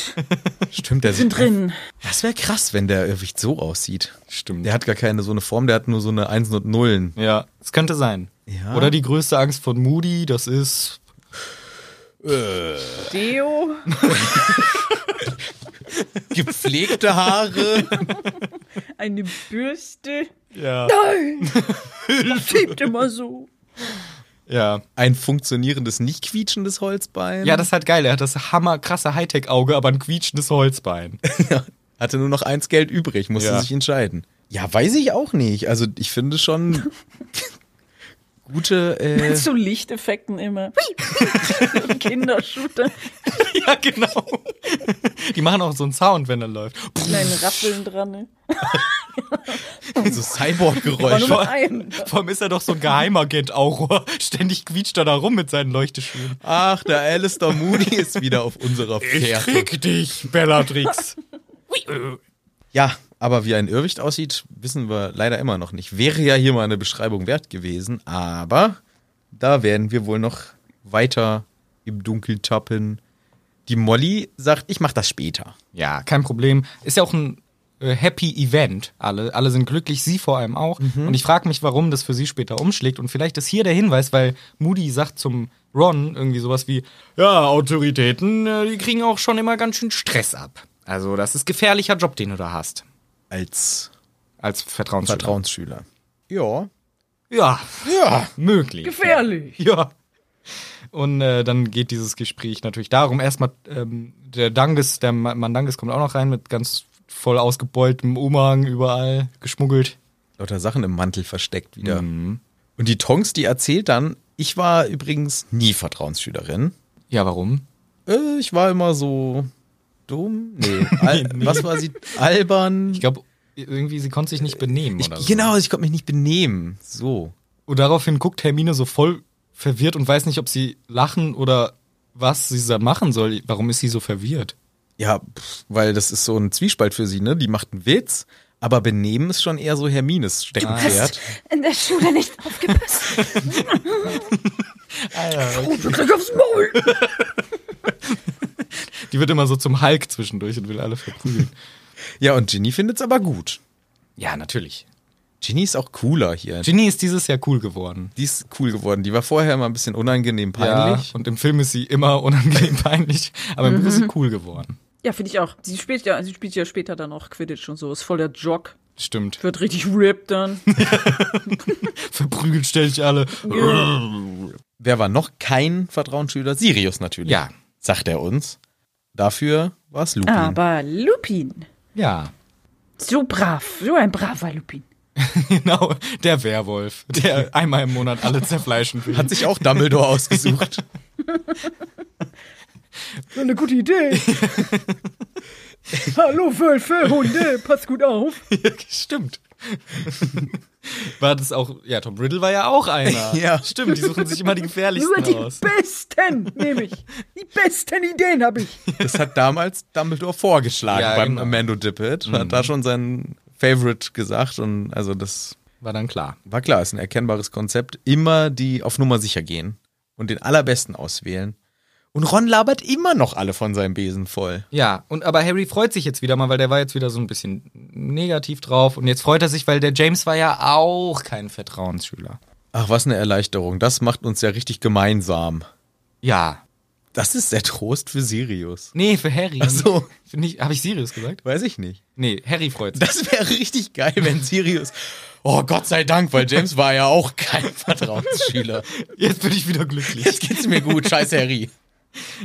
A: Stimmt, der sieht.
C: Drin.
A: Das wäre krass, wenn der Irrwicht so aussieht.
B: Stimmt.
A: Der hat gar keine so eine Form, der hat nur so eine Einsen und Nullen.
B: Ja, es könnte sein.
A: Ja.
B: Oder die größte Angst von Moody, das ist.
C: Deo.
A: Gepflegte Haare.
C: Eine Bürste.
B: Ja.
C: Schiebt immer so.
B: Ja,
A: ein funktionierendes, nicht quietschendes Holzbein.
B: ja das ist halt geil. Er hat das hammerkrasse Hightech-Auge, aber ein quietschendes Holzbein.
A: hatte nur noch eins Geld übrig, musste
B: Ja.
A: sich entscheiden. Ja, weiß ich auch nicht. Also ich finde schon gute. Äh,
C: Zu Lichteffekten immer. Kindershooter.
B: ja, genau. die machen auch so einen Sound, wenn er läuft.
C: Kleine Raffeln dran. Ne?
A: so
C: Aber nur
A: Cyborg-Geräusche.
C: mit einem.
B: Vor allem ist er doch so ein Geheimagent Auror. Ständig quietscht er da rum mit seinen Leuchteschuhen.
A: Ach, der Alistair Moody ist wieder auf unserer Fährte.
B: dich, Bellatrix.
A: Ja, aber wie ein Irrwicht aussieht, wissen wir leider immer noch nicht. Wäre ja hier mal eine Beschreibung wert gewesen, aber da werden wir wohl noch weiter im Dunkeln tappen. Die Molly sagt, ich mach das später.
B: Ja, kein Problem. Ist ja auch ein äh, happy Event. Alle, alle sind glücklich, sie vor allem auch. Und ich frage mich, warum das für sie später umschlägt. Und vielleicht ist hier der Hinweis, weil Moody sagt zum Ron irgendwie sowas wie, ja, Autoritäten, äh, die kriegen auch schon immer ganz schön Stress ab. Also das ist gefährlicher Job, den du da hast.
A: Als
B: Als Vertrauensschüler.
A: Vertrauensschüler. Ja.
B: Ja, ja, möglich.
C: Gefährlich.
B: Ja. Und äh, dann geht dieses Gespräch natürlich darum. Erstmal ähm, der Danges, der Ma- Mandanges kommt auch noch rein mit ganz voll ausgebeultem Umhang überall geschmuggelt.
A: lauter Sachen im Mantel versteckt wieder.
B: Mhm.
A: Und die Tonks, die erzählt dann, ich war übrigens nie Vertrauensschülerin.
B: Ja, warum?
A: Äh, ich war immer so dumm. Nee, al was war sie? Albern.
B: Ich glaube, irgendwie, sie konnte sich nicht benehmen
A: Ich-
B: oder so.
A: genau, ich konnte mich nicht benehmen. So.
B: Und daraufhin guckt Hermine so voll verwirrt und weiß nicht, ob sie lachen oder was sie da machen soll. Warum ist sie so verwirrt?
A: Ja, pff, weil das ist so ein Zwiespalt für sie, ne? Die macht einen Witz, aber Benehmen ist schon eher so Hermines Steckenpferd.
B: Ah,
H: in der Schule nicht aufgepasst.
B: Die wird immer so zum Hulk zwischendurch und will alle verprügeln.
A: Ja, und Ginny findet's aber gut.
B: ja, natürlich.
A: Ginny ist auch cooler hier.
B: Ginny ist dieses Jahr cool geworden.
A: Die ist cool geworden. Die war vorher immer ein bisschen unangenehm peinlich.
B: Ja, und im Film ist sie immer unangenehm peinlich, aber im Buch ist sie cool geworden.
E: Ja, finde ich auch. Sie spielt ja, sie spielt ja später dann auch Quidditch und so. Ist voll der Jock.
B: Stimmt.
E: Wird richtig ripped dann.
B: Verprügelt stell ich alle.
A: Wer war noch kein Vertrauensschüler? Sirius natürlich.
B: Ja.
A: Sagt er uns. Dafür war's Lupin.
C: Ah,
E: Aber Lupin.
B: Ja,
E: So brav. So ein braver Lupin.
B: genau. Der Werwolf, der einmal im Monat alle zerfleischen will.
A: Hat sich auch Dumbledore ausgesucht.
E: Eine gute Idee. Hallo, Wölfe, Hunde, passt gut auf.
B: Stimmt. War das auch, ja, Tom Riddle war ja auch einer.
A: Ja.
B: Stimmt, die suchen sich immer die
E: Nur
B: gefährlichsten
E: die
B: aus.
E: besten, nehme ich. Die besten Ideen habe ich.
A: Das hat damals Dumbledore vorgeschlagen
B: Ja,
A: beim
B: genau. Mhm.
A: Amando Dippet. Hat da schon seinen Favorite gesagt und also das
B: War dann klar.
A: war klar, ist ein erkennbares Konzept. Immer die auf Nummer sicher gehen und den allerbesten auswählen. Und Ron labert immer noch alle von seinem Besen voll.
B: Ja, und aber Harry freut sich jetzt wieder mal, weil der war jetzt wieder so ein bisschen negativ drauf. Und jetzt freut er sich, weil der James war ja auch kein Vertrauensschüler.
A: Ach, was eine Erleichterung. Das macht uns ja richtig gemeinsam.
B: Ja.
A: Das ist der Trost für Sirius.
B: Nee, für Harry.
A: Ach so.
B: Finde ich, habe ich Sirius gesagt?
A: Weiß ich nicht.
B: Nee, Harry freut sich.
A: Das wäre richtig geil, wenn Sirius. Oh Gott sei Dank, weil James war ja auch kein Vertrauensschüler.
B: Jetzt bin ich wieder glücklich.
A: Jetzt geht's mir gut, scheiß Harry.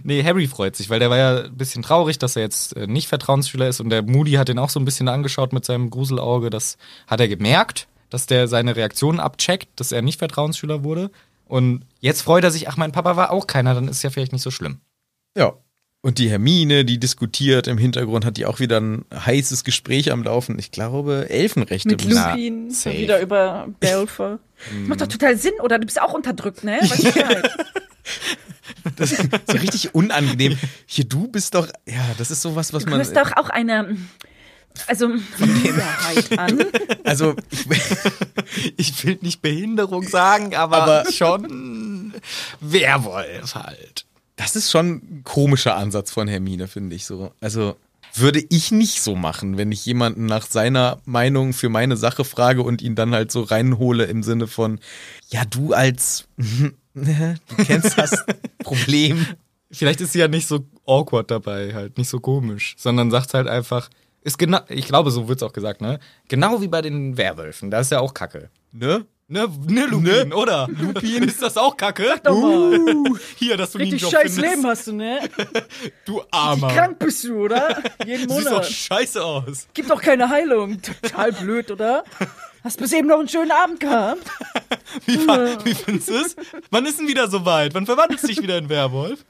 B: Nee, Harry freut sich, weil der war ja ein bisschen traurig, dass er jetzt äh, nicht Vertrauensschüler ist und der Moody hat ihn auch so ein bisschen angeschaut mit seinem Gruselauge. Das hat er gemerkt, dass der seine Reaktion abcheckt, dass er nicht Vertrauensschüler wurde. Und jetzt freut er sich, ach, mein Papa war auch keiner, dann ist ja vielleicht nicht so schlimm.
A: Ja. Und die Hermine, die diskutiert im Hintergrund, hat die auch wieder ein heißes Gespräch am Laufen. Ich glaube, Elfenrechte.
E: Mit
A: müssen-
E: Lupin,
B: safe.
E: wieder über Belfer.
C: Macht doch total Sinn, oder du bist auch unterdrückt, ne? Weißt du Bescheid?
A: Das ist so richtig unangenehm. Hier, du bist doch. Ja, das ist sowas, was
C: Du
A: man.
C: bist doch auch eine, also, Minderheit an.
A: Also, ich,
B: Ich will nicht Behinderung sagen, aber,
A: Aber-
B: schon Werwolf halt.
A: das ist schon ein komischer Ansatz von Hermine, finde ich so. Also. Würde ich nicht so machen, wenn ich jemanden nach seiner Meinung für meine Sache frage und ihn dann halt so reinhole im Sinne von, ja, du als, ne, du kennst das Problem.
B: Vielleicht ist sie ja nicht so awkward dabei, halt nicht so komisch, sondern sagt halt einfach, ist genau, ich glaube, so wird's auch gesagt, ne? Genau wie bei den Werwölfen, da ist ja auch Kacke.
A: Ne?
B: Ne, ne Lupin, oder? Lupin, ist das auch Kacke? Uh, Hier, dass du nie einen
E: Richtig
B: Job
E: scheiß
B: findest.
E: Leben hast du, ne?
B: Du Armer.
E: Krank bist du, oder? Jeden
B: Du siehst doch
E: Monat.
B: scheiße aus.
E: Gibt doch keine Heilung. Total blöd, oder? Hast bis eben noch einen schönen Abend gehabt?
B: Wie, fa- wie findest du es? Wann ist denn wieder so weit? Wann verwandelst du dich wieder in Werwolf?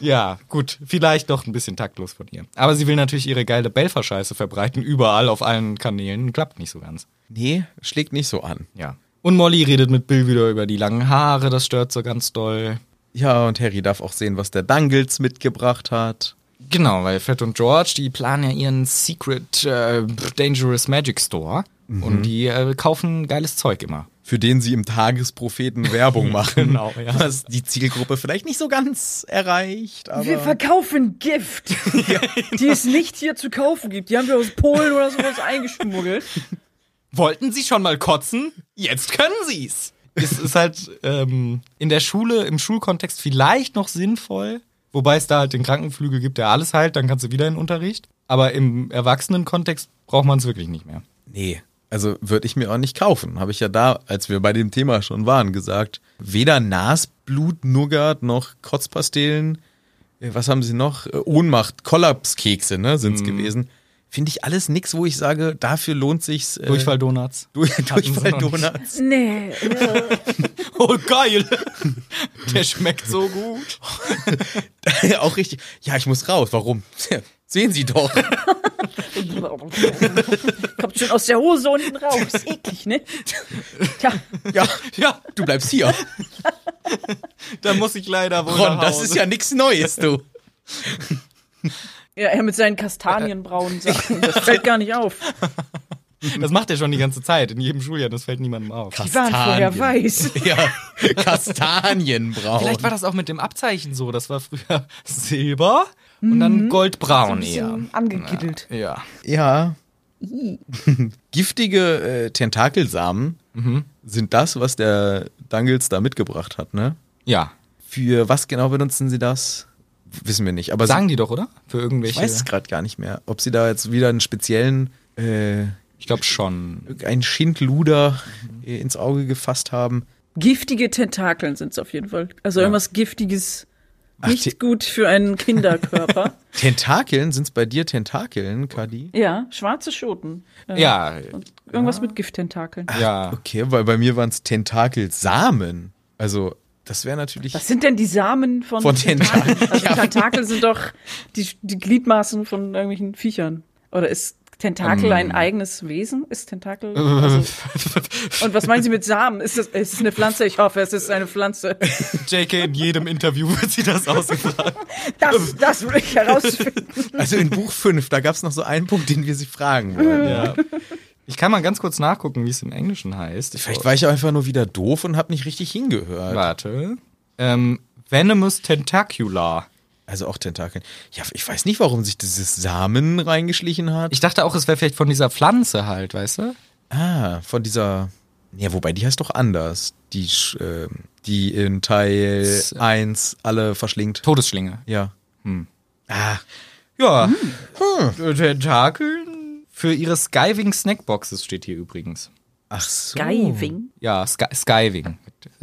B: ja, gut, vielleicht doch ein bisschen taktlos von ihr. Aber sie will natürlich ihre geile Belfer-Scheiße verbreiten, überall auf allen Kanälen. Klappt nicht so ganz.
A: Nee, schlägt nicht so an.
B: Ja. Und Molly redet mit Bill wieder über die langen Haare, das stört so ganz doll.
A: Ja, und Harry darf auch sehen, was der Dangles mitgebracht hat.
B: Genau, weil Fred und George, die planen ja ihren Secret äh, Dangerous Magic Store und die äh, kaufen geiles Zeug immer.
A: Für den sie im Tagespropheten Werbung machen.
B: Genau, ja.
A: Was die Zielgruppe vielleicht nicht so ganz erreicht, aber. genau.
E: Wir verkaufen Gift, die es nicht hier zu kaufen gibt. Die haben wir aus Polen oder sowas eingeschmuggelt.
B: Wollten sie schon mal kotzen? Jetzt können sie's. Es ist halt ähm, in der Schule, im Schulkontext vielleicht noch sinnvoll, wobei es da halt den Krankenflügel gibt, der alles heilt, dann kannst du wieder in den Unterricht. Aber im Erwachsenenkontext braucht man es wirklich nicht mehr.
A: nee. Also würde ich mir auch nicht kaufen. Habe ich ja da, als wir bei dem Thema schon waren, gesagt. Weder Nasblut, Nougat noch
B: Mhm.
A: Kotzpastillen. Äh, Was haben sie noch? Äh, Ohnmacht, Kollapskekse, ne, sind's gewesen. finde ich alles nix, wo ich sage, dafür lohnt sich's. Äh,
B: Durchfalldonuts.
A: Du- Durchfall-Donuts.
I: Nee.
B: Oh, geil. Der schmeckt so gut.
A: Auch richtig. Ja, ich muss raus. Warum? Sehen Sie doch.
C: Kommt schon aus der Hose unten raus. Eklig, ne? Tja,
A: Ja, ja, du bleibst hier.
B: Da muss ich leider wohl
A: Ron,
B: nach
A: das
B: Hause.
A: ist ja nichts Neues, du.
C: ja, er mit seinen kastanienbraunen Sachen. Das fällt gar nicht auf.
B: Das macht er schon die ganze Zeit, in jedem Schuljahr, das fällt niemandem auf.
C: Die waren vorher weiß.
A: Ja, Kastanienbraun.
B: Vielleicht war das auch mit dem Abzeichen so, das war früher Silber und
A: Mhm.
B: dann goldbraun eher.
C: Angekittelt.
B: Ja.
A: Ja. Giftige äh, Tentakelsamen sind das, was der Dangles da mitgebracht hat, ne?
B: Ja.
A: Für was genau benutzen sie das? Wissen wir nicht. Aber sie-
B: Sagen die doch, oder? Für
A: ich
B: irgendwelche.
A: weiß es gerade gar nicht mehr, ob sie da jetzt wieder einen speziellen, äh,
B: ich glaube schon.
A: einen Schindluder äh, ins Auge gefasst haben.
C: Giftige Tentakeln sind es auf jeden Fall. Also irgendwas Giftiges.
A: die-
C: Nicht gut für einen Kinderkörper.
A: Tentakeln? Sind es bei dir Tentakeln, Kadi?
C: ja, schwarze Schoten. Äh,
B: Ja,
C: Und irgendwas mit Gifttentakeln.
B: ja.
A: Okay, weil bei mir waren es Tentakelsamen. Also, das wäre natürlich.
C: Was sind denn die Samen von,
A: Von
C: Tentakeln?
A: Tentakeln.
C: Also Tentakel sind doch die, die Gliedmaßen von irgendwelchen Viechern. Oder ist Tentakel
B: Ähm.
C: ein eigenes Wesen? Ist Tentakel. Also, und was meinen Sie mit Samen? Ist das, ist es eine Pflanze? Ich hoffe, es ist eine Pflanze.
B: JK in jedem Interview wird sie das ausgefragt.
C: Das, das will ich herausfinden.
A: Also in Buch 5, da gab es noch so einen Punkt, den wir sie fragen wollen.
B: ja. Ich kann mal ganz kurz nachgucken, wie es im Englischen heißt. Ich
A: Vielleicht war ich auch einfach nur wieder doof und habe nicht richtig hingehört.
B: Warte. Ähm, Venomous Tentacular.
A: Also auch Tentakeln. Ja, ich weiß nicht, warum sich dieses Samen reingeschlichen hat.
B: Ich dachte auch, es wäre vielleicht von dieser Pflanze halt, weißt du?
A: ah, von dieser. Ja, wobei die heißt doch anders. Die, sch- ähm, die in Teil 1 alle verschlingt.
B: Todesschlinge.
A: Ja.
B: Hm.
A: Ah,
B: Ja. Hm. Tentakeln. Für ihre Skiving Snackboxes steht hier übrigens.
A: ach so.
C: Diving.
B: Ja, Sky Skiving.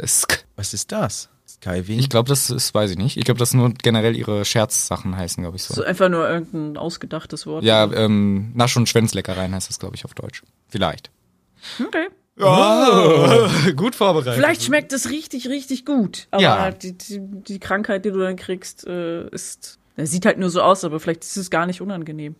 B: Sk
A: Was ist das? Skywing?
B: ich glaube, das ist, weiß ich nicht. Ich glaube, das nur generell ihre Scherzsachen heißen, glaube ich so.
C: So einfach nur irgendein ausgedachtes Wort.
B: Ja, ähm, Nasch- und Schwänzleckereien heißt das, glaube ich, auf Deutsch. Vielleicht.
C: Okay.
B: Gut vorbereitet.
C: Vielleicht schmeckt es richtig, richtig gut. Aber
B: Ja.
C: halt die, die, die Krankheit, die du dann kriegst, äh, ist. Das sieht halt nur so aus, aber vielleicht ist es gar nicht unangenehm.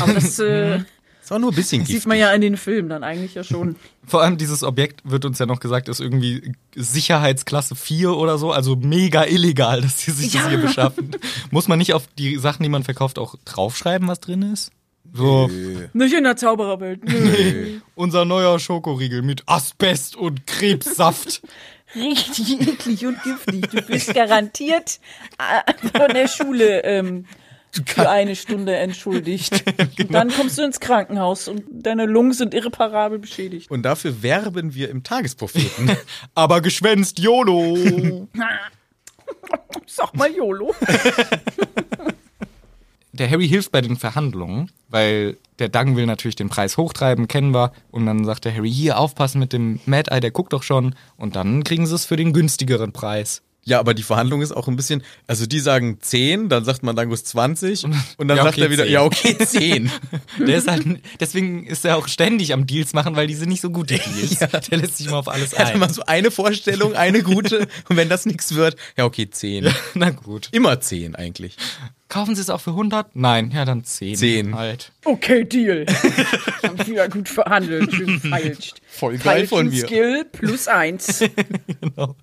C: Aber das äh,
A: Ist auch nur ein bisschen
C: sieht
A: giftig.
C: man ja in den Filmen dann eigentlich ja schon.
B: Vor allem dieses Objekt wird uns ja noch gesagt, ist irgendwie Sicherheitsklasse 4 oder so, also mega illegal, dass sie sich das hier beschaffen. Muss man nicht auf die Sachen, die man verkauft, auch draufschreiben, was drin ist? So,
C: Nicht in der Zaubererwelt. Nö.
B: unser neuer Schokoriegel mit Asbest und Krebssaft.
C: Richtig eklig und giftig. Du bist garantiert äh, von der Schule ähm, für eine Stunde entschuldigt. Und dann kommst du ins Krankenhaus und deine Lungen sind irreparabel beschädigt.
A: Und dafür werben wir im Tagespropheten.
B: Aber geschwänzt, YOLO.
C: Sag mal YOLO.
B: der Harry hilft bei den Verhandlungen, weil der Dang will natürlich den Preis hochtreiben, kennen wir. Und dann sagt der Harry, hier aufpassen mit dem Mad Eye, der guckt doch schon. Und dann kriegen sie es für den günstigeren Preis.
A: ja, aber die Verhandlung ist auch ein bisschen, also die sagen 10, dann sagt man Dangus 20 und dann
B: Ja,
A: sagt
B: okay,
A: er wieder,
B: 10.
A: ja okay, 10.
B: Der ist halt, deswegen ist er auch ständig am Deals machen, weil die sind nicht so gut, die Deals. Der lässt sich mal auf alles
A: Er hat
B: ein.
A: immer Also so eine Vorstellung, eine gute und wenn das nichts wird, ja okay, 10.
B: Na gut.
A: Immer 10 eigentlich.
B: Kaufen sie es auch für 100? Nein, ja dann 10.
A: Zehn.
B: Halt.
C: Okay, Deal. Haben wieder gut verhandelt, schön gefeilscht.
A: Voll geil von mir.
C: Skill plus eins.
B: Genau.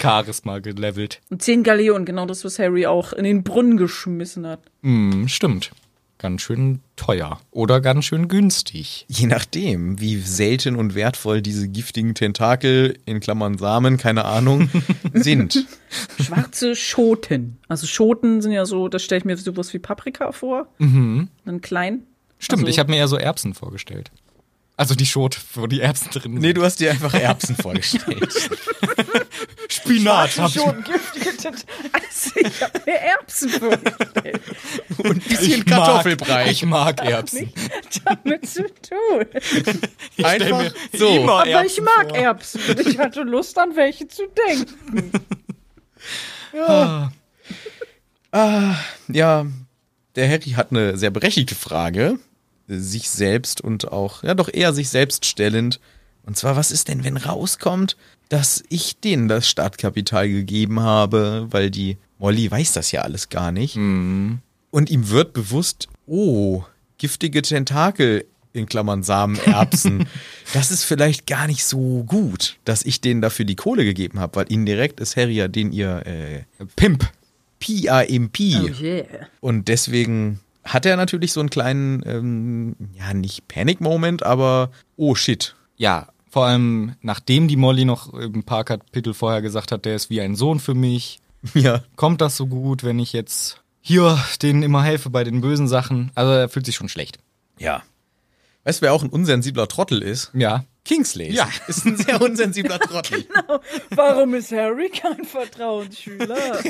B: Charisma gelevelt.
C: Und zehn Galeonen, genau das, was Harry auch in den Brunnen geschmissen hat.
B: Hm, stimmt. Ganz schön teuer. Oder ganz schön günstig.
A: Je nachdem, wie selten und wertvoll diese giftigen Tentakel, in Klammern Samen, keine Ahnung, sind.
C: Schwarze Schoten. Also Schoten sind ja so, das stelle ich mir sowas wie Paprika vor. Mhm. Dann klein.
B: Stimmt,
C: Also-
B: ich habe mir eher so Erbsen vorgestellt. Also die Schot, wo die Erbsen drin sind.
A: Nee, du hast dir einfach Erbsen vorgestellt.
B: Spinat hab ich.
C: giftige Tinte. Also, ich habe mir Erbsen vorgestellt.
A: Und ein bisschen
B: mag-
A: Kartoffelbrei.
B: Ich mag Erbsen.
C: Damit zu tun.
A: Einfach
B: mir
A: so.
B: immer-
C: Aber ich
B: Erbsen
C: mag
B: vor.
C: Erbsen. und Ich hatte Lust, an welche zu denken.
A: Ja, der Harry hat eine sehr berechtigte Frage. sich selbst und auch, ja doch eher sich selbst stellend. Und zwar, was ist denn, wenn rauskommt, dass ich denen das Startkapital gegeben habe, weil die Molly weiß das ja alles gar nicht. Und ihm wird bewusst, oh, giftige Tentakel in Klammern Samenerbsen. das ist vielleicht gar nicht so gut, dass ich denen dafür die Kohle gegeben habe, weil indirekt ist Harry ja den ihr äh,
B: Pimp.
A: P-A-M-P.
C: Yeah.
A: Und deswegen hat er natürlich so einen kleinen, ähm, ja, nicht Panic-Moment, aber oh shit.
B: Ja, vor allem nachdem die Molly noch ein paar Kapitel vorher gesagt hat, der ist wie ein Sohn für mich.
A: Ja.
B: Kommt das so gut, wenn ich jetzt hier denen immer helfe bei den bösen Sachen? Also er fühlt sich schon schlecht.
A: Ja. Weißt du, wer auch ein unsensibler Trottel ist?
B: Ja.
A: Kingsley.
B: Ja.
A: Ist ein sehr unsensibler Trottel.
C: Warum ist Harry kein Vertrauensschüler?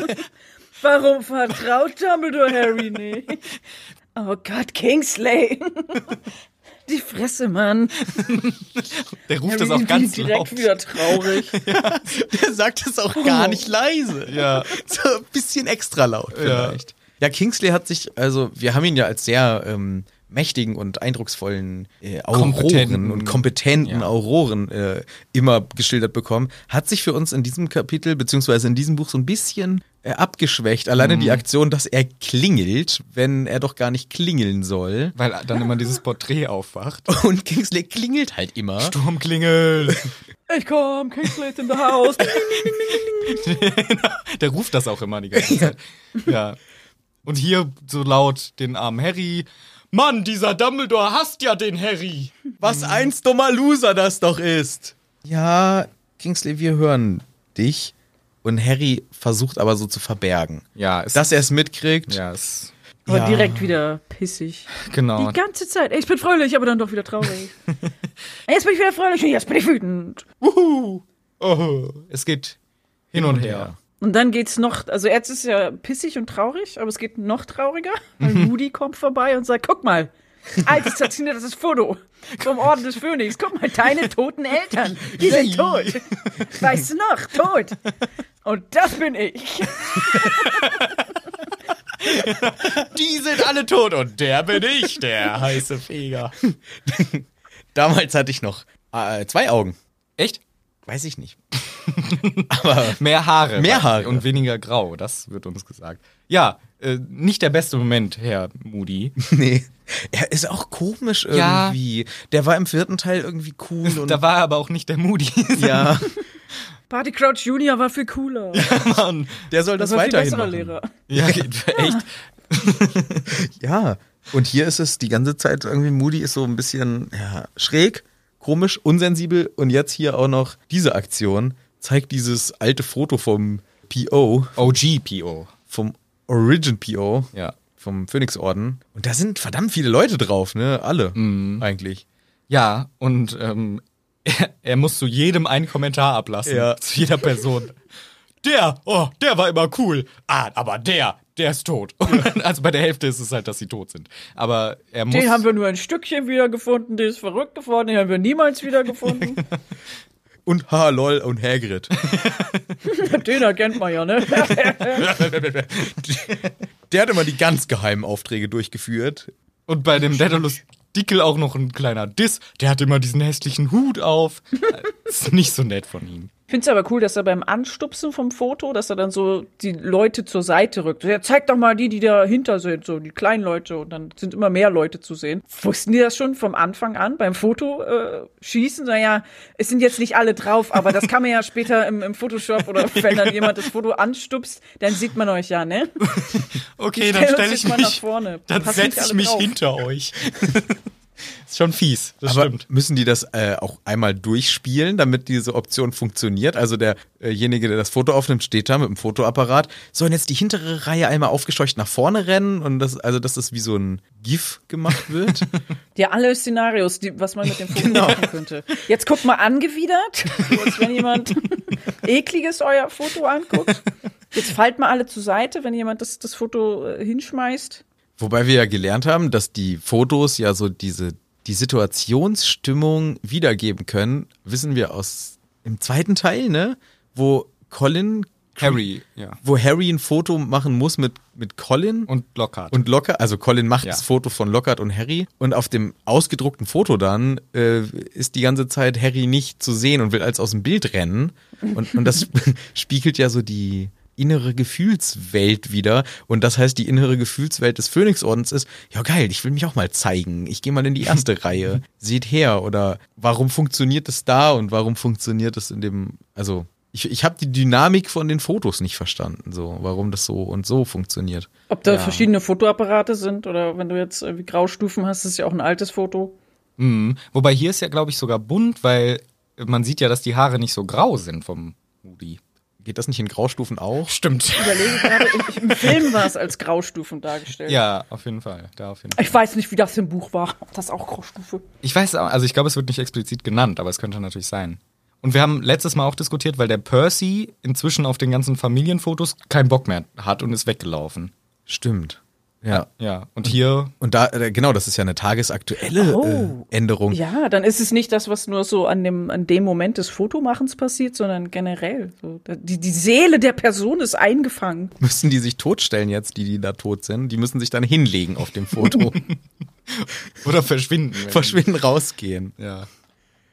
C: Warum vertraut Dumbledore Harry nicht? Oh Gott, Kingsley. Die Fresse, Mann.
B: Der ruft
C: Harry
B: das auch
C: wird
B: ganz
C: direkt
B: laut.
C: wieder traurig.
A: Der sagt es auch gar nicht leise.
B: Ja.
A: So ein bisschen extra laut vielleicht. Ja, Kingsley hat sich, also wir haben ihn ja als sehr ähm, mächtigen und eindrucksvollen äh, Auroren
B: Kompetenten.
A: und kompetenten Auroren äh, immer geschildert bekommen, hat sich für uns in diesem Kapitel beziehungsweise in diesem Buch so ein bisschen äh, abgeschwächt. Alleine
B: Mhm.
A: die Aktion, dass er klingelt, wenn er doch gar nicht klingeln soll.
B: Weil dann immer dieses Porträt aufwacht.
A: Und Kingsley klingelt halt immer.
B: Sturmklingel.
C: Ich komm, Kingsley ist in the house.
B: Der ruft das auch immer die ganze Zeit. Ja. Und hier so laut den armen Harry. Mann, dieser Dumbledore hasst ja den Harry.
A: Was ein dummer Loser das doch ist. Ja, Kingsley, wir hören dich. Und Harry versucht aber so zu verbergen,
B: Ja, ist
A: dass er es mitkriegt.
B: Ja, ist
C: Aber
A: Ja.
C: direkt wieder pissig.
B: genau.
C: Die ganze Zeit. Ich bin fröhlich, aber dann doch wieder traurig. Jetzt bin ich wieder fröhlich und jetzt bin ich wütend.
B: Wuhu. Oh, es geht hin und her.
C: Und dann geht's noch, also jetzt ist ja pissig und traurig, aber es geht noch trauriger, weil Moody kommt vorbei und sagt, guck mal, altes Tatziner, das ist Foto vom Orden des Phönix. Guck mal, deine toten Eltern, die sind tot. Weißt du noch, tot. Und das bin ich.
B: Die sind alle tot und der bin ich, der heiße Feger.
A: Damals hatte ich noch äh, zwei Augen.
B: Echt?
A: Weiß ich nicht.
B: Mehr Haare.
A: Mehr Haare.
B: Und weniger grau, das wird uns gesagt. Ja, äh, nicht der beste Moment, Herr Moody.
A: Nee. Er ist auch komisch
B: Ja.
A: irgendwie. Der war im vierten Teil irgendwie cool und
B: Da war er aber auch nicht der Moody.
A: ja,
C: Barty Crouch Junior war viel cooler.
B: Mann.
A: der soll das,
C: Das war viel
A: weiterhin
C: besserer
A: machen.
C: Lehrer.
B: Ja, echt.
A: Ja. Und hier ist es die ganze Zeit irgendwie Moody ist so ein bisschen ja, schräg, komisch, unsensibel und jetzt hier auch noch diese Aktion zeigt dieses alte Foto vom PO,
B: OG-PO.
A: vom Origin PO,
B: Ja.
A: vom Phönixorden und da sind verdammt viele Leute drauf, ne? Alle eigentlich.
B: Ja, und ähm, er, er muss zu jedem einen Kommentar ablassen.
A: Ja.
B: Zu jeder Person. Der, oh, der war immer cool. Ah, aber der, der ist tot. Und dann, also bei der Hälfte ist es halt, dass sie tot sind. Aber er muss.
C: Den haben wir nur ein Stückchen wiedergefunden, der ist verrückt geworden, den haben wir niemals wiedergefunden.
A: Und ha lol und Hagrid.
C: Den erkennt man ja, ne?
A: Der hat immer die ganz geheimen Aufträge durchgeführt.
B: und bei dem Daedalus Dickel auch noch ein kleiner Diss. Der hat immer diesen hässlichen Hut auf. ist nicht so nett von ihm.
C: Ich finde es aber cool, dass er beim Anstupsen vom Foto, dass er dann so die Leute zur Seite rückt. Ja, zeig doch mal die, die dahinter sind, so die kleinen Leute. Und dann sind immer mehr Leute zu sehen. Wussten die das schon vom Anfang an beim Foto äh, schießen? Naja, es sind jetzt nicht alle drauf, aber das kann man ja später im, im Photoshop oder wenn dann jemand das Foto anstupst, dann sieht man euch ja, ne?
B: Okay,
C: Stellt euch mal nach vorne.
B: Dann
C: Passt nicht
B: setze ich
C: alle
B: mich
C: drauf.
B: hinter euch. ist schon fies, das
A: Aber
B: stimmt.
A: müssen die das äh, auch einmal durchspielen, damit diese Option funktioniert? Also derjenige, der das Foto aufnimmt, steht da mit dem Fotoapparat. Sollen jetzt die hintere Reihe einmal aufgescheucht nach vorne rennen und das, also dass das wie so ein GIF gemacht wird?
C: Ja, alle Szenarios, die, was man mit dem Foto machen könnte. Jetzt guckt mal angewidert, so als wenn jemand ekliges euer Foto anguckt. Jetzt fallt mal alle zur Seite, wenn jemand das, das Foto äh, hinschmeißt.
A: Wobei wir ja gelernt haben, dass die Fotos ja so diese die Situationsstimmung wiedergeben können, wissen wir aus im zweiten Teil, ne, wo Colin
B: Harry, ja.
A: wo Harry ein Foto machen muss mit, mit Colin
B: Und Lockhart.
A: und Lockhart. Also Colin macht
B: Ja.
A: das Foto von Lockhart und Harry. Und auf dem ausgedruckten Foto dann äh, ist die ganze Zeit Harry nicht zu sehen und will als aus dem Bild rennen. Und, und das spiegelt ja so die innere Gefühlswelt wieder. Und das heißt, die innere Gefühlswelt des Phönixordens ist, ja geil, ich will mich auch mal zeigen. Ich gehe mal in die erste Reihe. Seht her. Oder warum funktioniert es da und warum funktioniert es in dem, also... Ich, ich habe die Dynamik von den Fotos nicht verstanden, so warum das so und so funktioniert.
E: Ob da verschiedene Fotoapparate sind oder wenn du jetzt irgendwie Graustufen hast, ist ja auch ein altes Foto.
B: Mhm. Wobei hier ist ja, glaube ich, sogar bunt, weil man sieht ja, dass die Haare nicht so grau sind vom Moody.
A: Geht das nicht in Graustufen auch?
B: Stimmt.
E: Ich überlege gerade, im, im Film war es als Graustufen dargestellt.
B: Ja, auf jeden Fall. Da auf jeden Fall.
E: Ich weiß nicht, wie das im Buch war. Ob das auch Graustufe.
B: Ich weiß, auch- also ich glaube, es wird nicht explizit genannt, aber es könnte natürlich sein. Und wir haben letztes Mal auch diskutiert, weil der Percy inzwischen auf den ganzen Familienfotos keinen Bock mehr hat und ist weggelaufen.
A: Stimmt. Ja.
B: Ja, und hier
A: Ah, Und da, äh, genau, das ist ja eine tagesaktuelle
E: Oh.
A: äh, Änderung.
E: Ja, dann ist es nicht das, was nur so an dem, an dem Moment des Fotomachens passiert, sondern generell. So, da- die, die Seele der Person ist eingefangen.
A: Müssen die sich totstellen jetzt, die, die da tot sind? Die müssen sich dann hinlegen auf dem Foto.
B: oder verschwinden. wenn-
A: Verschwinden, rausgehen.
B: Ja.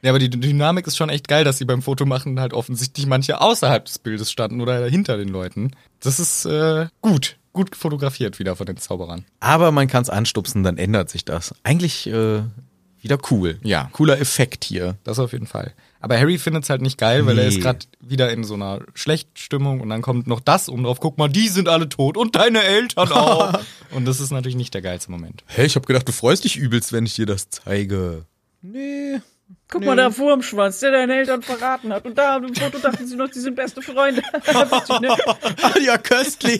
B: Ja, aber die Dynamik ist schon echt geil, dass sie beim Fotomachen halt offensichtlich manche außerhalb des Bildes standen oder hinter den Leuten. Das ist äh, gut. Gut fotografiert wieder von den Zauberern.
A: Aber man kann es anstupsen, dann ändert sich das. Eigentlich äh, wieder cool.
B: Ja.
A: Cooler Effekt hier.
B: Das auf jeden Fall. Aber Harry findet es halt nicht geil, weil er
A: Nee.
B: ist gerade wieder in so einer Schlechtstimmung und dann kommt noch das um drauf. Guck mal, die sind alle tot und deine Eltern auch. und das ist natürlich nicht der geilste Moment.
A: Hä, ich habe gedacht, du freust dich übelst, wenn ich dir das zeige. Nee.
E: Guck mal da vor dem Schwanz, der deine Eltern verraten hat. Und da im Foto dachten sie noch, die sind beste Freunde.
A: Ah, ja, köstlich.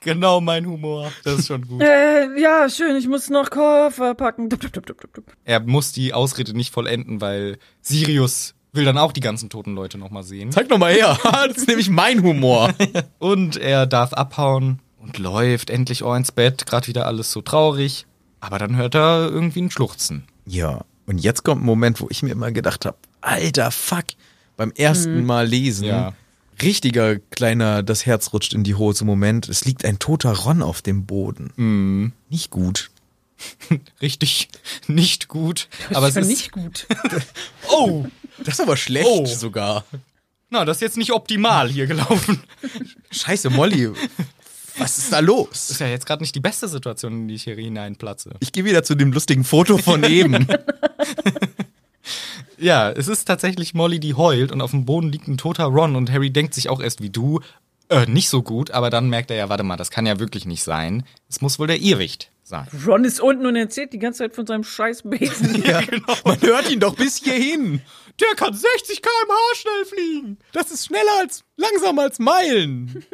B: Genau mein Humor. Das ist schon gut.
E: äh, ja, schön, ich muss noch Koffer packen. Dup, dup, dup, dup, dup, dup.
B: er muss die Ausrede nicht vollenden, weil Sirius will dann auch die ganzen toten Leute nochmal sehen.
A: Zeig noch mal her. Das ist nämlich mein Humor.
B: Und er darf abhauen und läuft endlich auch ins Bett, gerade wieder alles so traurig. Aber dann hört er irgendwie ein Schluchzen.
A: Ja, und jetzt kommt ein Moment, wo ich mir immer gedacht habe, alter Fuck, beim ersten Mal lesen,
B: Ja.
A: richtiger kleiner, das Herz rutscht in die Hose Moment, es liegt ein toter Ron auf dem Boden. Nicht gut.
B: Richtig nicht gut. Aber es
E: Das war
B: ist.
E: nicht gut.
B: Oh!
A: Das ist aber schlecht
B: Oh.
A: sogar.
B: Na, das ist jetzt nicht optimal hier gelaufen.
A: Scheiße, Molly, was ist da
B: Das ist
A: los?
B: ja jetzt gerade nicht die beste Situation, in die ich hier hineinplatze.
A: Ich gehe wieder zu dem lustigen Foto von eben.
B: Ja, es ist tatsächlich Molly, die heult und auf dem Boden liegt ein toter Ron und Harry denkt sich auch erst wie du, äh, nicht so gut, aber dann merkt er ja, warte mal, das kann ja wirklich nicht sein. Es muss wohl der Irrwicht sein.
E: Ron ist unten und erzählt die ganze Zeit von seinem scheiß Besen.
A: ja, Man hört ihn doch bis hierhin.
B: Der kann 60 km/h schnell fliegen.
A: Das ist schneller als, langsam als Meilen,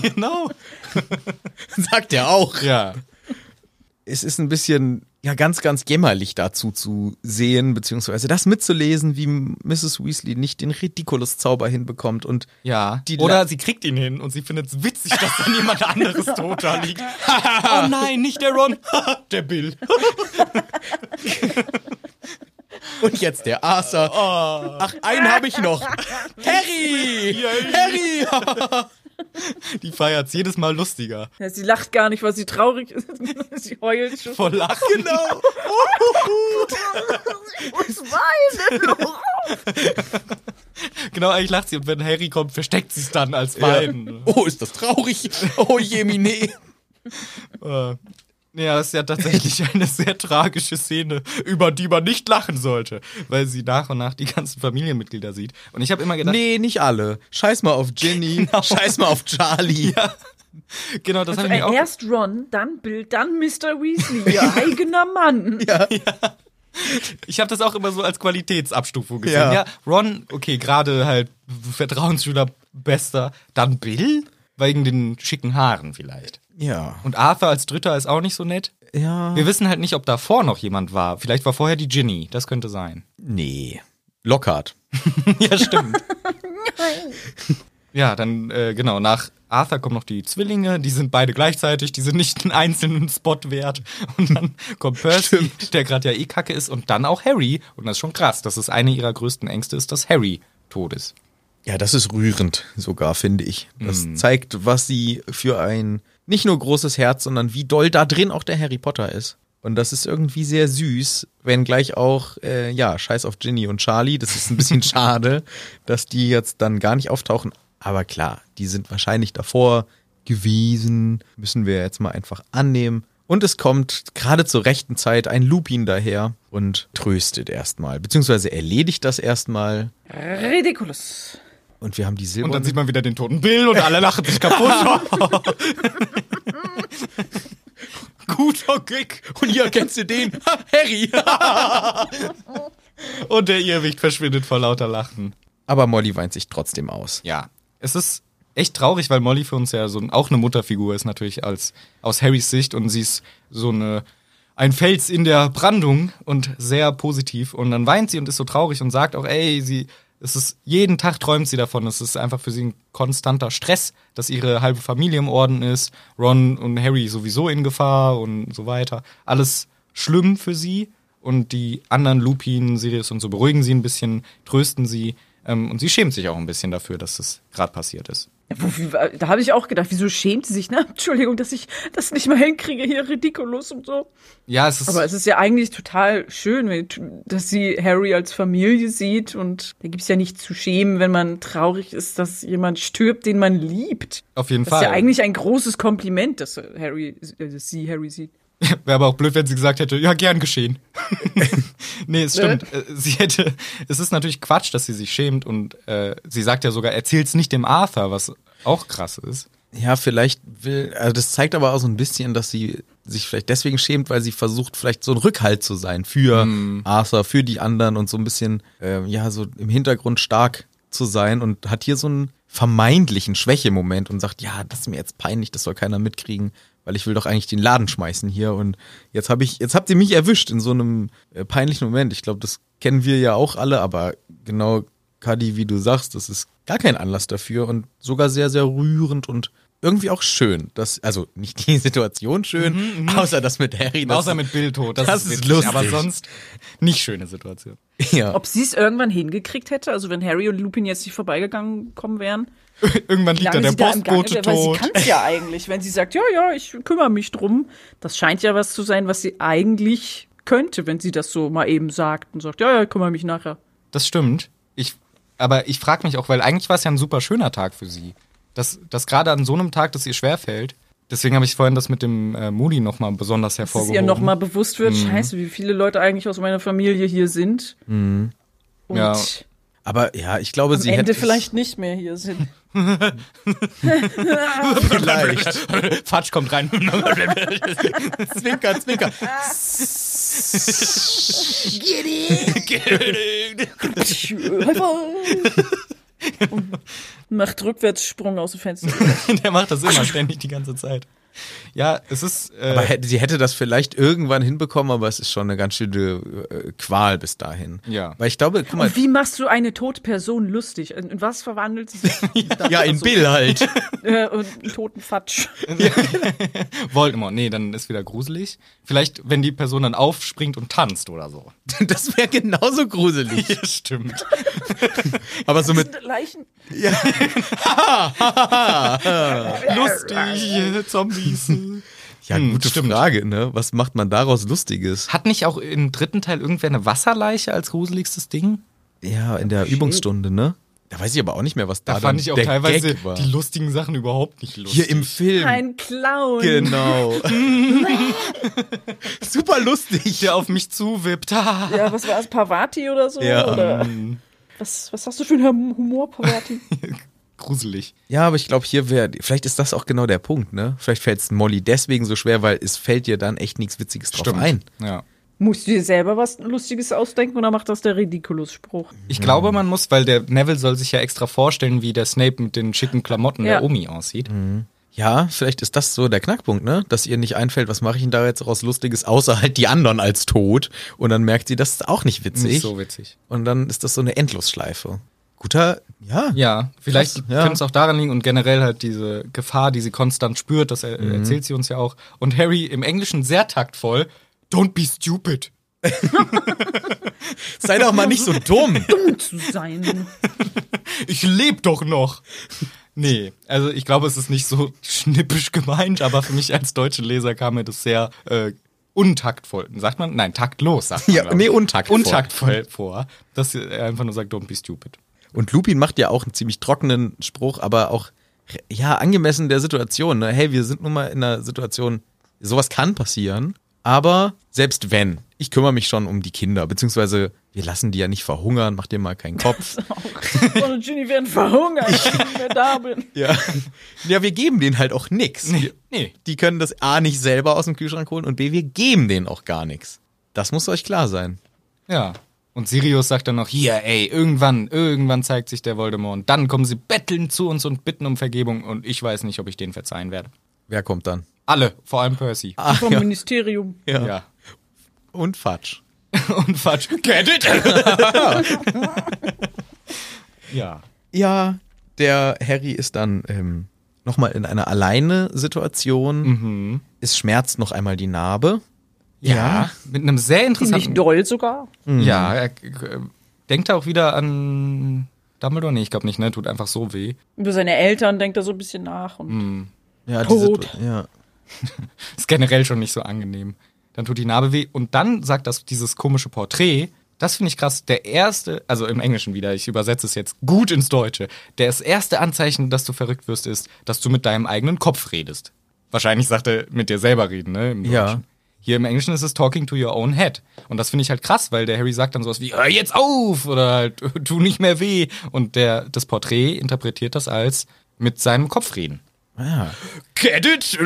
B: genau.
A: sagt er auch.
B: Ja.
A: es ist ein bisschen ja ganz ganz jämmerlich dazu zu sehen beziehungsweise das mitzulesen, wie Mrs. Weasley nicht den Ridiculous Zauber hinbekommt und
B: Ja.
A: Die
B: Oder
A: La-
B: sie kriegt ihn hin und sie findet es witzig, dass dann jemand anderes tot da liegt. oh nein, nicht der Ron, der Bill.
A: und jetzt der Arthur. Ach, einen habe ich noch. Harry! Harry!
B: Die feiert's jedes Mal lustiger.
E: Ja, sie lacht gar nicht, weil sie traurig ist. sie heult schon.
B: Voll Lachen. Genau. Genau, eigentlich lacht sie und wenn Harry kommt, versteckt sie es dann als Weinen.
A: Oh, ist das traurig. Oh Jemine.
B: Äh, Ja, das ist ja tatsächlich eine sehr tragische Szene, über die man nicht lachen sollte, weil sie nach und nach die ganzen Familienmitglieder sieht. Und ich habe immer gedacht,
A: Nee, nicht alle. Scheiß mal auf Ginny, scheiß mal auf Charlie.
B: genau, das habe
C: also
B: ich mir auch.
E: Äh, Erst Ron, dann Bill, dann Mr. Weasley, ihr eigener Mann.
B: Ich habe das auch immer so als Qualitätsabstufung gesehen. Ja,
A: Ja.
B: Ron, okay, gerade halt Vertrauensschüler bester, dann Bill wegen den schicken Haaren vielleicht.
A: Ja.
B: Und Arthur als Dritter ist auch nicht so nett.
A: Ja.
B: Wir wissen halt nicht, ob davor noch jemand war. Vielleicht war vorher die Ginny. Das könnte sein.
A: Nee. Lockhart.
B: Ja, stimmt. ja, dann, äh, genau, nach Arthur kommen noch die Zwillinge, die sind beide gleichzeitig, die sind nicht einen einzelnen Spot wert. Und dann kommt Percy, der gerade ja eh kacke ist, und dann auch Harry. Und das ist schon krass, dass es eine ihrer größten Ängste ist, dass Harry tot ist.
A: Ja, das ist rührend sogar, finde ich. Das
B: Mhm.
A: zeigt, was sie für ein nicht nur großes Herz, sondern wie doll da drin auch der Harry Potter ist. Und das ist irgendwie sehr süß, wenngleich auch, äh, ja, scheiß auf Ginny und Charlie. Das ist ein bisschen schade, dass die jetzt dann gar nicht auftauchen. Aber klar, die sind wahrscheinlich davor gewesen. Müssen wir jetzt mal einfach annehmen. Und es kommt gerade zur rechten Zeit ein Lupin daher und tröstet erstmal. Beziehungsweise erledigt das erstmal.
C: Ridiculous.
A: Und wir haben die
B: Und dann
A: silberne
B: sieht man wieder den toten Bill und alle lachen sich kaputt.
A: guter Gig. Und hier kennst du den. Ha, Harry.
B: und der Irrwicht verschwindet vor lauter Lachen.
A: Aber Molly weint sich trotzdem aus.
B: Ja. Es ist echt traurig, weil Molly für uns ja so ein, auch eine Mutterfigur ist, natürlich als, aus Harrys Sicht. Und sie ist so eine, ein Fels in der Brandung und sehr positiv. Und dann weint sie und ist so traurig und sagt auch, ey, sie. Es ist, jeden Tag träumt sie davon. Es ist einfach für sie ein konstanter Stress, dass ihre halbe Familie im Orden ist. Ron und Harry sowieso in Gefahr und so weiter. Alles schlimm für sie. Und die anderen Lupin, Sirius und so beruhigen sie ein bisschen, trösten sie. Ähm, und sie schämt sich auch ein bisschen dafür, dass das gerade passiert ist.
C: Ja, wo- wie- Da habe ich auch gedacht, wieso schämt sie sich? Na, Entschuldigung, dass ich das nicht mal hinkriege, hier ridiculous und so.
B: Ja, es ist.
C: Aber es ist ja eigentlich total schön, wenn- dass sie Harry als Familie sieht und da gibt's ja nichts zu schämen, wenn man traurig ist, dass jemand stirbt, den man liebt.
B: auf jeden
C: Das ist
B: Fall.
C: ja eigentlich ein großes Kompliment, dass Harry, äh, dass sie Harry sieht.
B: Wäre aber auch blöd, wenn sie gesagt hätte, ja, gern geschehen. nee, es stimmt.
C: Ne?
B: Äh, Sie hätte. Es ist natürlich Quatsch, dass sie sich schämt und äh, sie sagt ja sogar, erzähl's nicht dem Arthur, was auch krass ist.
A: Ja, vielleicht will, also das zeigt aber auch so ein bisschen, dass sie sich vielleicht deswegen schämt, weil sie versucht, vielleicht so ein Rückhalt zu sein für Arthur, für die anderen und so ein bisschen, ähm, ja, so im Hintergrund stark zu sein und hat hier so einen vermeintlichen Schwächemoment und sagt, ja, das ist mir jetzt peinlich, das soll keiner mitkriegen, weil ich will doch eigentlich den Laden schmeißen hier und jetzt habe ich, jetzt habt ihr mich erwischt in so einem äh, peinlichen Moment. Ich glaube, das kennen wir ja auch alle, aber genau Kadi, wie du sagst, das ist gar kein Anlass dafür und sogar sehr, sehr rührend und irgendwie auch schön. Dass, also nicht die Situation schön, außer das mit Harry. Das
B: Mhm, Außer mit Bill tot. Das,
A: das
B: ist
A: ist
B: witzig, Aber
A: lustig.
B: sonst nicht schöne Situation.
A: Ja.
C: Ob sie es irgendwann hingekriegt hätte, also wenn Harry und Lupin jetzt nicht vorbeigegangen kommen wären.
B: Irgendwann liegt da der Postbote
C: wäre, weil sie
B: tot.
C: kann es ja eigentlich, wenn sie sagt, ja, ja, ich kümmere mich drum. Das scheint ja was zu sein, was sie eigentlich könnte, wenn sie das so mal eben sagt und sagt, ja, ja, ich kümmere mich nachher.
B: Das stimmt. Ich, aber ich frage mich auch, weil eigentlich war es ja ein super schöner Tag für sie. Dass, dass gerade an so einem Tag, dass ihr schwerfällt. Deswegen habe ich vorhin das mit dem äh, Moody nochmal besonders
C: Dass es
B: hervorgehoben.
C: ihr nochmal bewusst wird, scheiße, wie viele Leute eigentlich aus meiner Familie hier sind. Und
B: Ja.
A: Aber ja, ich glaube,
C: am
A: sie
C: Ende
A: hätte
C: vielleicht nicht mehr hier sind.
A: vielleicht.
B: Fatsch kommt rein.
A: zwinker, zwinker.
C: äh, Macht Rückwärtssprung aus dem Fenster.
B: der macht das immer ständig die ganze Zeit. Ja, es ist. Äh,
A: Aber hätte, sie hätte das vielleicht irgendwann hinbekommen, aber es ist schon eine ganz schöne äh, Qual bis dahin.
B: Ja.
A: Weil ich glaube, guck mal,
C: Wie machst du eine tote Person lustig? In, in was verwandelt sie sich? Also,
A: ja,
B: Also-
A: in Bill halt.
C: Äh, und einen toten Fatsch.
B: Voldemort, nee, dann ist wieder gruselig. Vielleicht, wenn die Person dann aufspringt und tanzt oder so.
A: Das wäre genauso gruselig.
B: Ja, stimmt.
A: Aber so mit
C: Leichen.
B: Lustig, äh, Zombies.
A: Ja,
B: Hm,
A: gute
B: stimmt.
A: Frage, ne? Was macht man daraus Lustiges?
B: Hat nicht auch im dritten Teil irgendwer eine Wasserleiche als gruseligstes Ding?
A: Ja, in der Übungsstunde, ne? Da weiß ich aber auch nicht mehr, was da,
B: Da
A: dann
B: fand ich auch
A: der
B: teilweise
A: Gag war.
B: die lustigen Sachen überhaupt nicht lustig.
A: Hier im Film.
C: Ein Clown.
A: genau. Super lustig.
B: der auf mich zuwippt. ja.
C: Ja, was war das? Pavati oder so?
A: Ja.
C: Oder was, was hast du für einen Humor, Pavati?
B: Gruselig.
A: Ja, aber ich glaube, hier wäre, vielleicht ist das auch genau der Punkt, ne? Vielleicht fällt es Molly deswegen so schwer, weil es fällt dir dann echt nichts Witziges drauf ein.
B: Ja.
C: Musst du dir selber was Lustiges ausdenken oder macht das der Ridiculous-Spruch?
B: Ich glaube, man muss, weil der Neville soll sich ja extra vorstellen, wie der Snape mit den schicken Klamotten
C: Ja.
B: der Omi aussieht.
A: Mhm. Ja, vielleicht ist das so der Knackpunkt, ne? Dass ihr nicht einfällt, was mache ich denn da jetzt raus Lustiges, außer halt die anderen als tot. Und dann merkt sie, das ist auch nicht witzig.
B: Nicht so witzig.
A: Und dann ist das so eine Endlosschleife. Guter, ja.
B: Ja, vielleicht
A: Krass, ja.
B: könnte es auch daran liegen und generell halt diese Gefahr, die sie konstant spürt, das er,
A: Mhm.
B: erzählt sie uns ja auch. Und Harry im Englischen sehr taktvoll, don't be stupid.
A: Sei doch mal nicht so dumm.
C: Dumm zu sein.
B: ich lebe doch noch. Nee, also ich glaube, es ist nicht so schnippisch gemeint, aber für mich als deutsche Leser kam mir das sehr äh, untaktvoll. Sagt man? Nein, taktlos sagt man.
A: Ja,
B: glaub
A: nee,
B: ich.
A: untaktvoll.
B: Untaktvoll vor, dass er einfach nur sagt, don't be stupid.
A: Und Lupin macht ja auch einen ziemlich trockenen Spruch, aber auch ja angemessen der Situation. Ne? Hey, wir sind nun mal in einer Situation, sowas kann passieren, aber selbst wenn, ich kümmere mich schon um die Kinder, beziehungsweise wir lassen die ja nicht verhungern, mach dir mal keinen Kopf.
E: John und Ginny werden verhungern, wenn ich nicht mehr da bin.
A: ja. ja, wir geben denen halt auch nix.
B: Nee, nee.
A: Die können das A nicht selber aus dem Kühlschrank holen und B, wir geben denen auch gar nichts. Das muss euch klar sein.
B: Ja. Und Sirius sagt dann noch, hier, ey, irgendwann, irgendwann zeigt sich der Voldemort. Und dann kommen sie betteln zu uns und bitten um Vergebung. Und ich weiß nicht, ob ich denen verzeihen werde.
A: Wer kommt dann?
B: Alle, vor allem Percy.
E: Vom Ministerium.
A: Ja.
B: Ja.
A: Und Fatsch.
B: Und falsch. Get it? ja.
A: Ja, der Harry ist dann ähm, nochmal in einer Alleine-Situation. Es schmerzt noch einmal die Narbe.
B: ja. Mit einem sehr
E: Ziemlich
B: interessanten.
E: doll sogar.
B: Ja, er, äh, denkt er auch wieder an Dumbledore? Nee, ich glaube nicht, ne? Tut einfach so weh.
E: Über seine Eltern denkt er so ein bisschen nach. Und
A: Ja,
E: Tot.
A: Situ- ja.
B: Ist generell schon nicht so angenehm. Dann tut die Narbe weh. Und dann sagt das dieses komische Porträt. Das finde ich krass. Der erste, also im Englischen wieder, ich übersetze es jetzt gut ins Deutsche. Der das erste Anzeichen, dass du verrückt wirst, ist, dass du mit deinem eigenen Kopf redest. Wahrscheinlich sagt er mit dir selber reden, ne? Im
A: Ja.
B: Deutschen. Hier im Englischen ist es talking to your own head. Und das finde ich halt krass, weil der Harry sagt dann sowas wie, hör jetzt auf! Oder halt, tu nicht mehr weh. Und der, das Porträt interpretiert das als mit seinem Kopf reden.
A: Ah.
B: Get it?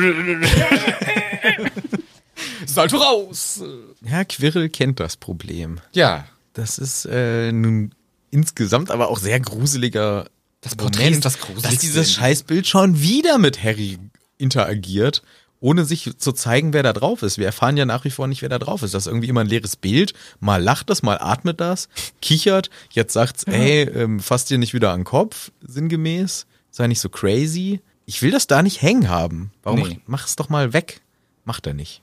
B: Sollte raus.
A: ja, Quirrell kennt das Problem.
B: Ja.
A: Das ist äh, nun insgesamt aber auch sehr gruseliger.
B: Das Porträt ist das Gruseligste.
A: Dass dieses Scheißbild schon wieder mit Harry interagiert, ohne sich zu zeigen, wer da drauf ist. Wir erfahren ja nach wie vor nicht, wer da drauf ist. Das ist irgendwie immer ein leeres Bild. Mal lacht das, mal atmet das, kichert. Jetzt sagt's, ey, ähm, fass dir nicht wieder an den Kopf, sinngemäß. Sei nicht so crazy. Ich will das da nicht hängen haben. Warum?
B: Nee.
A: Mach, mach's doch mal weg. Macht er nicht.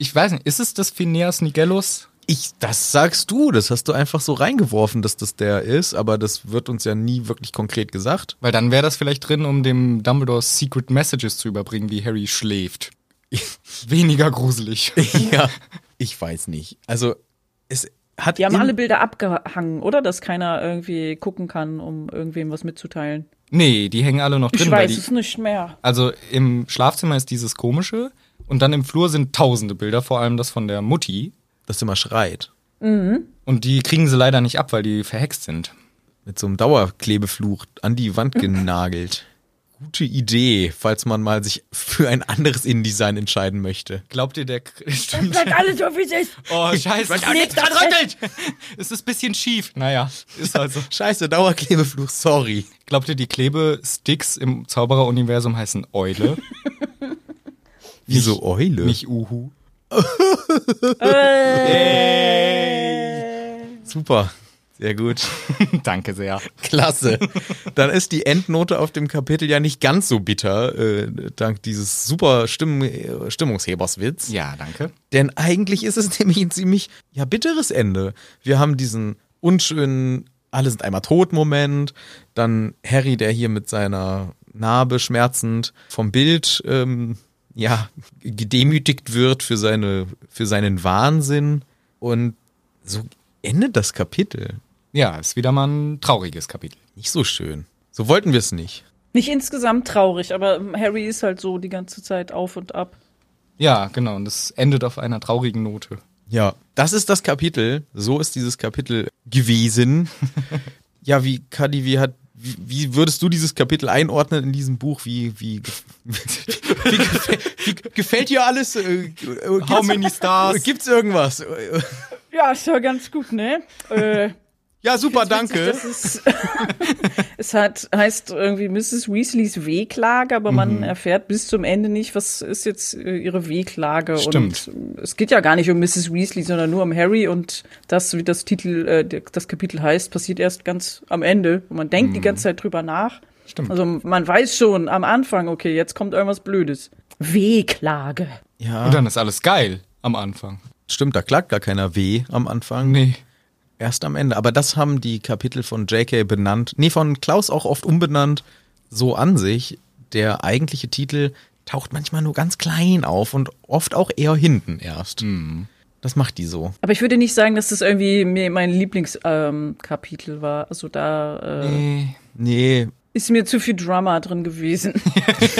B: Ich weiß nicht, ist es das Phineas Nigellus?
A: Ich, das sagst du, das hast du einfach so reingeworfen, dass das der ist, aber das wird uns ja nie wirklich konkret gesagt.
B: Weil dann wäre das vielleicht drin, um dem Dumbledore Secret Messages zu überbringen, wie Harry schläft. Weniger gruselig.
A: ja, ich weiß nicht. Also, es hat.
E: die haben
A: in-
E: alle Bilder abgehangen, oder? Dass keiner irgendwie gucken kann, um irgendwem was mitzuteilen.
B: Nee, die hängen alle noch
E: Ich
B: drin. weil
E: weiß
B: die,
E: es nicht mehr.
B: also im Schlafzimmer ist dieses komische und dann im Flur sind tausende Bilder, vor allem das von der Mutti.
A: das immer schreit.
B: Und die kriegen sie leider nicht ab, weil die verhext sind.
A: Mit so einem Dauerklebefluch an die Wand genagelt. Gute Idee, falls man mal sich für ein anderes InDesign entscheiden möchte.
B: Glaubt ihr, der stimmt?
E: Bleibt alles so, wie es ist.
B: Oh, scheiße.
E: Klebt
B: da
E: fest.
B: rüttelt! Es ist ein bisschen schief. Naja, ist also.
A: Scheiße, Dauerklebefluch, sorry.
B: Glaubt ihr, die Klebesticks im Zauberer-Universum heißen Eule?
A: Wieso Eule?
B: Nicht Uhu.
A: Super. Sehr gut.
B: Danke sehr.
A: Klasse. Dann ist die Endnote auf dem Kapitel ja nicht ganz so bitter, äh, dank dieses super Stimm Stimmungsheberswitz.
B: Ja, danke.
A: Denn eigentlich ist es nämlich ein ziemlich ja, bitteres Ende. Wir haben diesen unschönen, alle sind einmal tot Moment, dann Harry, der hier mit seiner Narbe schmerzend vom Bild ähm, ja, gedemütigt wird für, seine, für seinen Wahnsinn. Und so endet das Kapitel.
B: Ja, ist wieder mal ein trauriges Kapitel.
A: Nicht so schön. So wollten wir es nicht.
E: Nicht insgesamt traurig, aber Harry ist halt so die ganze Zeit auf und ab.
B: Ja, genau. Und es endet auf einer traurigen Note.
A: Ja, das ist das Kapitel. So ist dieses Kapitel gewesen. ja, wie, Kadi, wie hat, wie, wie würdest du dieses Kapitel einordnen in diesem Buch? Wie, wie, wie, gefä wie gefällt dir alles? Äh, äh,
B: How many stars?
A: Gibt's irgendwas? Äh, äh,
E: Ja, ist ja ganz gut, ne? Äh,
A: Ja, super,
E: find's
A: danke.
E: witzig, dass es, es hat, heißt irgendwie Mrs. Weasleys Wehklage, aber
B: Mhm.
E: man erfährt bis zum Ende nicht, was ist jetzt äh, ihre Wehklage.
B: Stimmt.
E: Und äh, es geht ja gar nicht um Mrs. Weasley, sondern nur um Harry und das, wie das Titel, äh, der- das Kapitel heißt, passiert erst ganz am Ende. Und man denkt die ganze Zeit drüber nach.
B: Mhm. Stimmt.
E: Also man weiß schon am Anfang, okay, jetzt kommt irgendwas Blödes. Wehklage.
A: Ja,
B: Ah. Und dann ist alles geil am Anfang.
A: stimmt, da klagt gar keiner weh am Anfang.
B: Nee.
A: Erst am Ende. Aber das haben die Kapitel von JK benannt, nee, von Klaus auch oft umbenannt, so an sich. Der eigentliche Titel taucht manchmal nur ganz klein auf und oft auch eher hinten erst.
B: Hm.
A: Das macht die so.
C: Aber ich würde nicht sagen, dass das irgendwie mir mein Lieblingskapitel ähm, Kapitel war. Also da
B: Mhm.
C: äh,
A: Nee,
C: ist mir zu viel Drama drin gewesen.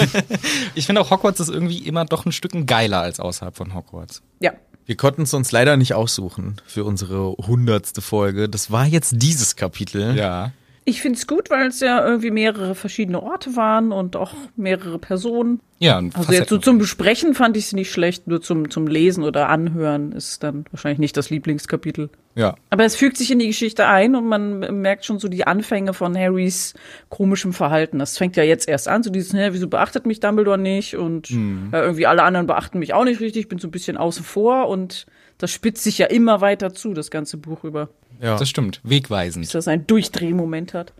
B: Ich finde auch Hogwarts ist irgendwie immer doch ein Stück geiler als außerhalb von Hogwarts.
C: ja.
A: wir konnten es uns leider nicht aussuchen für unsere hundertste Folge. Das war jetzt dieses Kapitel.
B: Ja.
C: Ich finde es gut, weil es ja irgendwie mehrere verschiedene Orte waren und auch mehrere Personen.
B: Ja, und
C: Also jetzt so zum Besprechen fand ich es nicht schlecht, nur zum, zum Lesen oder Anhören ist dann wahrscheinlich nicht das Lieblingskapitel.
B: ja.
C: Aber es fügt sich in die Geschichte ein und man merkt schon so die Anfänge von Harrys komischem Verhalten. Das fängt ja jetzt erst an, so dieses, hä, wieso beachtet mich Dumbledore nicht und äh, irgendwie alle anderen beachten mich auch nicht richtig, ich bin so ein bisschen außen vor und das spitzt sich ja immer weiter zu, das ganze Buch über.
A: Ja.
B: Das stimmt. Wegweisend.
C: Bis das einen Durchdrehmoment hat.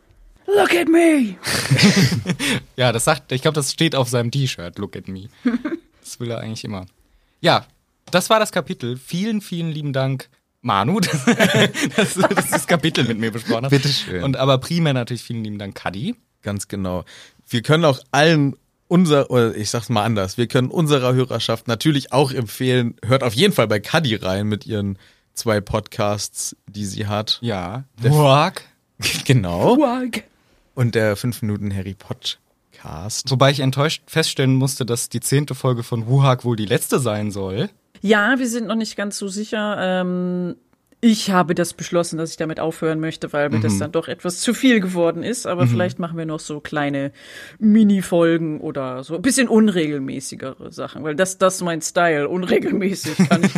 C: Look at me!
B: Ja, das sagt, ich glaube, das steht auf seinem T-Shirt, Look at me. Das will er eigentlich immer. Ja, das war das Kapitel. Vielen, vielen lieben Dank, Manu, dass dass du das Kapitel mit mir besprochen hast.
A: Bitteschön.
B: Und aber primär natürlich vielen lieben Dank, Kadi.
A: Ganz genau. Wir können auch allen unser, oder ich sag's mal anders, wir können unserer Hörerschaft natürlich auch empfehlen, hört auf jeden Fall bei Cuddy rein mit ihren zwei Podcasts, die sie hat.
B: Ja. Work.
A: Genau.
C: Wag.
A: Und der 5 Minuten Harry Podcast.
B: Wobei ich enttäuscht feststellen musste, dass die zehnte Folge von Wuhak wohl die letzte sein soll.
C: Ja, wir sind noch nicht ganz so sicher. Ähm, ich habe das beschlossen, dass ich damit aufhören möchte, weil mir das
B: Mhm.
C: dann doch etwas zu viel geworden ist. Aber vielleicht machen wir noch so kleine Mini-Folgen oder so ein bisschen unregelmäßigere Sachen, weil das, das ist mein Style. Unregelmäßig kann ich.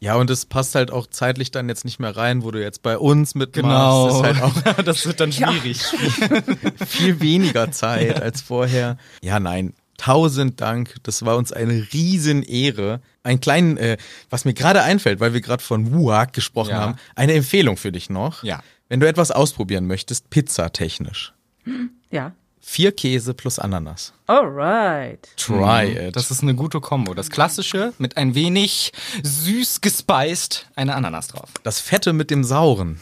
A: Ja, und es passt halt auch zeitlich dann jetzt nicht mehr rein, wo du jetzt bei uns mitmachst. Das ist halt auch
B: Genau. Das, wird dann schwierig.
A: viel weniger Zeit als vorher. Ja, nein. Tausend Dank. Das war uns eine Riesenehre. Ein kleinen, äh, was mir gerade einfällt, weil wir gerade von Wuhak gesprochen
B: Ja.
A: haben, eine Empfehlung für dich noch.
B: Ja.
A: Wenn du etwas ausprobieren möchtest, pizzatechnisch.
C: ja.
A: Vier Käse plus Ananas.
C: Alright.
A: Try it.
B: Mhm. Das ist eine gute Kombo. Das klassische mit ein wenig süß gespeist eine Ananas drauf.
A: Das Fette mit dem Sauren.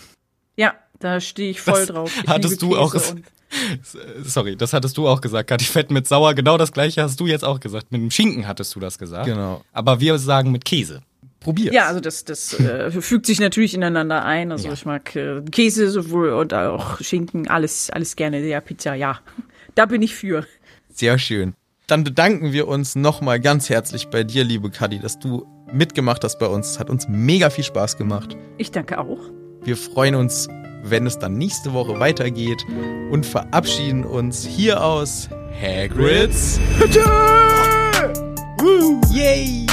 C: Ja, da stehe ich voll
B: Das
C: drauf. Ich
B: hattest
C: liebe
B: du auch
C: Käse
B: ges-
C: und-
B: Sorry, das hattest du auch gesagt, Kathi. Fett mit Sauer, genau das gleiche hast du jetzt auch gesagt. Mit dem Schinken hattest du das gesagt.
A: Genau.
B: Aber wir sagen mit Käse.
A: Probier's.
C: Ja, also das, das äh, fügt sich natürlich ineinander ein. Also ich mag äh, Käse sowohl und auch Schinken, alles, alles gerne. Ja, Pizza, ja. Da bin ich für.
A: Sehr schön. Dann bedanken wir uns nochmal ganz herzlich bei dir, liebe Kadi, dass du mitgemacht hast bei uns. Es hat uns mega viel Spaß gemacht.
C: Ich danke auch.
A: Wir freuen uns, wenn es dann nächste Woche weitergeht und verabschieden uns hier aus Hagrids Hütte! Woo! Yay!